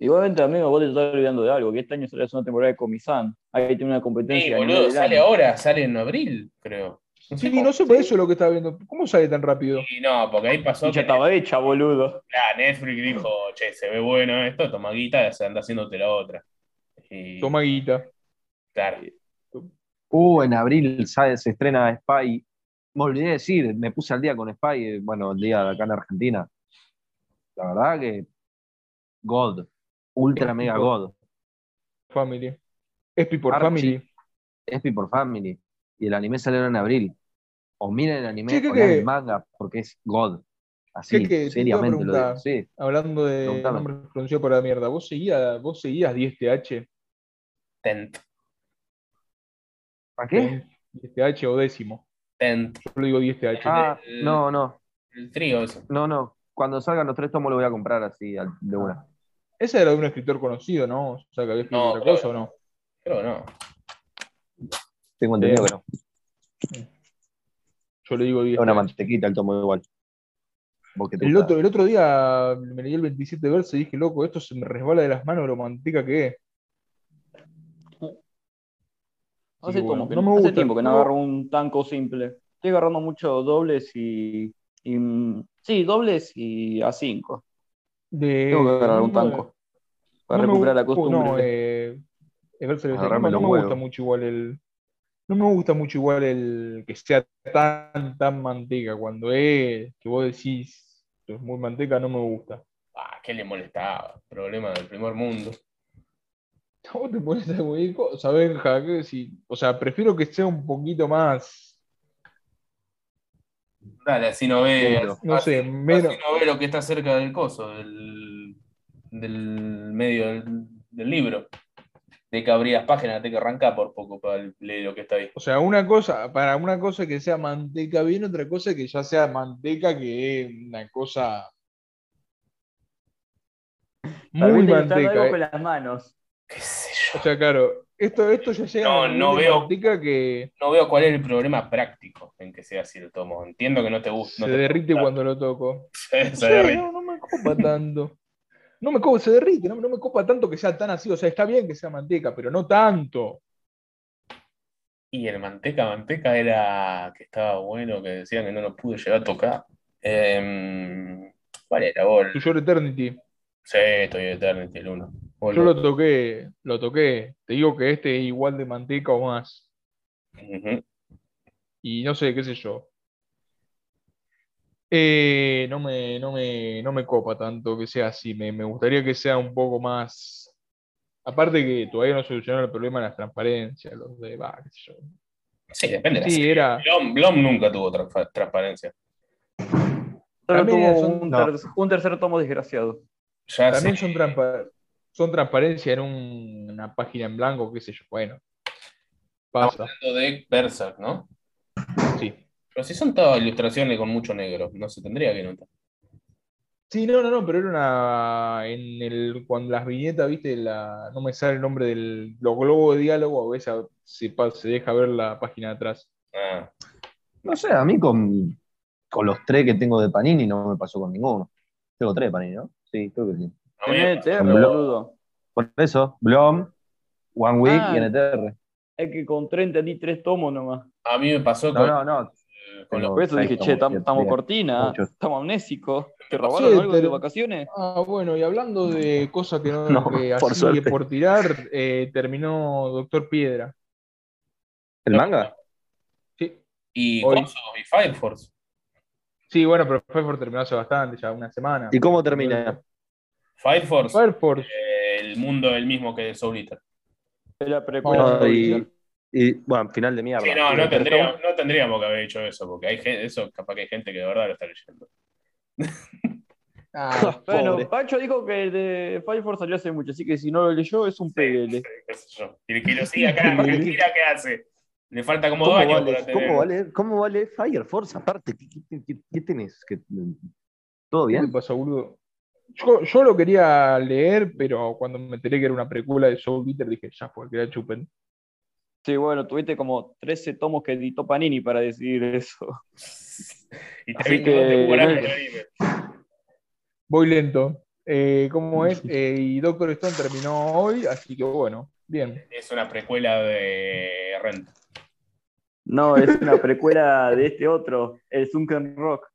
Speaker 4: Igualmente, amigo, vos te estás olvidando de algo, que este año sale la una temporada de Comisán. Ahí tiene una competencia.
Speaker 5: Sí,
Speaker 4: a nivel
Speaker 5: boludo,
Speaker 4: del
Speaker 5: sale
Speaker 4: año.
Speaker 5: ahora, sale en abril, creo.
Speaker 3: Sí,
Speaker 5: cómo-
Speaker 3: no sé por eso lo que estaba viendo. ¿Cómo sale tan rápido?
Speaker 5: Y no, porque ahí pasó
Speaker 4: Y ya
Speaker 5: que
Speaker 4: estaba hecha, boludo.
Speaker 5: Ah, Netflix dijo, che, se ve bueno esto, toma guita, se anda haciéndote la otra. Y,
Speaker 3: Toma guita.
Speaker 5: claro,
Speaker 2: Uh, en abril sale- se estrena Spy. Me olvidé de decir, me puse al día con Spy, eh, bueno, el día de acá en Argentina. La verdad que. God. Ultra mega God.
Speaker 3: Family. Es por
Speaker 2: Archie.
Speaker 3: Family.
Speaker 2: Es por Family. Y el anime salió en abril. O miren el anime
Speaker 3: Che, ¿qué
Speaker 2: o lean
Speaker 3: que-
Speaker 2: el manga, porque es God. Así,
Speaker 3: ¿Qué que te iba a
Speaker 2: seriamente lo digo.
Speaker 3: preguntar?
Speaker 2: Sí.
Speaker 3: Hablando de
Speaker 2: Preguntame.
Speaker 3: nombres pronunciados por la mierda. ¿Vos seguías, vos seguías 10TH?
Speaker 5: tent,
Speaker 2: ¿Para
Speaker 3: Eh,
Speaker 2: qué?
Speaker 3: 10TH o décimo.
Speaker 5: tent,
Speaker 3: Yo le digo 10TH.
Speaker 2: Ah, no, no,
Speaker 5: el trío eso.
Speaker 2: no, no. Cuando salgan los tres tomos lo voy a comprar así al- de una.
Speaker 3: Esa era de un escritor conocido, ¿no? O sea, que había escrito
Speaker 5: No,
Speaker 3: otra
Speaker 5: creo
Speaker 3: cosa
Speaker 5: que
Speaker 3: o no.
Speaker 5: Creo que no.
Speaker 2: Tengo entendido
Speaker 3: Bien.
Speaker 2: que no.
Speaker 3: Yo le digo 10TH.
Speaker 2: Es una mantequita el tomo igual. Vos que te
Speaker 3: El
Speaker 2: gusta.
Speaker 3: otro, el otro día me leí el 27 verso y dije, loco, esto se me resbala de las manos lo manteca que es.
Speaker 4: Hace,
Speaker 3: Sí, bueno,
Speaker 4: tomo-
Speaker 3: no me
Speaker 4: hace
Speaker 3: gusta.
Speaker 4: tiempo que no agarro un tanco simple. Estoy agarrando mucho dobles y. y, mm, sí, dobles y a 5.
Speaker 3: De,
Speaker 4: Tengo que agarrar un
Speaker 3: no me-
Speaker 4: tanco. Para
Speaker 3: no me
Speaker 4: recuperar la
Speaker 3: gusta-
Speaker 4: costumbre.
Speaker 3: No, eh, el verso de
Speaker 2: Agarrame
Speaker 3: no
Speaker 2: los
Speaker 3: me gusta
Speaker 2: huevos.
Speaker 3: mucho igual el. No me gusta mucho igual el que sea tan, tan manteca. Cuando es que vos decís, esto es muy manteca, no me gusta.
Speaker 5: Ah, ¿qué le molestaba? Problema del primer mundo.
Speaker 3: Vos te pones a huir cosas, Benja, que si- O sea, prefiero que sea un poquito más.
Speaker 5: Dale, así no ve.
Speaker 2: Punto.
Speaker 3: No sé,
Speaker 5: así-
Speaker 3: menos-
Speaker 5: así no ve lo que está cerca del coso, del, del medio del, del libro. De que abrías páginas, de que arranca por poco para leer lo que está ahí.
Speaker 3: O sea, una cosa, para una cosa que sea manteca bien, otra cosa que ya sea manteca que es una cosa
Speaker 4: Tal
Speaker 3: muy
Speaker 4: vez te están
Speaker 3: manteca.
Speaker 4: algo
Speaker 3: eh.
Speaker 4: con las manos.
Speaker 5: ¿Qué sé
Speaker 3: O
Speaker 5: yo?
Speaker 3: sea, claro, esto, esto ya llega
Speaker 5: No,
Speaker 3: a un
Speaker 5: no
Speaker 3: nivel de
Speaker 5: veo.
Speaker 3: manteca que
Speaker 5: No veo cuál es el problema práctico en que sea así el tomo. Entiendo que no te gusta.
Speaker 3: se
Speaker 5: no te
Speaker 3: derrite
Speaker 5: gusta.
Speaker 3: cuando lo toco.
Speaker 5: Se- se
Speaker 3: Sí,
Speaker 5: derrite.
Speaker 3: no, no me copa tanto. No me copa, se derrite, no, no me copa tanto que sea tan así. O sea, está bien que sea manteca, pero no tanto.
Speaker 5: Y el manteca, manteca era que estaba bueno, que decían que no lo pude llegar a tocar. Em, ¿cuál era, bol?
Speaker 3: Yo Eternity,
Speaker 5: Sí, estoy este de Eternity, el 1.
Speaker 3: yo lo toqué, lo toqué. Te digo que este es igual de manteca o más. y no sé, qué sé yo. Eh, no me, no me, no me copa tanto que sea así. Me, me gustaría que sea un poco más. Aparte que todavía no solucionaron el problema de las transparencias, los de bah, qué sé yo.
Speaker 5: Sí, depende de la
Speaker 3: Sí,
Speaker 5: serie.
Speaker 3: era.
Speaker 5: Blom, Blom nunca tuvo transpa- transparencia.
Speaker 4: Solo
Speaker 3: También
Speaker 4: tuvo
Speaker 3: son-
Speaker 4: un,
Speaker 2: no.
Speaker 4: ter- un tercer tomo desgraciado.
Speaker 5: Ya
Speaker 3: También
Speaker 5: sé.
Speaker 3: son, transpa- son transparencia en un- una página en blanco, qué sé yo. Bueno, pasa,
Speaker 5: Hablando de Berserk, ¿no?
Speaker 3: sí.
Speaker 5: Pero si son todas ilustraciones con mucho negro, no se tendría que notar.
Speaker 3: Sí, no, no, no, pero era una. En el, cuando las viñetas, viste, la, no me sale el nombre del. Los globos de diálogo, a veces se, pa- se deja ver la página de atrás.
Speaker 5: Ah,
Speaker 8: No sé, a mí con, con los tres que tengo de Panini no me pasó con ninguno. Tengo tres de Panini, ¿no? Sí, creo que sí.
Speaker 5: a mí me
Speaker 4: NTR,
Speaker 5: pasó,
Speaker 4: boludo.
Speaker 8: Por eso, Blom, One Week
Speaker 4: Ah.
Speaker 8: y NTR.
Speaker 4: Es que con 30 entendí tres tomos nomás.
Speaker 5: a mí me pasó
Speaker 8: No,
Speaker 5: con,
Speaker 8: no, no.
Speaker 5: con los-
Speaker 4: Por eso
Speaker 8: Ahí
Speaker 4: dije,
Speaker 8: estamos,
Speaker 4: che, tam-
Speaker 8: bien,
Speaker 4: estamos
Speaker 8: bien.
Speaker 4: cortina,
Speaker 8: Muchos.
Speaker 4: estamos amnésicos. ¿Te
Speaker 3: Sí,
Speaker 4: robaron algo de
Speaker 3: pero-
Speaker 4: vacaciones?
Speaker 3: Ah, bueno, y hablando de cosas que no,
Speaker 8: No,
Speaker 3: que
Speaker 8: por
Speaker 3: así
Speaker 8: suerte.
Speaker 3: por tirar, eh, terminó Doctor Piedra.
Speaker 8: ¿El manga?
Speaker 3: Sí.
Speaker 5: y
Speaker 3: Hoy.
Speaker 5: Coso y Fire Force.
Speaker 3: Sí, bueno, pero Fireforce terminó hace bastante, ya una semana.
Speaker 8: ¿Y cómo termina?
Speaker 5: Fire Force,
Speaker 3: Fire Force.
Speaker 5: eh, el mundo el mismo que Soul Eater.
Speaker 4: Es la precuela.
Speaker 3: No,
Speaker 4: de Soul
Speaker 8: y-
Speaker 4: Eater.
Speaker 8: Y, bueno, final de mierda.
Speaker 5: Sí, no, no, tendría- no tendríamos que haber hecho eso, porque hay gente, eso capaz que hay gente que de verdad lo está leyendo.
Speaker 3: Ah,
Speaker 4: Bueno,
Speaker 8: Pobre.
Speaker 4: Pacho dijo que el de Fire Force salió hace mucho, así que si no lo leyó es un PL.
Speaker 5: Eh, Qué sé yo. Y el que lo siga acá en Argentina, ¿qué hace? Le falta como
Speaker 8: ¿Cómo
Speaker 5: dos años
Speaker 8: vale,
Speaker 5: para tener.
Speaker 8: ¿cómo, vale, ¿Cómo vale Fire Force aparte? ¿Qué, qué- qué- qué tenés? ¿Qué- ¿Todo
Speaker 3: ¿Qué te
Speaker 8: bien?
Speaker 3: pasa, boludo? Yo, yo lo quería leer, pero cuando me enteré que era una precuela de Soul Eater, dije, ya fue, que la chupen.
Speaker 4: Sí, bueno, tuviste como 13 tomos que editó Panini para decidir eso.
Speaker 5: Y
Speaker 4: Así
Speaker 5: también
Speaker 4: que-
Speaker 5: dos temporadas por anime.
Speaker 3: Voy lento. Eh, ¿Cómo es? Eh, y Doctor Stone terminó hoy, así que bueno, bien.
Speaker 5: Es una precuela de Rent.
Speaker 4: No, es una precuela de este otro, el Sunken Rock.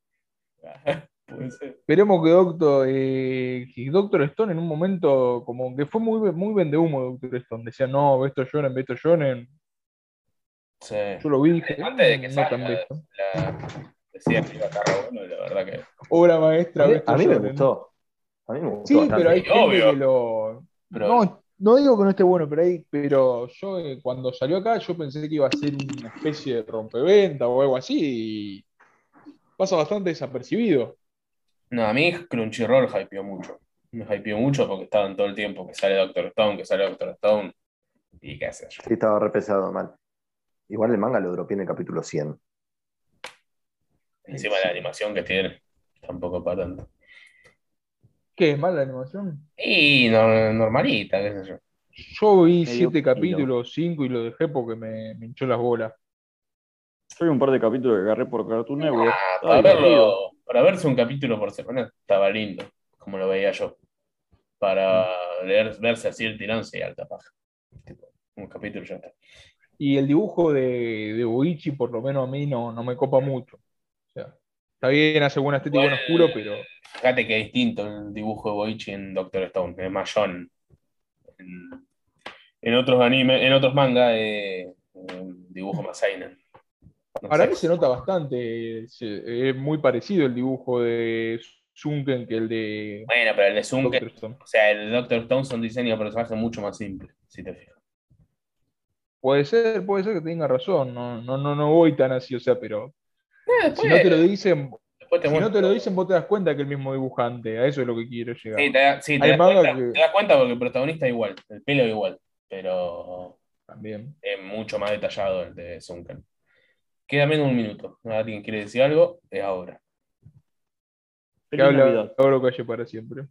Speaker 5: Puede ser.
Speaker 3: Esperemos que Doctor, eh, que Doctor Stone en un momento, como que fue muy, muy vendehumo Doctor Stone. Decía, no, esto Jonen, Beto Jonen.
Speaker 5: Sí.
Speaker 3: Yo lo vi, dije,
Speaker 5: Antes de que
Speaker 3: "Mm, no tan
Speaker 5: salga,
Speaker 3: Beto".
Speaker 5: La... Decía que iba a estar bueno, y la verdad que.
Speaker 3: Obra
Speaker 8: A
Speaker 3: maestra,
Speaker 8: mí,
Speaker 3: Beto
Speaker 8: a mí me
Speaker 3: Jonen.
Speaker 8: gustó. A mí me gustó
Speaker 3: Sí,
Speaker 8: bastante.
Speaker 3: pero hay
Speaker 5: Sí,
Speaker 3: gente
Speaker 5: obvio.
Speaker 3: que lo.
Speaker 5: Pero-
Speaker 3: No, no digo que no esté bueno, pero hay, pero yo eh, cuando salió acá, yo pensé que iba a ser una especie de rompeventa o algo así. Y pasa bastante desapercibido.
Speaker 5: No, a mí Crunchyroll hypeó mucho. Me hypeó mucho porque estaban todo el tiempo que sale Doctor Stone, que sale Doctor Stone. Y qué sé yo.
Speaker 8: Sí, estaba repesado mal. Igual el manga lo dropeé en el capítulo 100.
Speaker 5: Encima la animación que tiene, tampoco para tanto.
Speaker 3: ¿Qué es mala la animación?
Speaker 5: Y no- normalita, qué sé yo.
Speaker 3: Yo vi
Speaker 4: Medio
Speaker 3: siete
Speaker 4: kilo.
Speaker 3: capítulos, cinco y lo dejé porque me, me hinchó las bolas.
Speaker 4: Yo vi un par de capítulos que agarré por Cartoon Network.
Speaker 5: Ah,
Speaker 4: Estaba
Speaker 5: para
Speaker 4: divertido.
Speaker 5: verlo, para verse un capítulo por semana estaba lindo, como lo veía yo. Para leer- verse así el tirón y alta paja. Tipo, un capítulo y ya está.
Speaker 3: Y el dibujo de, de Boichi, por lo menos a mí, no, no me copa mucho. O sea, está bien, hace buena estética y buen oscuro, pero.
Speaker 5: Fíjate que es distinto el dibujo de Boichi en Doctor Stone, es mayón. En, en otros anime, en otros mangas eh, un dibujo más seinen. No
Speaker 3: Para
Speaker 5: sé.
Speaker 3: mí se nota bastante, se- es muy parecido el dibujo de Sunken que el de
Speaker 5: Bueno, pero el de Zoom, que-
Speaker 3: Doctor Stone.
Speaker 5: o sea, el Doctor Stone son diseños de personajes mucho más simples, si te fijas.
Speaker 3: Puede ser, puede ser que tenga razón, no, no, no, no voy tan así, o sea, pero
Speaker 5: Eh,
Speaker 3: si
Speaker 5: después,
Speaker 3: no te lo dicen,
Speaker 5: después te
Speaker 3: si no
Speaker 5: muestro.
Speaker 3: te lo dicen, vos te das cuenta que es el mismo dibujante, a eso es lo que quiero llegar.
Speaker 5: Sí, te, da- sí, te
Speaker 3: Hay
Speaker 5: das
Speaker 3: manga
Speaker 5: cuenta,
Speaker 3: que-
Speaker 5: te das cuenta porque el protagonista es igual, el pelo es igual, pero
Speaker 3: También.
Speaker 5: es mucho más detallado el de Sunken. Queda menos de un minuto. ¿Alguien quiere decir algo? Es ahora.
Speaker 3: Que
Speaker 4: Feliz
Speaker 3: habla
Speaker 4: Navidad.
Speaker 3: Oro Calle para siempre.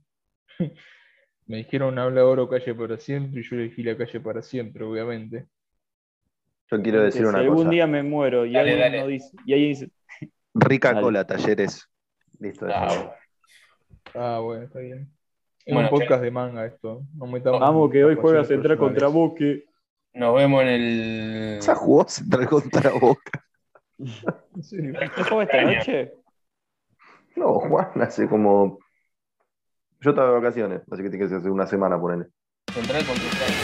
Speaker 3: Me dijeron habla Oro Calle para siempre y yo elegí la calle para siempre, obviamente.
Speaker 8: Yo quiero decir
Speaker 4: Que
Speaker 8: una
Speaker 4: si algún
Speaker 8: cosa.
Speaker 4: día me muero y
Speaker 5: Dale,
Speaker 4: alguien
Speaker 5: dale.
Speaker 4: no dice, y alguien dice,
Speaker 8: Rica
Speaker 4: Dale.
Speaker 8: cola, talleres. Listo.
Speaker 5: Ah,
Speaker 8: eso.
Speaker 5: bueno.
Speaker 3: Ah, bueno, está bien. Es
Speaker 5: Bueno,
Speaker 3: un podcast de manga esto. No metamos
Speaker 4: vamos que hoy
Speaker 3: en
Speaker 4: juega
Speaker 3: situaciones
Speaker 4: Central contra
Speaker 3: personales.
Speaker 4: Boque.
Speaker 5: Nos vemos en el.
Speaker 8: Esa jugó Central contra Boca.
Speaker 3: En serio.
Speaker 4: ¿No juega esta noche?
Speaker 8: No, Juan, hace como. Yo estaba de vacaciones, así que tiene que ser hace una semana, ponele.
Speaker 5: Central contra Boca.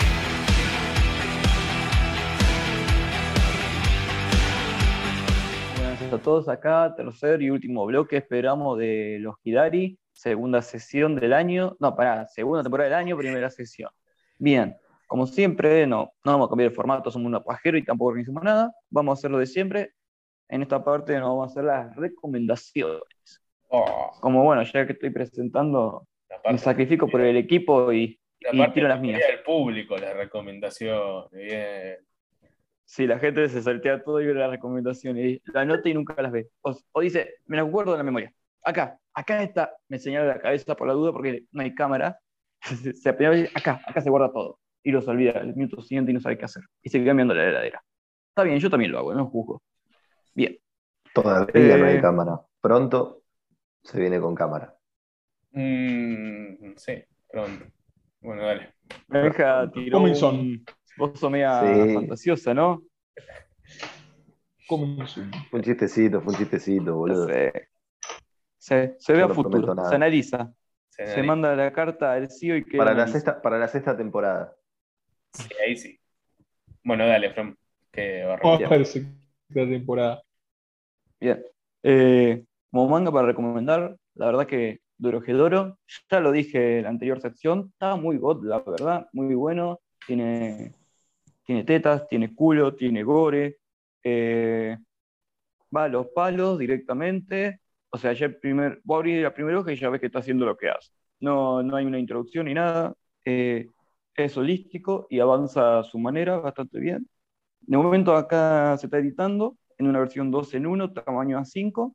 Speaker 4: Buenas noches a todos acá, tercer y último bloque esperamos de los Hidari, segunda sesión del año, no, pará, segunda temporada del año, primera sesión. Bien, como siempre, no, no vamos a cambiar el formato, somos una pajero y tampoco organizamos nada, vamos a hacer lo de siempre, en esta parte nos vamos a hacer las recomendaciones.
Speaker 5: Oh,
Speaker 4: Como bueno, ya que estoy presentando,
Speaker 5: la
Speaker 4: me
Speaker 5: parte-
Speaker 4: sacrifico por el equipo y
Speaker 5: la
Speaker 4: y
Speaker 5: parte
Speaker 4: tiro las
Speaker 5: que
Speaker 4: mías.
Speaker 5: quería El público, las recomendaciones. Bien.
Speaker 4: si la gente se saltea todo y ve las recomendaciones, la nota y nunca las ve, o, o dice, me las guardo en la memoria. acá, acá está. Me señala la cabeza por la duda porque no hay cámara. se apeñaba y dice, acá, acá se guarda todo. Y los olvida el minuto siguiente y no sabe qué hacer. Y se queda mirando la heladera. Está bien, yo también lo hago, no juzgo.
Speaker 2: Todavía no hay
Speaker 4: Eh.
Speaker 2: cámara. Pronto se viene con cámara.
Speaker 5: Mm, sí, pronto. Bueno, dale.
Speaker 4: La vieja tiró. un-
Speaker 3: Comilson.
Speaker 4: Vos sos media
Speaker 2: Sí.
Speaker 4: fantasiosa, ¿no?
Speaker 3: Comilson.
Speaker 2: Fue un chistecito, fue un chistecito, boludo.
Speaker 4: Se, se, se ve
Speaker 2: Yo
Speaker 4: a
Speaker 2: no
Speaker 4: futuro,
Speaker 2: prometo nada.
Speaker 4: se analiza.
Speaker 5: Se,
Speaker 4: Se manda la carta al CEO y que.
Speaker 2: Para la,
Speaker 4: analiza.
Speaker 2: sexta, para la sexta temporada.
Speaker 5: Sí, ahí sí. Bueno, dale, From. Que va a
Speaker 3: Vamos
Speaker 5: romper.
Speaker 3: a ver si- la temporada.
Speaker 4: Bien. Eh, como manga para recomendar, la verdad que Dorohedoro, ya lo dije en la anterior sección, está muy god, la verdad, muy bueno. Tiene, tiene tetas, tiene culo, tiene gore. eh, va a los palos directamente. O sea, ya el primer, vos abrís la primera hoja y ya ves que está haciendo lo que hace. No, no hay una introducción ni nada. eh, es holístico y avanza a su manera bastante bien. De momento acá se está editando en una versión 2 en 1, tamaño A5,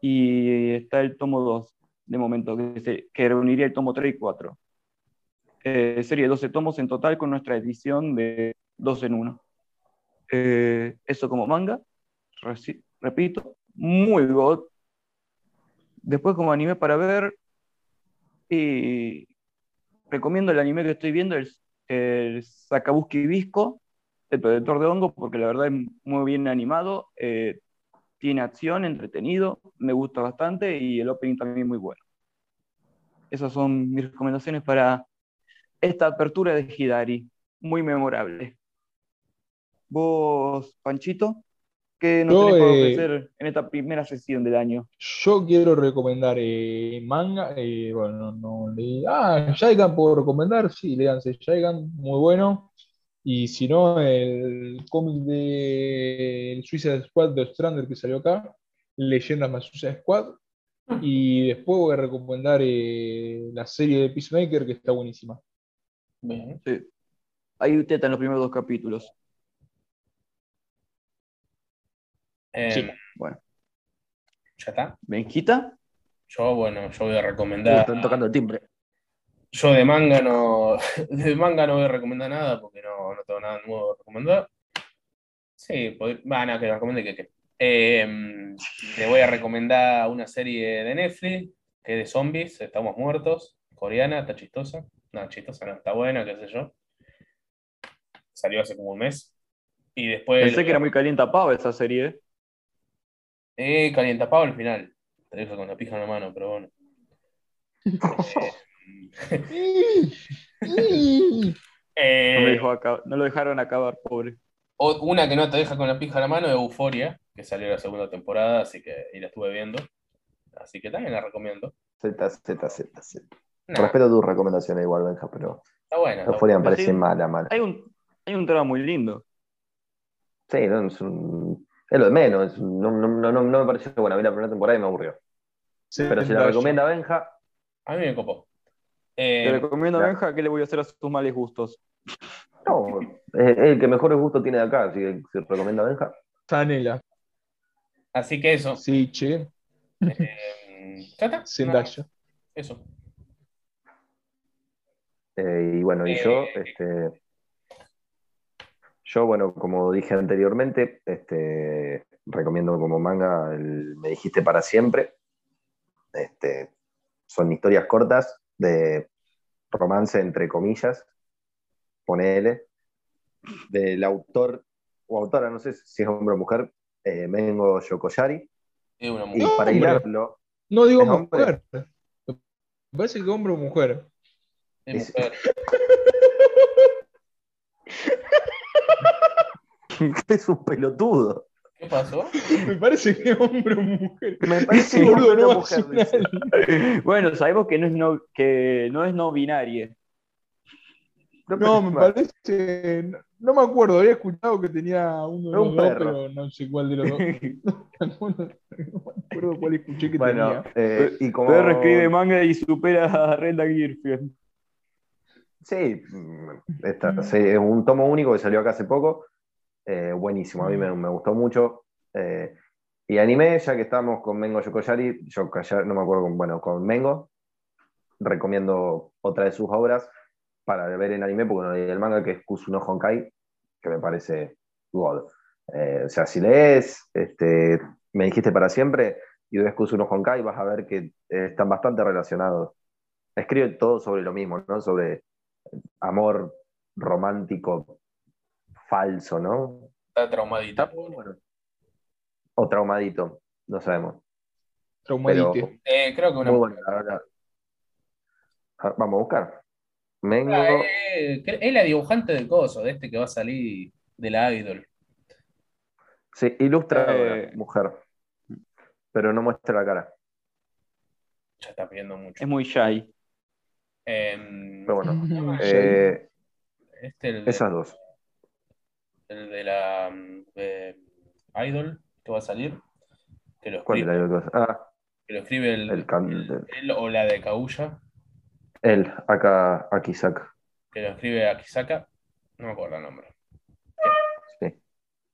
Speaker 4: y está el tomo 2, de momento, que, se- que reuniría el tomo 3 y 4. Eh, serie de 12 tomos en total con nuestra edición de 2 en 1. Eh, eso como manga, reci- repito, muy god. Después como anime para ver, y recomiendo el anime que estoy viendo, el, el Sakabuki Visco, el Protector de Hongo, porque la verdad es muy bien animado, eh, tiene acción, entretenido, me gusta bastante y el opening también muy bueno. Esas son mis recomendaciones para esta apertura de Hidari, muy memorable. Vos, Panchito, ¿qué nos
Speaker 3: Yo,
Speaker 4: tenés para
Speaker 3: eh,
Speaker 4: ofrecer en esta primera sesión del año?
Speaker 3: Yo quiero recomendar eh, manga. eh, bueno, no leí. Ah, Shaigan puedo recomendar. Sí, léanse Shaigan, muy bueno. Y si no, el cómic de el Suicide Squad de Ostrander que salió acá, Leyendas más Suicide Squad. Y después voy a recomendar eh, la serie de Peacemaker que está buenísima.
Speaker 5: Bien.
Speaker 4: Ahí teta en los primeros dos capítulos.
Speaker 5: Eh,
Speaker 3: Sí.
Speaker 4: Bueno.
Speaker 5: ¿Ya está?
Speaker 4: ¿Benjita?
Speaker 5: Yo, bueno, yo voy a recomendar.
Speaker 8: Están tocando el timbre.
Speaker 5: Yo de manga no, de manga no voy a recomendar nada porque no, no tengo nada nuevo que recomendar. Sí, van a que recomiende que, que. Eh, le voy a recomendar una serie de Netflix que es de zombies, estamos muertos, coreana, está chistosa. No, chistosa no, está buena, qué sé yo. Salió hace como un mes. Y después.
Speaker 4: Pensé que era muy caliente a pava esa serie. ¿eh?
Speaker 5: Eh, calientapado al final. Te dejo con la pija en la mano, pero bueno. Eh,
Speaker 4: No, me dejó acab- no lo dejaron acabar, pobre.
Speaker 5: O- Una que no te deja con la pija en la mano es Euforia, que salió la segunda temporada, así que y la estuve viendo. Así que también la recomiendo.
Speaker 2: Z, Z, Z, Z.
Speaker 5: Nah,
Speaker 2: Respeto tus recomendaciones igual, Benja, pero
Speaker 5: está buena. está
Speaker 2: Euforia me
Speaker 4: pero
Speaker 2: parece
Speaker 4: sí.
Speaker 2: mala, mala.
Speaker 4: Hay un, hay un tema muy lindo.
Speaker 2: Sí, no, es, un- es lo de menos. es un- No, no, no, no- no me pareció buena. A mí la primera temporada y me aburrió. Pero si la recomienda Benja,
Speaker 5: buena. A mí me copó.
Speaker 4: Te
Speaker 5: Eh,
Speaker 4: recomiendo a
Speaker 2: ya.
Speaker 4: Benja que le voy a hacer a sus males gustos.
Speaker 2: no. Es el que mejores gustos tiene de acá, así que si recomienda Benja.
Speaker 3: Zanella.
Speaker 5: así que eso.
Speaker 3: Sí, che.
Speaker 5: eh, ya está.
Speaker 3: Zendaya.
Speaker 5: Nada, eso.
Speaker 2: Eh, y bueno, y yo,
Speaker 5: Eh.
Speaker 2: este, yo, bueno, como dije anteriormente, este, recomiendo como manga el Me dijiste para siempre. Este, son historias cortas de romance entre comillas, ponele, del autor o autora, no sé si es hombre o mujer, eh, Mengo Yokoyari.
Speaker 5: Es una
Speaker 2: Y
Speaker 5: mujer.
Speaker 3: No,
Speaker 2: para
Speaker 3: hombre.
Speaker 2: hilarlo,
Speaker 3: No digo
Speaker 2: Es hombre.
Speaker 3: mujer. Me parece que hombre o mujer.
Speaker 5: Es
Speaker 2: sí.
Speaker 5: mujer.
Speaker 2: es un pelotudo.
Speaker 5: ¿Qué pasó?
Speaker 3: Me parece que hombre o mujer.
Speaker 2: Me parece
Speaker 3: Sí,
Speaker 2: un
Speaker 3: boludo,
Speaker 2: hombre o
Speaker 3: no
Speaker 2: mujer,
Speaker 3: hace
Speaker 2: dice.
Speaker 4: Bueno, sabemos que no es no, que no, es no binaria.
Speaker 3: No, me parece. No, no me acuerdo, había escuchado que tenía uno de
Speaker 2: Era
Speaker 3: los
Speaker 2: un
Speaker 3: dos,
Speaker 2: perro.
Speaker 3: pero no sé cuál de los dos. No me acuerdo, no me acuerdo cuál escuché que
Speaker 2: Bueno,
Speaker 3: tenía.
Speaker 2: eh, y como.
Speaker 4: Perro escribe manga y supera a Renda Girfield.
Speaker 2: Sí, mm, esta, sí, es un tomo único que salió acá hace poco. Eh, buenísimo, a mí me, me gustó mucho. Eh, Y anime, ya que estamos con Mengo Yokoyari, Yokoyari, no me acuerdo, con, bueno, con Mengo, recomiendo otra de sus obras para ver en anime, porque no leí el manga, que es Kusuno Honkai, que me parece god. Eh, o sea, si lees, este, me dijiste para siempre, y ves Kusuno Honkai, vas a ver que eh, están bastante relacionados. Escribe todo sobre lo mismo, ¿no? Sobre amor romántico falso, ¿no?
Speaker 5: Está traumadita. pobre.
Speaker 2: O traumadito, no sabemos.
Speaker 3: Traumadite.
Speaker 2: Pero-
Speaker 5: Eh, creo que una.
Speaker 2: Muy bueno, la verdad. A ver, Vamos a buscar. Mengo.
Speaker 5: Ah, eh, cre- es la dibujante de coso, de este que va a salir de la Idol.
Speaker 2: Sí, ilustradora,
Speaker 4: Eh.
Speaker 2: mujer. Pero no muestra la cara.
Speaker 5: Ya está pidiendo mucho.
Speaker 4: Es muy shy.
Speaker 5: Em,
Speaker 2: Pero bueno.
Speaker 5: Ah,
Speaker 2: Eh,
Speaker 5: este el de,
Speaker 2: esas dos.
Speaker 5: el de la mm, de Idol que va a salir. Que lo
Speaker 2: ¿Cuál era
Speaker 5: escribe,
Speaker 2: la otra cosa? Ah,
Speaker 5: que lo escribe el,
Speaker 2: El cantante.
Speaker 5: el- él o la de Kaguya,
Speaker 2: él, acá, Akisaka.
Speaker 5: que lo escribe Akisaka. No me acuerdo el nombre.
Speaker 2: Sí.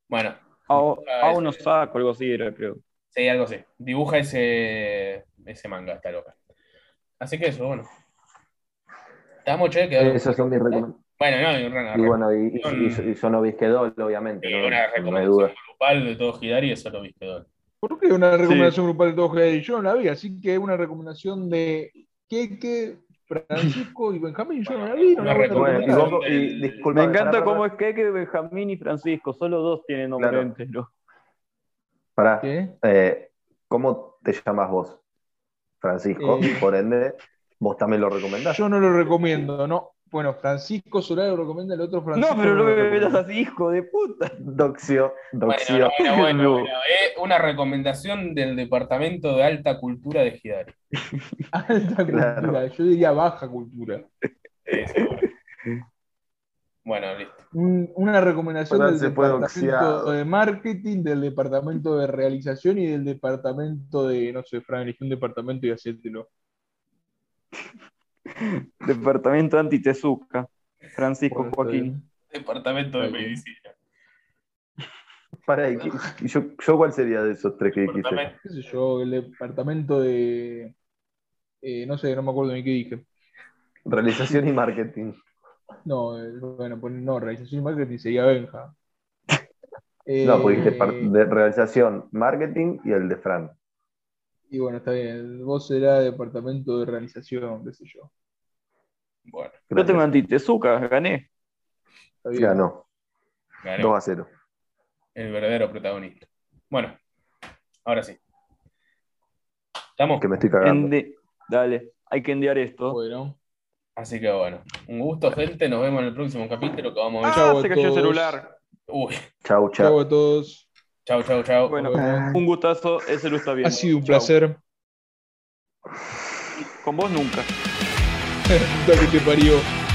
Speaker 5: Bueno,
Speaker 4: Ao
Speaker 5: Ah,
Speaker 4: no
Speaker 5: ese.
Speaker 4: saco, algo así era, creo.
Speaker 5: sí, algo así. Dibuja ese, ese manga, está loca. Así que eso, bueno. Estamos che, que
Speaker 2: Esas son mis recomendaciones.
Speaker 5: Bueno, no, y una,
Speaker 2: Y bueno, y, y- y son Obisquedol, obviamente.
Speaker 5: eh,
Speaker 2: ¿no?
Speaker 5: una
Speaker 2: No hay
Speaker 5: recomendación
Speaker 2: duda.
Speaker 5: grupal de todo Hidari, eso lo viste hoy.
Speaker 3: ¿Por qué una recomendación grupal de todos Jedi? Yo no la vi, así que una recomendación de Keke, Francisco y Benjamín, yo no la vi, no la voy
Speaker 5: Una
Speaker 3: a
Speaker 2: Bueno, y
Speaker 3: recomendar.
Speaker 2: vos- y disculpa,
Speaker 4: Me encanta
Speaker 2: pará,
Speaker 4: cómo es que, que Benjamín y Francisco, solo dos tienen nombre
Speaker 2: Claro.
Speaker 4: entero.
Speaker 2: Pará,
Speaker 3: ¿Qué?
Speaker 2: Eh, ¿Cómo te llamas vos, Francisco?
Speaker 3: Eh.
Speaker 2: Por ende, vos también lo recomendás.
Speaker 3: Yo no lo recomiendo, no. Bueno, Francisco Solari recomienda el otro Francisco.
Speaker 4: No, pero no
Speaker 3: lo
Speaker 4: me
Speaker 3: recomienda.
Speaker 4: veas así, hijo de puta.
Speaker 2: Doxio, Doxio.
Speaker 5: Bueno, bueno, bueno,
Speaker 4: No.
Speaker 5: bueno, eh, una recomendación del Departamento de Alta Cultura de Hidari.
Speaker 3: Alta cultura,
Speaker 2: Claro.
Speaker 3: yo diría baja cultura.
Speaker 5: Bueno, listo.
Speaker 3: Un- Una recomendación
Speaker 2: Ahora
Speaker 3: del
Speaker 2: se puede
Speaker 3: departamento
Speaker 2: oxidado.
Speaker 3: de marketing, del departamento de realización y del departamento de, no sé, Fran, elegí un departamento y hacételo.
Speaker 4: Departamento Antitezuka. Francisco
Speaker 3: Por
Speaker 4: Joaquín.
Speaker 5: Departamento de
Speaker 3: Está bien.
Speaker 5: Medicina.
Speaker 2: Pará, ¿y qué- y yo, yo cuál sería de esos tres que dijiste?
Speaker 5: Departamento-
Speaker 3: qué sé yo, el departamento de. eh, no sé, no me acuerdo ni qué dije.
Speaker 2: Realización y marketing.
Speaker 3: No, eh, bueno, pues no, realización y marketing sería Benja.
Speaker 2: No, pues dijiste
Speaker 3: Eh,
Speaker 2: par- de realización, marketing y el de Fran.
Speaker 3: Y bueno, está bien. Vos será departamento de realización, qué sé yo.
Speaker 5: Bueno,
Speaker 4: Yo tengo
Speaker 2: Gracias.
Speaker 4: Antitezuka, gané.
Speaker 3: Está bien.
Speaker 2: Ganó,
Speaker 5: gané.
Speaker 2: 2 a 0.
Speaker 5: El verdadero protagonista. Bueno, ahora sí. ¿Estamos?
Speaker 2: Que me estoy cagando.
Speaker 4: Ende- Dale, hay que enviar esto.
Speaker 3: Bueno.
Speaker 5: Así que bueno. Un gusto, gente. Nos vemos en el próximo capítulo que vamos a ver.
Speaker 3: chau
Speaker 4: Ah,
Speaker 3: a
Speaker 4: se cayó el
Speaker 3: todos.
Speaker 4: celular.
Speaker 5: Uy,
Speaker 2: Chau,
Speaker 3: Chau
Speaker 2: chau.
Speaker 3: a todos.
Speaker 5: chau, chau, chau.
Speaker 4: Bueno,
Speaker 3: Bueno.
Speaker 4: un gustazo, ese lo está bien.
Speaker 3: Ha sido un placer.
Speaker 4: Con vos nunca.
Speaker 3: Puta que te parió.